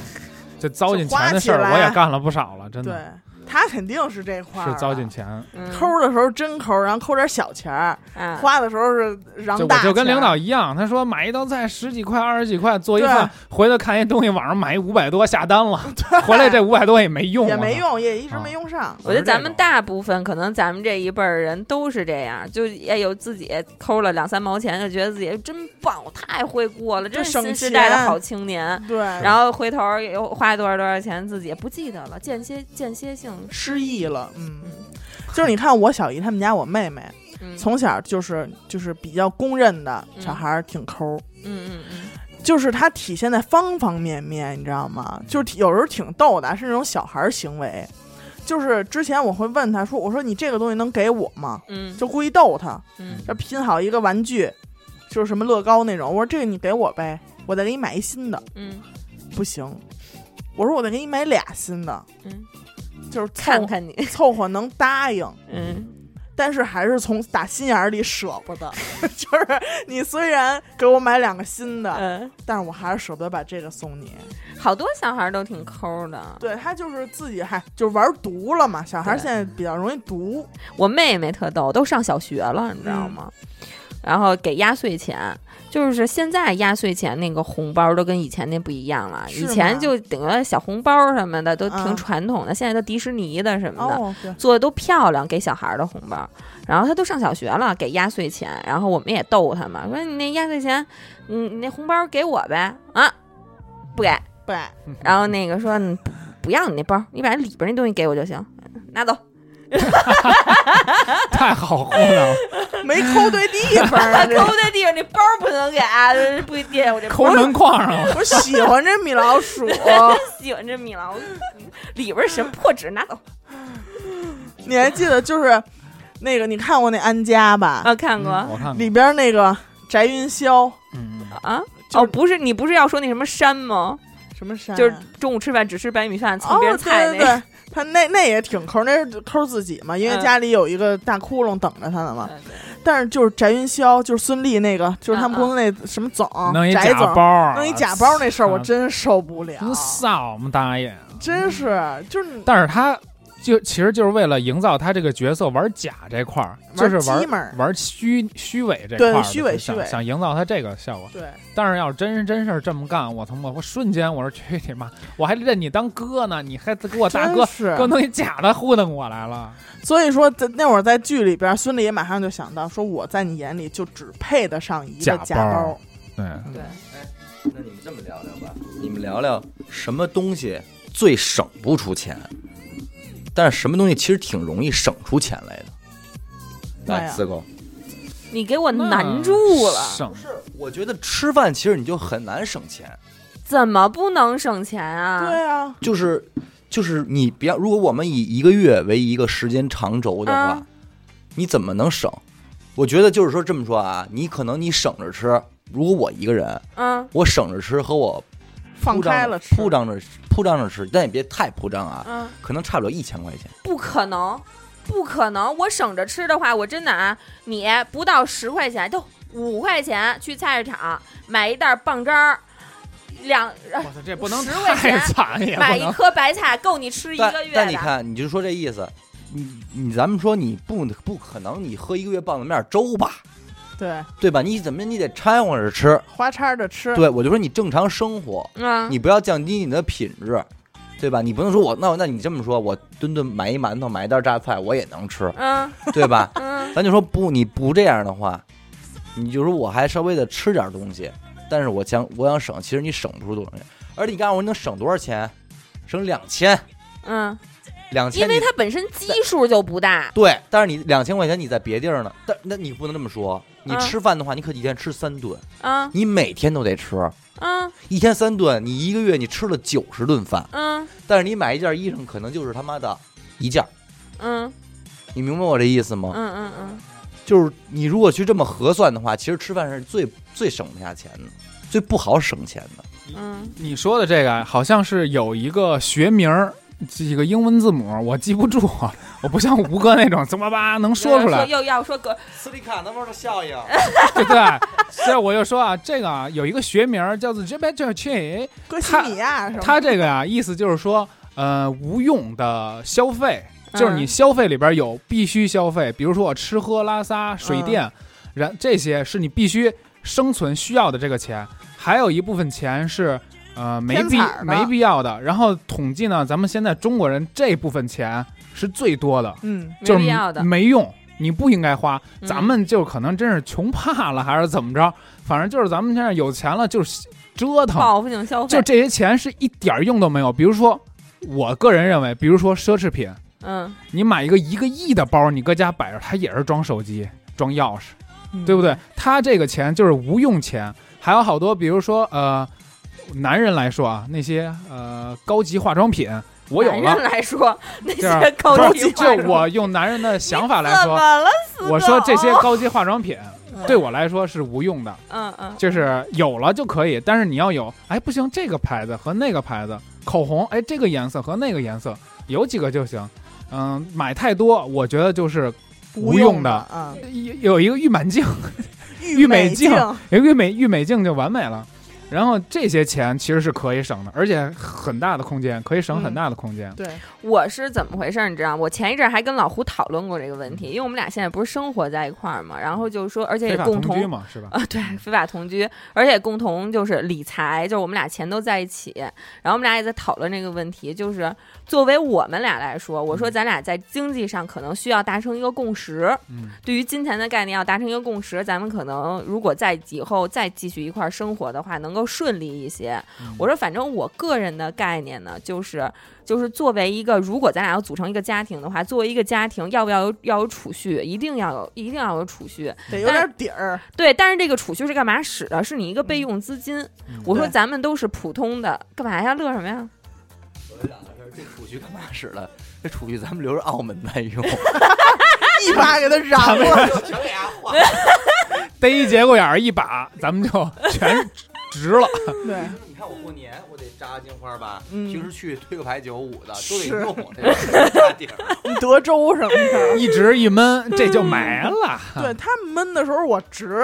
Speaker 3: 这糟践钱的事
Speaker 1: 就
Speaker 3: 儿
Speaker 1: 花起来
Speaker 3: 我也干了不少了，真
Speaker 1: 对
Speaker 3: 的
Speaker 1: 他肯定是这块儿
Speaker 3: 是
Speaker 1: 了
Speaker 3: 糟践钱。
Speaker 2: 嗯
Speaker 1: 抠儿的时候真抠儿，然后抠点小钱儿，
Speaker 2: 啊，
Speaker 1: 花的时候是
Speaker 3: 就
Speaker 1: 嚷
Speaker 3: 我
Speaker 1: 大
Speaker 3: 就跟
Speaker 1: 钱儿
Speaker 3: 领导一样，他说买一道菜十几块、二十几块做一饭
Speaker 1: 对，
Speaker 3: 回头看一东西，网上买一五百多下
Speaker 1: [LAUGHS]
Speaker 3: 单了，回来这五百多也没用，
Speaker 1: 也没
Speaker 3: 我操。
Speaker 1: 用，也一直
Speaker 3: 啊
Speaker 1: 没用上。
Speaker 2: 我觉得咱
Speaker 3: 是
Speaker 2: 们
Speaker 3: 这种
Speaker 2: 大部分可能咱们这一辈儿人都是这样，就也有自己抠了两三毛钱，就觉得自己真棒，我太会过了，真是
Speaker 1: 省
Speaker 2: 新时代的
Speaker 1: 钱
Speaker 2: 好青年。
Speaker 1: 对，然
Speaker 2: 然后回头又花多少多少钱，自己也不记得了，间歇间歇性。
Speaker 1: 失忆了，嗯。就是你看我小姨他们家我妹妹，
Speaker 2: 嗯
Speaker 1: 从小就是就是比较公认的小孩儿挺抠儿，
Speaker 2: 嗯嗯嗯，
Speaker 1: 就是她体现在方方面面，你知道吗？就是挺有时候挺逗的，是那种小孩儿行为。就是之前我会问她说：“我说你这个东西能给我吗？”
Speaker 2: 嗯，
Speaker 1: 就故意逗她，
Speaker 2: 嗯
Speaker 1: 要拼好一个玩具，就是什么乐高那种。我说这个你给我呗，我再给你买一新的。
Speaker 2: 嗯
Speaker 1: 不行，我说我再给你买俩新的，
Speaker 2: 嗯，
Speaker 1: 就是凑
Speaker 2: 看看你，
Speaker 1: 凑合能答应。
Speaker 2: 嗯，
Speaker 1: 但是还是从打心眼儿里舍 [LAUGHS] 不得，就是你虽然给我买两个新的，
Speaker 2: 嗯，
Speaker 1: 但是我还是舍不得把这个送你。
Speaker 2: 好多小孩儿都挺抠的。
Speaker 1: 对他就是自己还就是玩毒了嘛，小孩儿
Speaker 2: 对
Speaker 1: 现在比较容易毒，
Speaker 2: 我妹妹特逗，都上小学了，你知道吗？然后给压岁钱，就是现在压岁钱那个红包都跟以前那不一样了，
Speaker 1: 是
Speaker 2: 以
Speaker 1: 吗
Speaker 2: 前就顶个小红包什么的都
Speaker 1: 啊
Speaker 2: 挺传统的，现在都迪士尼的什么的。
Speaker 1: 哦，对，
Speaker 2: 做的都漂亮，给小孩儿的红包，然后他都上小学了，给压岁钱，然后我们也逗他嘛，说你那压岁钱，嗯，你那红包给我呗，啊，不给，
Speaker 1: 对，
Speaker 2: 然后那个说你不不要你那包，你把里边那东西给我就行，拿走，
Speaker 3: 太好糊弄了，
Speaker 1: 没抠对地方儿
Speaker 2: [LAUGHS]
Speaker 1: 啊，
Speaker 2: 抠
Speaker 1: 这
Speaker 2: 在地上，那包不能给啊，不惦我这
Speaker 3: 抠门框上了。
Speaker 1: 我喜欢这米老鼠。 [LAUGHS]
Speaker 2: 喜欢这米老鼠，里边什么破纸拿走
Speaker 1: 你还记得就是那个你看过那安家吧？
Speaker 2: 啊？看过
Speaker 3: 嗯我看
Speaker 1: 里
Speaker 3: 看，
Speaker 1: 边儿那个翟云霄
Speaker 3: 嗯，
Speaker 2: 啊？
Speaker 1: 就
Speaker 2: 哦，
Speaker 1: 是
Speaker 2: 不是，你不是要说那什么山吗？
Speaker 1: 什么山啊、
Speaker 2: 就是中午吃饭只吃白米饭蹭
Speaker 1: 哦，
Speaker 2: 别
Speaker 1: 对
Speaker 2: 人菜
Speaker 1: 对
Speaker 2: 那个。
Speaker 1: 对，他那那也挺抠，那是抠自己嘛，因为
Speaker 2: 嗯
Speaker 1: 家里有一个大窟窿等着他呢嘛。
Speaker 2: 嗯对
Speaker 1: 但是就是翟云霄，就是孙俪那个，就是他
Speaker 2: 嗯
Speaker 1: 们
Speaker 2: 嗯
Speaker 1: 公司那什么总，
Speaker 3: 弄一
Speaker 1: 翟
Speaker 3: 假
Speaker 1: 哦总
Speaker 3: 包，，儿，
Speaker 1: 弄一假包那事儿，我
Speaker 3: 啊
Speaker 1: 真受不了，
Speaker 3: 真扫么大爷。
Speaker 1: 真是就是你
Speaker 3: 但是他就其实就是为了营造他这个角色玩假这块儿，就
Speaker 1: 玩
Speaker 3: 是
Speaker 1: 鸡
Speaker 3: 玩
Speaker 1: 门儿
Speaker 3: 玩虚虚伪这块儿的，
Speaker 1: 对虚伪
Speaker 3: 就想
Speaker 1: 虚伪
Speaker 3: 想营造他这个效果。
Speaker 1: 对，
Speaker 3: 但是要真是真事儿这么干，我他妈我瞬间我说去你妈， [LAUGHS] 我还认你当哥呢，你还给我大
Speaker 1: 真
Speaker 3: 哥
Speaker 1: 是
Speaker 3: 给我弄一假的糊弄我来了，
Speaker 1: 所以说，在那会儿在剧里边，孙俪也马上就想到说，我在你眼里就只配得上一个
Speaker 3: 假
Speaker 1: 假
Speaker 3: 包
Speaker 1: 包，
Speaker 3: 对，
Speaker 2: 对，
Speaker 4: 那你们这么聊聊吧，你们聊聊什么东西最省不出钱，但是什么东西其实挺容易省出钱来的。
Speaker 1: 哎
Speaker 4: 来，
Speaker 1: 呀
Speaker 4: 四狗，
Speaker 2: 你给我难住了，
Speaker 3: 省
Speaker 4: 是，我觉得吃饭其实你就很难省钱，
Speaker 2: 怎么不能省钱啊？
Speaker 1: 对啊，
Speaker 4: 就是就是你别，如果我们以一个月为一个时间长轴的话，
Speaker 2: 嗯
Speaker 4: 你怎么能省？我觉得就是说这么说啊，你可能你省着吃，如果我一个人，
Speaker 2: 嗯
Speaker 4: 我省着吃和我
Speaker 1: 放
Speaker 4: 铺张
Speaker 1: 开
Speaker 4: 着
Speaker 1: 了吃，
Speaker 4: 铺张着铺张着吃，但也别太铺张啊，
Speaker 2: 嗯，
Speaker 4: 可能差不了一千块钱。
Speaker 2: 不可能，不可能！我省着吃的话，我真的啊，你不到十块钱，就五块钱去菜市场买一袋棒渣儿，两
Speaker 3: 我操，这不能
Speaker 2: 10块钱
Speaker 3: 太惨也不
Speaker 2: 买一
Speaker 3: 能。
Speaker 2: 颗白菜够你吃一
Speaker 4: 但
Speaker 2: 个月
Speaker 4: 但你
Speaker 2: 的。
Speaker 4: 看，你就说这意思，你你咱们说你不不可能你喝一个月棒子面粥吧，
Speaker 1: 对，
Speaker 4: 对吧？你怎么你得掺和着吃，
Speaker 1: 花叉着吃，
Speaker 4: 对我就说你正常生活，
Speaker 2: 啊，
Speaker 4: 你不要降低你的品质，对吧？你不能说我那那你这么说，我顿顿买一馒头买一袋榨菜我也能吃，
Speaker 2: 嗯？
Speaker 4: 对吧
Speaker 2: 嗯
Speaker 4: 咱就说不你不这样的话，你就说我还稍微的吃点东西，但是我想我想省，其实你省不出多少钱，而且你告诉我你能省多少钱，省两千，
Speaker 2: 嗯，
Speaker 4: 两
Speaker 2: 因
Speaker 4: 千
Speaker 2: 为
Speaker 4: 你
Speaker 2: 它本身基数就不大，
Speaker 4: 对，但是你两千块钱你在别地儿呢，但那你不能这么说，你
Speaker 2: 嗯
Speaker 4: 吃饭的话，你可一天吃三顿，
Speaker 2: 啊
Speaker 4: 你每天都得吃，
Speaker 2: 啊
Speaker 4: 一天三顿，你一个月你吃了九十顿饭，
Speaker 2: 嗯
Speaker 4: 但是你买一件衣裳可能就是他妈的一件儿，
Speaker 2: 嗯
Speaker 4: 你明白我这意思
Speaker 2: 嗯
Speaker 3: 哦
Speaker 4: 吗？
Speaker 2: 嗯嗯，
Speaker 4: 就是你如果去这么核算的话，其实吃饭是最最省不下钱的，最不好省钱的。
Speaker 2: 嗯
Speaker 3: 你说的这个好像是有一个学名儿，几个英文字母，我记不住，我不像吴哥那种怎么吧能说出来，
Speaker 2: 又要说隔
Speaker 4: 斯里卡那边的效应，
Speaker 3: 对不 [LAUGHS] 对？所以我就说啊，这个啊有一个学名儿叫做 j a b a j a c
Speaker 1: 哥西
Speaker 3: 他
Speaker 1: 米亚什么，
Speaker 3: 它这个啊意思就是说，呃，无用的消费，
Speaker 2: 嗯
Speaker 3: 就是你消费里边有必须消费，比如说我吃喝拉撒、水
Speaker 2: 嗯
Speaker 3: 电，然这些是你必须生存需要的这个钱，还有一部分钱是呃没
Speaker 1: 偏
Speaker 3: 必
Speaker 1: 彩儿的
Speaker 3: 没必要的。然后统计呢，咱们现在中国人这部分钱是最多的，
Speaker 1: 嗯，
Speaker 3: 就
Speaker 2: 没
Speaker 3: 是
Speaker 2: 必要的，
Speaker 3: 没用。你不应该花，
Speaker 2: 嗯
Speaker 3: 咱们就可能真是穷怕了，还是怎么着？反正就是咱们现在有钱了，就是折腾，
Speaker 2: 报复性消费，
Speaker 3: 就这些钱是一点儿用都没有。比如说，我个人认为，比如说奢侈品，
Speaker 2: 嗯
Speaker 3: 你买一个一个亿的包，你搁家摆着，它也是装手机、装钥匙，
Speaker 2: 嗯
Speaker 3: 对不对？它这个钱就是无用钱。还有好多，比如说呃，男人来说啊，那些呃高级化妆品，我有
Speaker 2: 男
Speaker 3: 了。
Speaker 2: 人来
Speaker 3: [LAUGHS]
Speaker 2: 说那
Speaker 3: 这样
Speaker 2: 些高
Speaker 3: 不
Speaker 2: 级
Speaker 3: 是，
Speaker 2: 化
Speaker 3: 就
Speaker 2: 妆
Speaker 3: 我用男人的想法来
Speaker 2: 怎
Speaker 3: 说，
Speaker 2: 么了，哦死
Speaker 3: 我说这些
Speaker 2: 狗
Speaker 3: 高级化妆品
Speaker 1: 嗯
Speaker 3: 对我来说是无用的，
Speaker 2: 嗯嗯
Speaker 3: 就是有了就可以，但是你要有，哎，不行，这个牌子和那个牌子，口红，哎，这个颜色和那个颜色，有几个就行。嗯，买太多，我觉得就是无
Speaker 1: 无
Speaker 3: 用的
Speaker 1: 啊，
Speaker 3: 有嗯有一个郁满镜，
Speaker 1: 郁
Speaker 3: 美
Speaker 1: 净
Speaker 3: 净，有一个郁美郁美镜就完美了。然后这些钱其实是可以省的，而且很大的空间，可以省很大的空间。
Speaker 1: 对，
Speaker 2: 我是怎么回事儿？你知道，我前一阵儿还跟老胡讨论过这个问题，因为我们俩现在不是生活在一块儿嘛，然后就说，而且
Speaker 3: 嗯非
Speaker 2: 也
Speaker 3: 法
Speaker 2: 共
Speaker 3: 同
Speaker 2: 同
Speaker 3: 居嘛，
Speaker 2: [LAUGHS]
Speaker 3: 是吧？
Speaker 2: 啊，对，非法同居，而且共同就是理财，就是我们俩钱都在一起，然后我们俩也在讨论这个问题，就是作为我们俩来说，我说咱俩在经济上可能需要达成一个共识，
Speaker 3: 嗯，
Speaker 2: 对于金钱的概念要达成一个共识，咱们可能如果在以后再继续一块儿生活的话，能够顺利一些。我说，反正我个人的概念呢，就是就是作为一个，如果咱俩要组成一个家庭的话，作为一个家庭，要不要有要有储蓄，一定要有，一定要有储蓄。
Speaker 1: 得有点底儿，
Speaker 2: 对，但是这个储蓄是干嘛使的？是你一个备用资金。
Speaker 3: 嗯
Speaker 2: 我说
Speaker 1: 对
Speaker 2: 咱们都是普通的，干嘛呀？乐什么呀？
Speaker 4: 这储蓄干嘛使的？这储蓄咱们留着澳门再用。
Speaker 1: 一把给他燃了，
Speaker 4: [LAUGHS] 全给他花。
Speaker 3: 逮一节骨眼儿一把，咱们就全 [LAUGHS] 值了。
Speaker 1: 对，
Speaker 3: [LAUGHS]
Speaker 4: 你看我过年我得扎金花吧，
Speaker 1: 嗯
Speaker 4: 平时去推个牌九五的都得
Speaker 1: 是
Speaker 4: 用这
Speaker 1: [LAUGHS]
Speaker 4: 个扎底儿。
Speaker 1: 德州什么
Speaker 3: [LAUGHS]
Speaker 1: 的。
Speaker 3: 一直一闷，这就没了。
Speaker 1: 对他们闷的时候，我值。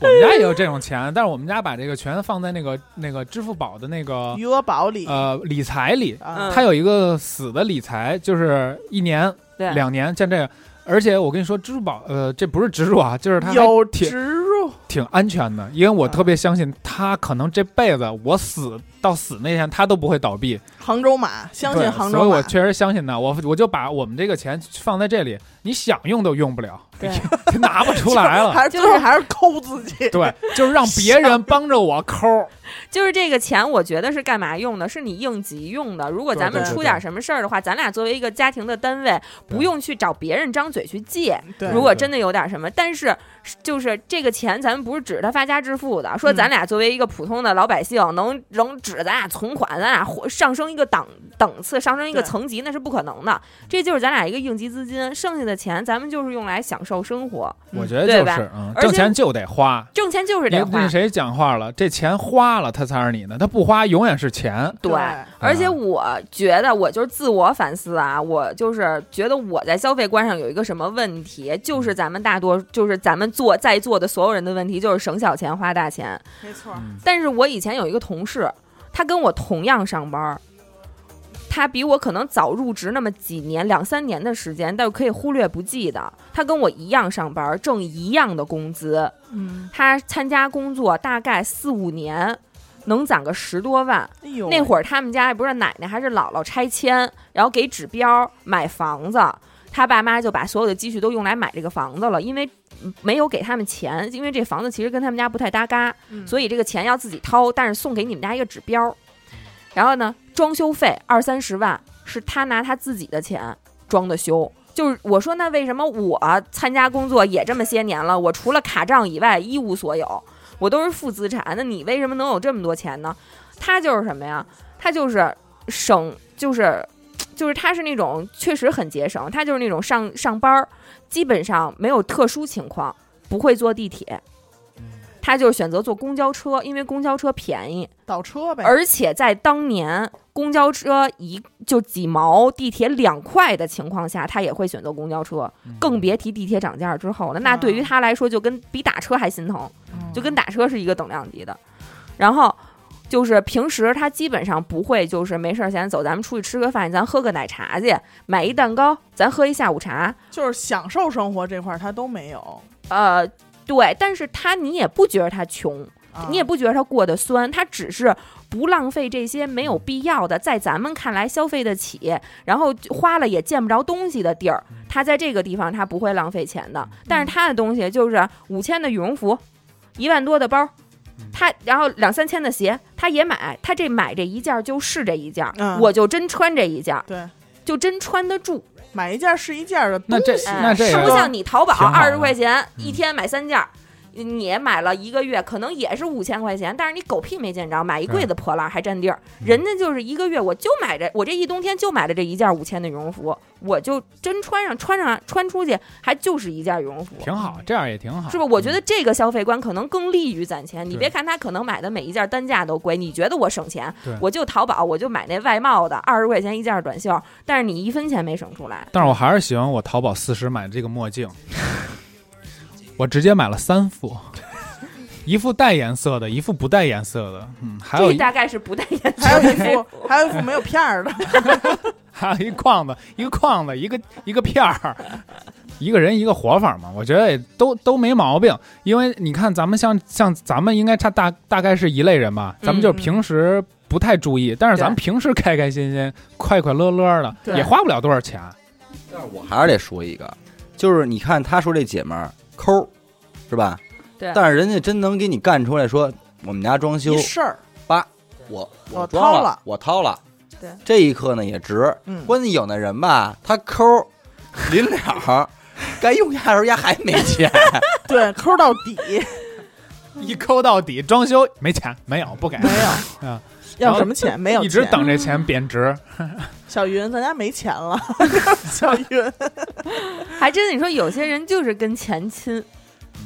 Speaker 3: 我们家也有这种钱，但是我们家把这个全放在那个那个支付宝的那个
Speaker 1: 余额宝里，
Speaker 3: 呃理财里，
Speaker 1: 啊，
Speaker 3: 它有一个死的理财，就是一年、
Speaker 2: 对，
Speaker 3: 两年，像这个。而且我跟你说，支付宝呃，这不是植入啊，就是它还
Speaker 1: 有
Speaker 3: 挺
Speaker 1: 植入，
Speaker 3: 挺安全的，因为我
Speaker 1: 嗯
Speaker 3: 特别相信它，可能这辈子我死到死那天，它都不会倒闭。
Speaker 1: 杭州马，相信
Speaker 3: 对
Speaker 1: 杭
Speaker 3: 所
Speaker 1: 州
Speaker 3: 以我
Speaker 1: 马，
Speaker 3: 确实相信它。我我就把我们这个钱放在这里，你想用都用不了，
Speaker 2: 对
Speaker 3: [LAUGHS] 拿不出
Speaker 1: [LAUGHS]
Speaker 3: 来了。
Speaker 1: 还是最
Speaker 2: 就
Speaker 1: 后
Speaker 2: 是
Speaker 1: 还是抠自己。
Speaker 3: 对，就是让别人帮着我抠儿。
Speaker 2: 就是这个钱，我觉得是干嘛用的？是你应急用的。如果咱们
Speaker 1: 对对
Speaker 2: 出
Speaker 3: 对
Speaker 2: 点什么事儿的话，咱俩作为一个家庭的单位，不
Speaker 3: 对
Speaker 2: 用去找别人张嘴去借。
Speaker 1: 对，
Speaker 2: 如果真的有点什么，但是就是这个钱，咱们不是指他发家致富的，说
Speaker 1: 嗯
Speaker 2: 咱俩作为一个普通的老百姓，能能指咱俩存款，咱俩活上升一个档档次，上升一个
Speaker 1: 对
Speaker 2: 层级，那是不可能的。这就是咱俩一个应急资金，剩下的钱咱们就是用来享受生活，
Speaker 1: 嗯
Speaker 3: 我觉得
Speaker 2: 对
Speaker 3: 就
Speaker 2: 吧
Speaker 3: 是，嗯，
Speaker 2: 而
Speaker 3: 挣
Speaker 2: 且
Speaker 3: 钱就得花。
Speaker 2: 挣钱就是
Speaker 3: 那
Speaker 2: 得
Speaker 3: 那
Speaker 2: 花。
Speaker 3: 谁讲话了？这钱花了，它才是你的，它不花永远是钱。
Speaker 2: 对，而且我觉得我就是自我反思啊，我就是觉得我在消费观上有一个什么问题，就是咱们大多就是咱们做在座的所有人的问题，就是省小钱花大钱。
Speaker 1: 没错，
Speaker 3: 嗯
Speaker 2: 但是我以前有一个同事，他跟我同样上班儿，他比我可能早入职那么几年两三年的时间，但可以忽略不计的。他跟我一样上班，挣一样的工资，
Speaker 1: 嗯，
Speaker 2: 他参加工作大概四五年，能攒个十多万。
Speaker 1: 哎呦，
Speaker 2: 那会儿他们家也不是奶奶还是姥姥拆迁，然后给指标买房子，他爸妈就把所有的积蓄都用来买这个房子了，因为嗯没有给他们钱，因为这房子其实跟他们家不太搭嘎，
Speaker 1: 嗯
Speaker 2: 所以这个钱要自己掏，但是送给你们家一个指标。然后呢，装修费二三十万是他拿他自己的钱装的修。就是我说，那为什么我参加工作也这么些年了，我除了卡账以外一无所有，我都是负资产。那你为什么能有这么多钱呢？他就是什么呀？他就是省，就是就是他是那种确实很节省，他就是那种上上班儿基本上没有特殊情况不会坐地铁，他就是选择坐公交车，因为公交车便宜，
Speaker 1: 倒车呗，
Speaker 2: 而且在当年公交车一就几毛，地铁两块的情况下，他也会选择公交车，更别提地铁涨价之后了。那对于他来说，就跟比打车还心疼，
Speaker 1: 嗯
Speaker 2: 就跟打车是一个等量级的。然后就是平时他基本上不会，就是没事儿闲走，咱们出去吃个饭，咱喝个奶茶去，买一蛋糕，咱喝一下午茶，
Speaker 1: 就是享受生活这块儿他都没有，
Speaker 2: 呃。对，但是他你也不觉得他穷，
Speaker 1: 啊
Speaker 2: 你也不觉得他过得酸，他只是不浪费这些没有必要的，在咱们看来消费得起，然后花了也见不着东西的地儿，
Speaker 1: 嗯
Speaker 2: 他在这个地方他不会浪费钱的。但是他的东西就是五千的羽绒
Speaker 1: 嗯
Speaker 2: 服，一万多的包，他然后两三千的鞋，他也买，他这买这一件儿就是这一件儿，
Speaker 1: 嗯
Speaker 2: 我就真穿这一件儿，
Speaker 1: 对，
Speaker 2: 就真穿得住。
Speaker 1: 买一件儿是一件儿的
Speaker 3: 那这
Speaker 1: 东西
Speaker 2: 哎
Speaker 3: 那这
Speaker 2: 它
Speaker 3: 个
Speaker 2: 不像你淘宝
Speaker 3: 挺好
Speaker 2: 二
Speaker 3: 的嗯
Speaker 2: 十块钱一天买三件儿，你买了一个月可能也是五千块钱，但是你狗屁没见着，买一柜子破烂还占地儿。
Speaker 3: 嗯
Speaker 2: 人家就是一个月，我就买这，我这一冬天就买了这一件五千的羽绒服，我就真穿上穿上穿出去还就是一件羽绒服。
Speaker 3: 挺好，这样也挺好，
Speaker 2: 是吧？我觉得这个消费观可能更利于攒钱。你
Speaker 3: 对
Speaker 2: 别看他可能买的每一件单价都贵，你觉得我省钱
Speaker 3: 对，
Speaker 2: 我就淘宝我就买那外贸的二十块钱一件短袖，但是你一分钱没省出来。
Speaker 3: 但是我还是喜欢我淘宝四十买的这个墨
Speaker 2: [LAUGHS]
Speaker 3: 镜，我直接买了三副，一副带颜色的，一副不带颜色的，嗯，还有
Speaker 2: 这
Speaker 3: 一
Speaker 2: 大概是 [LAUGHS] 不带颜
Speaker 1: 还有
Speaker 2: 色
Speaker 1: 一
Speaker 2: 的黑
Speaker 1: 副，还有一副没有片
Speaker 3: [LAUGHS]
Speaker 1: 儿的，
Speaker 3: 还啊有一框子，一个框子，一个一个片儿， [LAUGHS] 一个人一个活法嘛，我觉得也都都没毛病。因为你看，咱们像像咱们应该差大大概是一类人吧，咱们
Speaker 1: 嗯
Speaker 3: 就是平时不太注意，但是咱们平时开开心心、快快乐乐的，
Speaker 1: 对
Speaker 3: 也花不了多少钱。
Speaker 4: 但是我还是得说一个，就是你看她说这姐们儿抠儿，是吧？
Speaker 2: 对
Speaker 4: 但是人家真能给你干出来说，我们家装修
Speaker 1: 一事儿，
Speaker 4: 我
Speaker 1: 我
Speaker 4: 装
Speaker 1: 掏
Speaker 4: 了
Speaker 1: 了，
Speaker 4: 我掏了。
Speaker 2: 对，
Speaker 4: 这一刻呢也值。
Speaker 1: 嗯
Speaker 4: 关键有那人吧，他抠 [LAUGHS] 儿，临了儿该用牙的时候牙还没 [LAUGHS] 钱，
Speaker 1: 对，抠到
Speaker 3: [LAUGHS]
Speaker 1: 底
Speaker 3: 一抠到底，装修没钱，没有不给，
Speaker 1: 嗯没有，
Speaker 3: 嗯然
Speaker 1: 要
Speaker 3: 后
Speaker 1: 什么钱没有钱，
Speaker 3: 一直等这钱贬值。
Speaker 1: 小云，咱家没钱
Speaker 3: [LAUGHS]
Speaker 1: 了，小云，
Speaker 2: [LAUGHS] 还真的，你说有些人就是跟钱亲，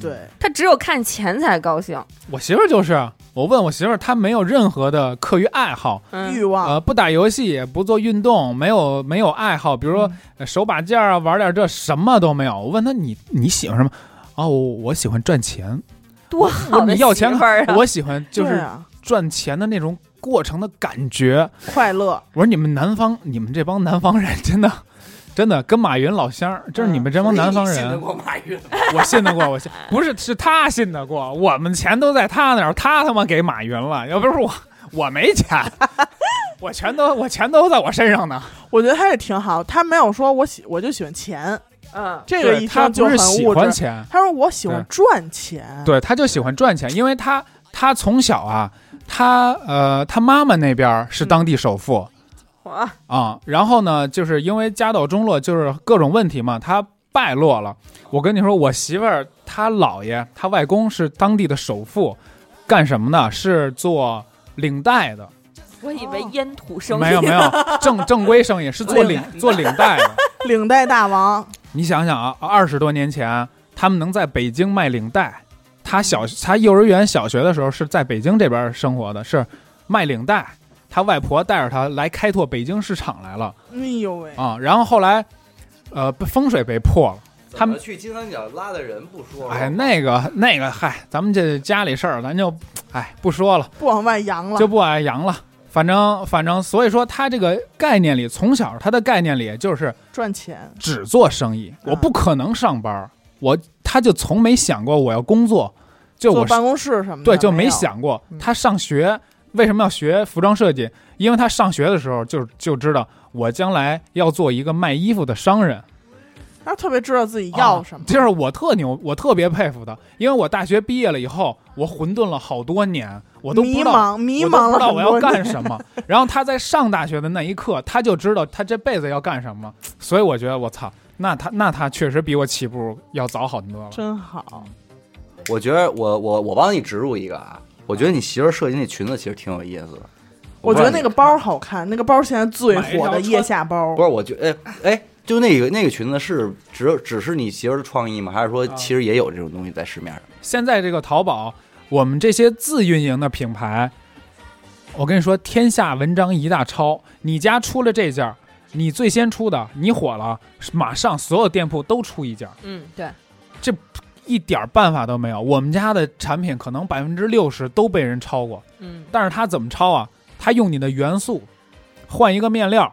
Speaker 1: 对，
Speaker 2: 他只有看钱才高兴。
Speaker 3: 我媳妇儿就是，啊我问我媳妇儿，她没有任何的课余爱好，
Speaker 1: 欲
Speaker 2: 嗯，
Speaker 1: 望，
Speaker 3: 呃，不打游戏，也不做运动，没有没有爱好，比如说
Speaker 1: 嗯
Speaker 3: 呃手把件儿啊，玩点这什么都没有。我问她你你喜欢什么？哦，我我喜欢赚钱，
Speaker 2: 多好的
Speaker 3: 你要钱
Speaker 2: 媳妇儿啊！
Speaker 3: 我喜欢就
Speaker 1: 对
Speaker 3: 是
Speaker 1: 啊
Speaker 3: 赚钱的那种过程的感觉。
Speaker 1: 快乐，
Speaker 3: 我说你们南方，你们这帮南方人真的真的跟马云老乡儿，就是你们这帮南方
Speaker 4: 信得
Speaker 3: 人，
Speaker 4: 过马云吗？
Speaker 3: 我信得过，我信不是是他信得过，我们钱都在他那儿，他他妈给马云了，要不是我我没钱，我全都我钱都在我身上呢。
Speaker 1: 我觉得他也挺好。他没有说我喜我就喜欢钱，
Speaker 2: 嗯，
Speaker 1: 这个
Speaker 3: 对
Speaker 1: 一
Speaker 3: 他
Speaker 1: 听就
Speaker 3: 不
Speaker 1: 很
Speaker 3: 是喜
Speaker 1: 物
Speaker 3: 欢
Speaker 1: 质。
Speaker 3: 钱，
Speaker 1: 他说我喜欢赚钱，
Speaker 3: 对，他就喜欢赚钱，因为他他从小啊，他呃他妈妈那边儿是当地首富
Speaker 2: 我
Speaker 3: 啊、然后呢，就是因为家道中落，就是各种问题嘛，他败落了。我跟你说，我媳妇儿她姥爷，她外公是当地的首富，干什么呢？是做领带的，
Speaker 2: 我以
Speaker 1: 哦
Speaker 2: 为烟土生
Speaker 3: 没有没有正正规生意，是做领做领带的。
Speaker 2: [LAUGHS]
Speaker 1: 领带大王，
Speaker 3: 你想想啊，二十多年前他们能在北京卖领带，他小他幼儿园、小学的时候是在北京这边生活的，是卖领带。他外婆带着他来开拓北京市场来了
Speaker 1: 哎呦喂，
Speaker 3: 啊、然后后来，呃，被风水被破了。他们
Speaker 4: 去金三角拉的人不说
Speaker 3: 哎，那个那个，嗨，咱们这家里事儿咱就哎不说了，
Speaker 1: 不往外扬了
Speaker 3: 就，不往外扬了。反正反正，所以说他这个概念里，从小他的概念里就是
Speaker 1: 赚钱，
Speaker 3: 只做生意，
Speaker 1: 嗯
Speaker 3: 我不可能上班儿，我他就从没想过我要工作，就
Speaker 1: 坐
Speaker 3: 我
Speaker 1: 办公室什么的，
Speaker 3: 对就
Speaker 1: 没
Speaker 3: 没
Speaker 1: 有。
Speaker 3: 想过
Speaker 1: 嗯
Speaker 3: 他上学为什么要学服装设计，因为他上学的时候就就知道我将来要做一个卖衣服的商人，
Speaker 1: 他特别知道自己要什么
Speaker 3: 啊，这是我特牛，我特别佩服他，因为我大学毕业了以后，我混沌了好多年，我都不
Speaker 1: 迷
Speaker 3: 知道
Speaker 1: 茫，迷
Speaker 3: 我都
Speaker 1: 茫了
Speaker 3: 不知道
Speaker 1: 很
Speaker 3: 我要
Speaker 1: 多
Speaker 3: 干
Speaker 1: 年。
Speaker 3: 什么。然后他在上大学的那一刻，他就知道他这辈子要干什么。所以我觉得，我操，那他那他确实比我起步要早好多了。
Speaker 1: 真好，
Speaker 4: 我觉得我我我帮你植入一个啊，我觉得你媳妇儿设计那裙子其实挺有意思的。
Speaker 1: 我觉得那
Speaker 4: 个
Speaker 1: 个包好看，那个包现在最火的腋下包
Speaker 4: 不，是，我觉得哎哎，就那个那个裙子是只只是你媳妇儿的创意吗？还是说
Speaker 3: 啊
Speaker 4: 其实也有这种东西在市面上？
Speaker 3: 现在这个淘宝，我们这些自运营的品牌，我跟你说，天下文章一大抄。你家出了这件儿，你最先出的，你火了，马上所有店铺都出一件儿，
Speaker 2: 嗯，对，
Speaker 3: 一点儿办法都没有。我们家的产品可能百分之六十都被人抄过。
Speaker 2: 嗯，
Speaker 3: 但是它怎么抄啊？它用你的元素换一个面料，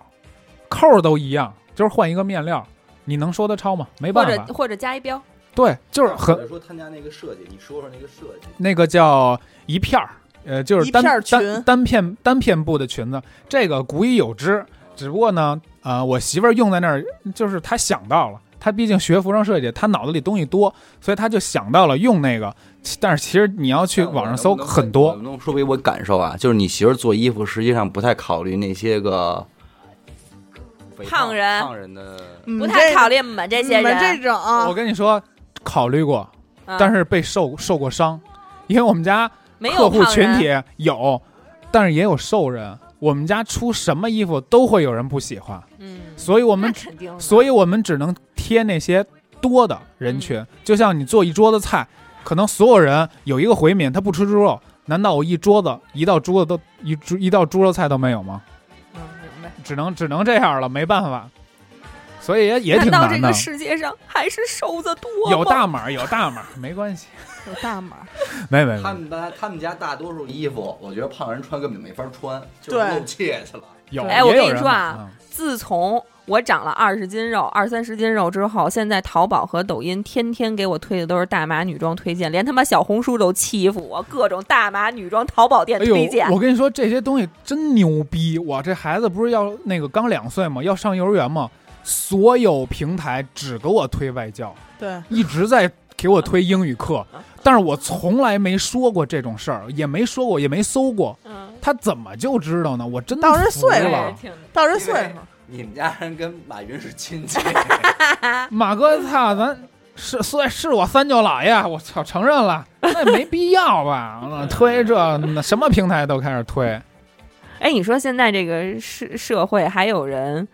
Speaker 3: 扣儿都一样，就是换一个面料，你能说它抄吗？没
Speaker 2: 或
Speaker 3: 办
Speaker 2: 者
Speaker 3: 法，
Speaker 2: 或者加一标，
Speaker 3: 对，就是很
Speaker 4: 说他家那个设计，你说说那个设计。
Speaker 3: 那个叫一片儿，呃，就是
Speaker 1: 一
Speaker 3: 单
Speaker 1: 片儿裙
Speaker 3: 单单片单片布的裙子，这个古已有之，只不过呢，呃，我媳妇儿用在那儿，就是她想到了。她毕竟学服装设计，她脑子里东西多，所以她就想到了用那个。其但是其实你要去网上搜很
Speaker 4: 我
Speaker 3: 多，
Speaker 4: 能说回我感受啊，就是你媳妇儿做衣服，实际上不太考虑那些个肥
Speaker 2: 胖人
Speaker 4: 胖人的。
Speaker 1: 不
Speaker 3: 嗯
Speaker 2: 不太考虑我们这些
Speaker 1: 你们
Speaker 2: 人，
Speaker 1: 这种啊
Speaker 3: 我，跟你说考虑过，
Speaker 2: 嗯
Speaker 3: 但是被受受过伤，因为我们家
Speaker 2: 没有
Speaker 3: 客户
Speaker 2: 胖
Speaker 3: 群
Speaker 2: 人
Speaker 3: 体有，但是也有瘦人。我们家出什么衣服都会有人不喜欢，
Speaker 2: 嗯，
Speaker 3: 所以我
Speaker 2: 我
Speaker 3: 们
Speaker 2: 肯定的，
Speaker 3: 所以我们只能贴那些多的人群。
Speaker 2: 嗯
Speaker 3: 就像你做一桌子菜，可能所有人有一个回民他不吃猪肉，难道我一桌子一道桌子都一猪一道猪肉菜都没有吗？
Speaker 2: 嗯，明白。
Speaker 3: 只能只能这样了，没办法。所以也也挺
Speaker 2: 难道
Speaker 3: 难
Speaker 2: 这
Speaker 3: 的
Speaker 2: 个。世界上还是瘦子多吗？
Speaker 3: 有大码有大码，没关系，
Speaker 1: 有大码，
Speaker 3: 没没
Speaker 4: 他
Speaker 3: 没，
Speaker 4: 们家他们家大多数衣服，我觉得胖人穿根本没法穿，就是
Speaker 1: 对
Speaker 4: 露怯去了。
Speaker 3: 有
Speaker 2: 哎我
Speaker 3: 也有
Speaker 2: 跟你
Speaker 3: 人
Speaker 2: 说
Speaker 3: 买
Speaker 2: 啊
Speaker 3: 嗯
Speaker 2: 自从我长了二十斤肉、二三十斤肉之后，现在淘宝和抖音天天给我推的都是大码女装推荐，连他妈小红书都欺负我，各种大码女装淘宝店
Speaker 3: 哎呦
Speaker 2: 推荐。，
Speaker 3: 我跟你说这些东西真牛逼！我这孩子不是要那个刚两岁吗？要上幼儿园吗？所有平台只给我推外教，
Speaker 1: 对，
Speaker 3: 一直在给我推英语课，但是我从来没说过这种事儿，也没说过，也没搜过。
Speaker 2: 嗯，
Speaker 3: 他怎么就知道呢？我真
Speaker 1: 到人
Speaker 3: 服
Speaker 1: 岁数
Speaker 3: 了。
Speaker 2: 挺
Speaker 1: 到这岁数，
Speaker 4: 你们家人跟马云是亲戚，
Speaker 3: 马哥，操，咱是是是我三舅姥爷，我操，承认了，那也没必要
Speaker 1: [LAUGHS]
Speaker 3: 吧？嗯推这那什么平台都开始推，
Speaker 2: 哎，你说现在这个社社会还有人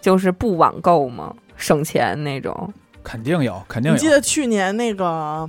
Speaker 2: 就是不网购吗？省钱那种，
Speaker 3: 肯定有，肯定
Speaker 1: 你
Speaker 3: 有。
Speaker 1: 记得去年那个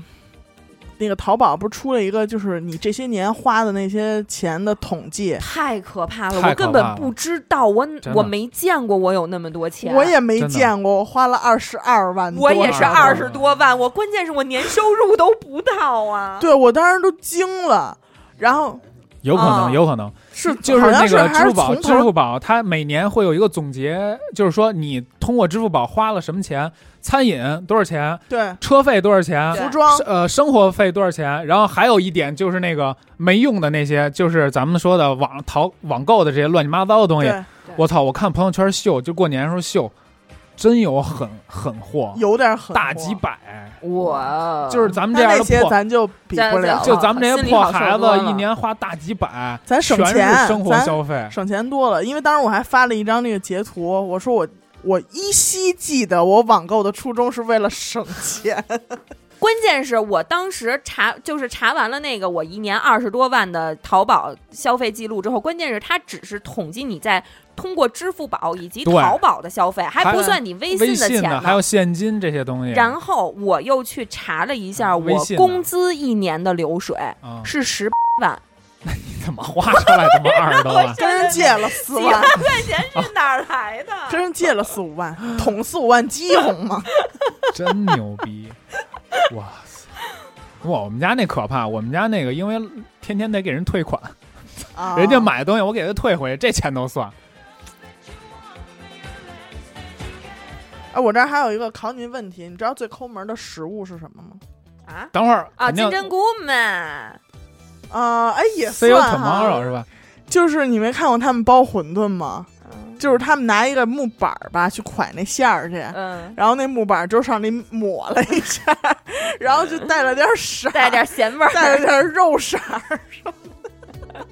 Speaker 1: 那个淘宝不是出了一个，就是你这些年花的那些钱的统计，
Speaker 2: 太可怕了！
Speaker 3: 太
Speaker 2: 我根
Speaker 3: 可
Speaker 2: 本
Speaker 3: 怕
Speaker 2: 不
Speaker 3: 了
Speaker 2: 知道，我
Speaker 3: 的
Speaker 2: 我没见过我有那么多钱，
Speaker 1: 我也没
Speaker 3: 真的
Speaker 1: 见过，我花了二十二万多，
Speaker 2: 我也是
Speaker 3: 多
Speaker 2: 二
Speaker 3: 啊
Speaker 2: 十多万，我关键是我年收入都不到啊。
Speaker 1: 对我当时都惊了，然后
Speaker 3: 有可
Speaker 2: 啊
Speaker 1: 哦
Speaker 3: 能，有可能。
Speaker 1: 是
Speaker 3: 就是
Speaker 1: 好像
Speaker 3: 那
Speaker 1: 是
Speaker 3: 个
Speaker 1: 还
Speaker 3: 支
Speaker 1: 是
Speaker 3: 付宝，
Speaker 1: 从
Speaker 3: 支
Speaker 1: 头
Speaker 3: 付宝它每年会有一个总结，就是说你通过支付宝花了什么钱，餐饮多少钱，
Speaker 1: 对
Speaker 3: 车费多少钱，
Speaker 2: 对
Speaker 1: 服装
Speaker 3: 是呃，生活费多少钱？然后还有一点就是那个没用的那些，就是咱们说的网淘网购的这些乱七八糟的东西。
Speaker 1: 对
Speaker 3: 我操！我看朋友圈秀，就过年的时候秀，真有狠狠货，
Speaker 1: 有点狠，
Speaker 3: 大几，百，
Speaker 2: 我
Speaker 3: 就是咱们这
Speaker 1: 但
Speaker 3: 样
Speaker 1: 那
Speaker 3: 的
Speaker 1: 些
Speaker 3: 破，
Speaker 1: 咱就比
Speaker 2: 咱
Speaker 1: 不了，
Speaker 3: 就咱们这些
Speaker 2: 心里
Speaker 3: 破
Speaker 2: 好受
Speaker 3: 孩子
Speaker 2: 多，了
Speaker 3: 一年花大几百，
Speaker 1: 咱省
Speaker 3: 全是
Speaker 1: 钱
Speaker 3: 生活
Speaker 1: 咱
Speaker 3: 消费。
Speaker 1: 省钱多了，因为当时我还发了一张那个截图，我说我我依稀记得我网购的初衷是为了省
Speaker 3: [LAUGHS]
Speaker 1: 钱，
Speaker 2: 关键是我当时查，就是查完了那个我一年二十多万的淘宝消费记录之后，关键是它只是统计你在通过支付宝以及
Speaker 3: 对
Speaker 2: 淘宝的消费，还
Speaker 3: 还
Speaker 2: 不算你微
Speaker 3: 微
Speaker 2: 的钱
Speaker 3: 的，还有现金这些东西。啊
Speaker 2: 然后我又去查了一下
Speaker 3: 嗯微
Speaker 2: 我
Speaker 3: 信的
Speaker 2: 工资一年的流水
Speaker 3: 啊，
Speaker 2: [LAUGHS] 是
Speaker 3: [LAUGHS]
Speaker 2: 十
Speaker 3: 怎么花出来他妈二十
Speaker 2: [LAUGHS]
Speaker 3: 多万？
Speaker 1: 真人借了四
Speaker 2: 几
Speaker 3: [LAUGHS]
Speaker 1: 万
Speaker 2: 万，块钱是哪儿来的？
Speaker 3: 啊
Speaker 1: 真人借了四五万，捅四五万鸡红嘛，
Speaker 3: 真牛
Speaker 2: [LAUGHS]
Speaker 3: 逼！哇塞！哇，我们家那可怕，我们家那个因为天天得给人退款，
Speaker 2: 哦
Speaker 1: 啊
Speaker 3: 人家买的东西我给他退回，这钱都算。
Speaker 1: 哎，我这儿还有一个考你问题，你知道最抠门的食物是什么吗？
Speaker 2: 啊
Speaker 3: 等会儿
Speaker 2: 啊，
Speaker 3: 肯定
Speaker 2: 金针菇嘛，
Speaker 1: 啊，哎，也
Speaker 3: See you
Speaker 1: 算
Speaker 2: 啊
Speaker 1: 哈
Speaker 3: E tomorrow 是吧？
Speaker 1: 就是你没看过他们包馄饨吗？
Speaker 2: 嗯
Speaker 1: 就是他们拿一个木板儿吧去蒯那馅儿去，
Speaker 2: 嗯，
Speaker 1: 然后那木板儿就上里抹了一
Speaker 2: [LAUGHS]
Speaker 1: 下，然后就带了点儿色，
Speaker 2: 带点咸
Speaker 3: [LAUGHS]
Speaker 2: 味儿，
Speaker 1: [LAUGHS] 带了点儿肉色儿什么的，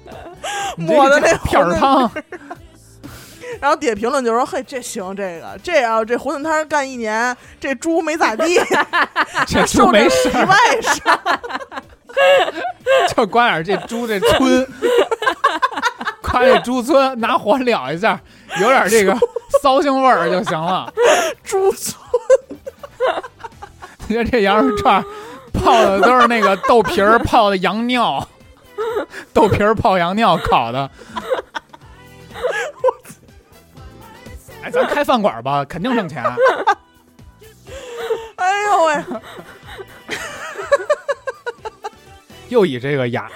Speaker 3: 你这
Speaker 1: 抹的
Speaker 3: 个
Speaker 1: 那
Speaker 3: 叫片
Speaker 1: 馄
Speaker 3: 儿
Speaker 1: 饨
Speaker 3: 汤，
Speaker 1: 然后底下评论就说：“嘿，这行，这个这啊，这馄饨摊儿干一年，这猪没
Speaker 2: [LAUGHS]
Speaker 1: 咋地，
Speaker 3: 这
Speaker 1: 受
Speaker 3: 猪没
Speaker 1: 点
Speaker 3: 事
Speaker 1: 意
Speaker 3: 儿，
Speaker 1: 外伤。
Speaker 3: 就刮点儿这猪这村， [LAUGHS] 夸这猪村拿火燎一下，有
Speaker 2: [LAUGHS]
Speaker 3: 点这个骚腥味儿就行了。
Speaker 1: 猪村
Speaker 3: [LAUGHS] 你看这羊肉串儿泡的都是那个豆皮儿泡的羊尿，豆皮儿泡羊尿烤的。哎，咱开饭馆儿吧，肯定挣钱。
Speaker 1: 哎呦喂，
Speaker 3: 又以这个牙，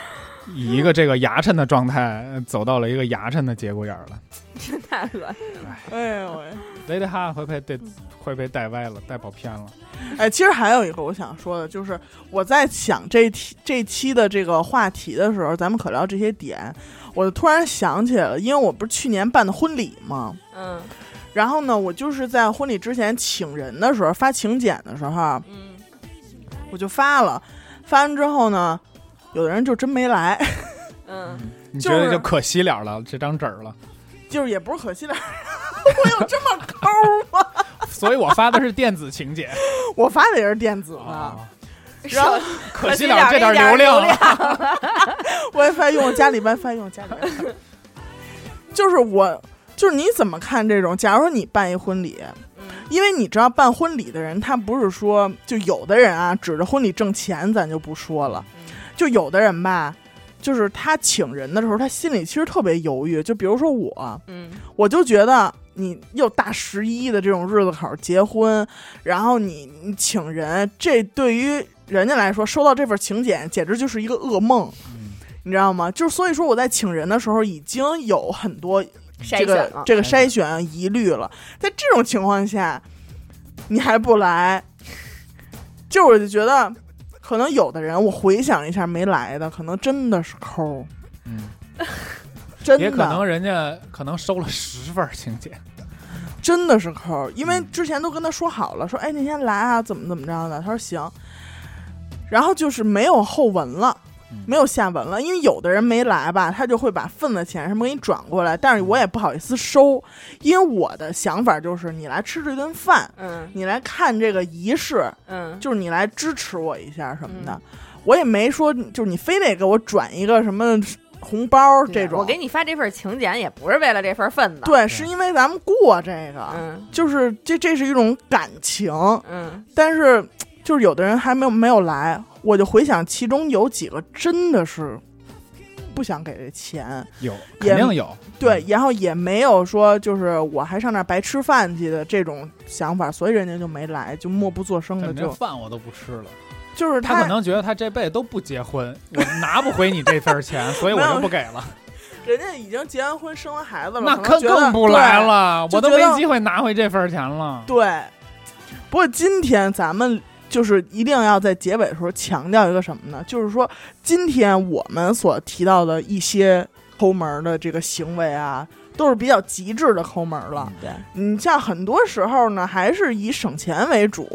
Speaker 3: 以一个这个牙碜的状态，呃走到了一个牙碜的节骨眼儿了。
Speaker 2: 真太恶心了。
Speaker 1: 哎呦喂，
Speaker 3: 雷德哈会被带会被带歪了，带跑偏了。
Speaker 1: 哎，其实还有一个我想说的，就是我在想这题这期的这个话题的时候，咱们可聊这些点，我突然想起来了，因为我不是去年办的婚礼吗？
Speaker 2: 嗯
Speaker 1: 然后呢，我就是在婚礼之前请人的时候发请柬的时候，
Speaker 2: 嗯，
Speaker 1: 我就发了，发完之后呢，有的人就真没来。” [LAUGHS]
Speaker 2: 嗯，
Speaker 3: 你
Speaker 1: 就
Speaker 3: 觉得
Speaker 1: 是
Speaker 3: 就可惜了了，这张纸儿了。
Speaker 1: 就是也不是可惜了， [LAUGHS] 我有这么抠儿吗？
Speaker 3: 所以我发的是电子请柬。
Speaker 1: 我发的也是电子的，
Speaker 3: [LAUGHS] 啊，
Speaker 1: 然后
Speaker 3: 可
Speaker 2: 可
Speaker 3: 惜
Speaker 2: 惜了
Speaker 3: 了
Speaker 2: 这
Speaker 3: 这点
Speaker 2: 点儿
Speaker 3: 流量啊
Speaker 2: 流
Speaker 3: 了。
Speaker 1: WiFi 用家里 WiFi 用家里 WiFi，就是我就是你怎么看这种？假如说你办一婚礼，
Speaker 2: 嗯
Speaker 1: 因为你知道办婚礼的人，他不是说就有的人啊，指着婚礼挣钱，咱就不说了，就有的人吧。就是他请人的时候，他心里其实特别犹豫。就比如说我，
Speaker 2: 嗯
Speaker 1: 我就觉得你又大十一的这种日子口儿结婚，然后你你请人，这对于人家来说收到这份请柬简直就是一个噩梦，
Speaker 3: 嗯
Speaker 1: 你知道吗？就是所以说我在请人的时候已经有很多
Speaker 2: 筛选
Speaker 1: 这个
Speaker 2: 了，
Speaker 1: 这个
Speaker 3: 筛选
Speaker 1: 筛选疑虑了，在这种情况下，你还不来，就我就觉得。可能有的人，我回想一下没来的，可能真的是抠儿，
Speaker 3: 嗯，
Speaker 1: 真的
Speaker 3: 也可能人家可能收了十份儿请柬，
Speaker 1: 真的是抠儿，因为
Speaker 2: 嗯
Speaker 1: 之前都跟他说好了，说哎那天来啊，怎么怎么着的，他说行，然后就是没有后文了
Speaker 3: 嗯。
Speaker 1: 没有下文了，因为有的人没来吧，他就会把份子钱什么给你转过来，
Speaker 2: 嗯
Speaker 1: 但是我也不好意思收，因为我的想法就是你来吃这顿饭，
Speaker 2: 嗯
Speaker 1: 你来看这个仪式，
Speaker 2: 嗯，
Speaker 1: 就是你来支持我一下什么的，我也没说就是你非得给我转一个什么红包这种，
Speaker 2: 啊我给你发这份请柬也不是为了这份份子。
Speaker 1: 对，是因为咱们过这个，
Speaker 2: 嗯
Speaker 1: 就是这这是一种感情，
Speaker 2: 嗯
Speaker 1: 但是就是有的人还没有没有来，我就回想其中有几个真的是不想给这钱，
Speaker 3: 有
Speaker 1: 也
Speaker 3: [LAUGHS] 肯定有。
Speaker 1: 对，然后也没有说就是我还上那儿白吃饭去的这种想法，所以人家就没来，就默不作声的
Speaker 3: 但
Speaker 1: 嗯
Speaker 3: 这
Speaker 1: 就
Speaker 3: 饭我都不吃了。
Speaker 1: 就是
Speaker 3: 他可能觉得他这辈子都不结婚，我拿不回你这份儿钱，所以我就不给了。
Speaker 1: 人家已经结完婚生完孩子了，
Speaker 3: 那
Speaker 1: 可能
Speaker 3: 更
Speaker 1: 觉得
Speaker 3: 更不来。
Speaker 1: 对
Speaker 3: 了，
Speaker 1: 就
Speaker 3: 我都
Speaker 1: 觉得
Speaker 3: 没机会拿回这份儿钱了。
Speaker 1: 对，不过今天咱们就是一定要在结尾的时候强调一个什么呢？就是说，今天我们所提到的一些抠门儿的这个行为啊，都是比较极致的抠门儿
Speaker 3: 嗯
Speaker 1: 了。
Speaker 2: 对，
Speaker 1: 你像很多时候呢，还是以省钱为主，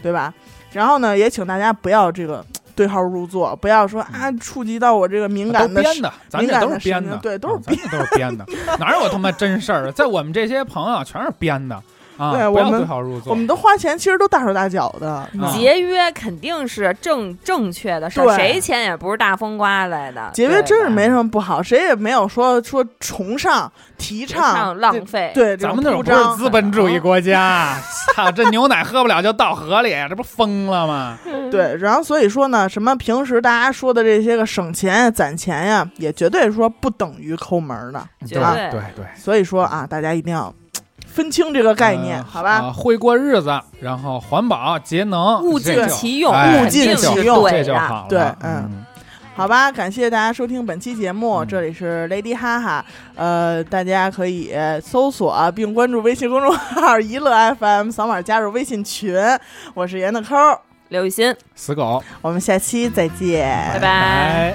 Speaker 1: 对吧？然后呢，也请大家不要这个对号入座，不要说啊触及到我这个敏
Speaker 3: 嗯啊都
Speaker 1: 感的
Speaker 3: 编的，咱这都是编
Speaker 1: 敏感的神经对都是
Speaker 3: 是编，咱这都是编的，哪有他妈真事儿啊？在我们这些朋友全是编的啊！
Speaker 1: 对
Speaker 3: 不
Speaker 1: 我
Speaker 3: 要
Speaker 1: 们
Speaker 3: 对号入座。
Speaker 1: 我们都花钱，其实都大手大脚的。嗯
Speaker 3: 啊
Speaker 2: 节约肯定是正正确的事儿，
Speaker 1: 对
Speaker 2: 谁钱也不是大风刮来的。
Speaker 1: 节约真是没
Speaker 2: 么
Speaker 1: 什么不好，谁也没有说说崇尚提倡。
Speaker 2: 浪费。
Speaker 1: 对，
Speaker 3: 咱们那
Speaker 1: 这种铺
Speaker 3: 种不是
Speaker 1: 张啊
Speaker 3: 资本主义国家，操，这牛奶喝不了就倒河里，这不疯了吗？
Speaker 1: 对，然后所以说呢，什么平时大家说的这些个省钱呀、攒钱呀，也绝对说不等于抠门儿的。
Speaker 2: 绝
Speaker 3: 对
Speaker 2: 对
Speaker 3: 对对，
Speaker 1: 所以说啊，大家一定要分清这个概念，
Speaker 3: 呃
Speaker 1: 好吧？
Speaker 3: 啊会过日子，然后环保节能，
Speaker 2: 物尽
Speaker 3: 这就
Speaker 2: 其用
Speaker 3: 哎
Speaker 1: 物尽
Speaker 2: 肯定是
Speaker 1: 其
Speaker 2: 对
Speaker 1: 用
Speaker 2: 的
Speaker 3: 这就好了。
Speaker 1: 对嗯
Speaker 3: 嗯，
Speaker 1: 好吧，感谢大家收听本期节目，
Speaker 4: 嗯
Speaker 1: 这里是 Lady 哈哈，呃，大家可以搜索啊并关注微信公众号“一乐 FM”，扫码加入微信群。我是严的抠儿，
Speaker 2: 刘雨欣，
Speaker 3: 死狗，
Speaker 1: 我们下期再见，
Speaker 2: 拜
Speaker 3: 拜。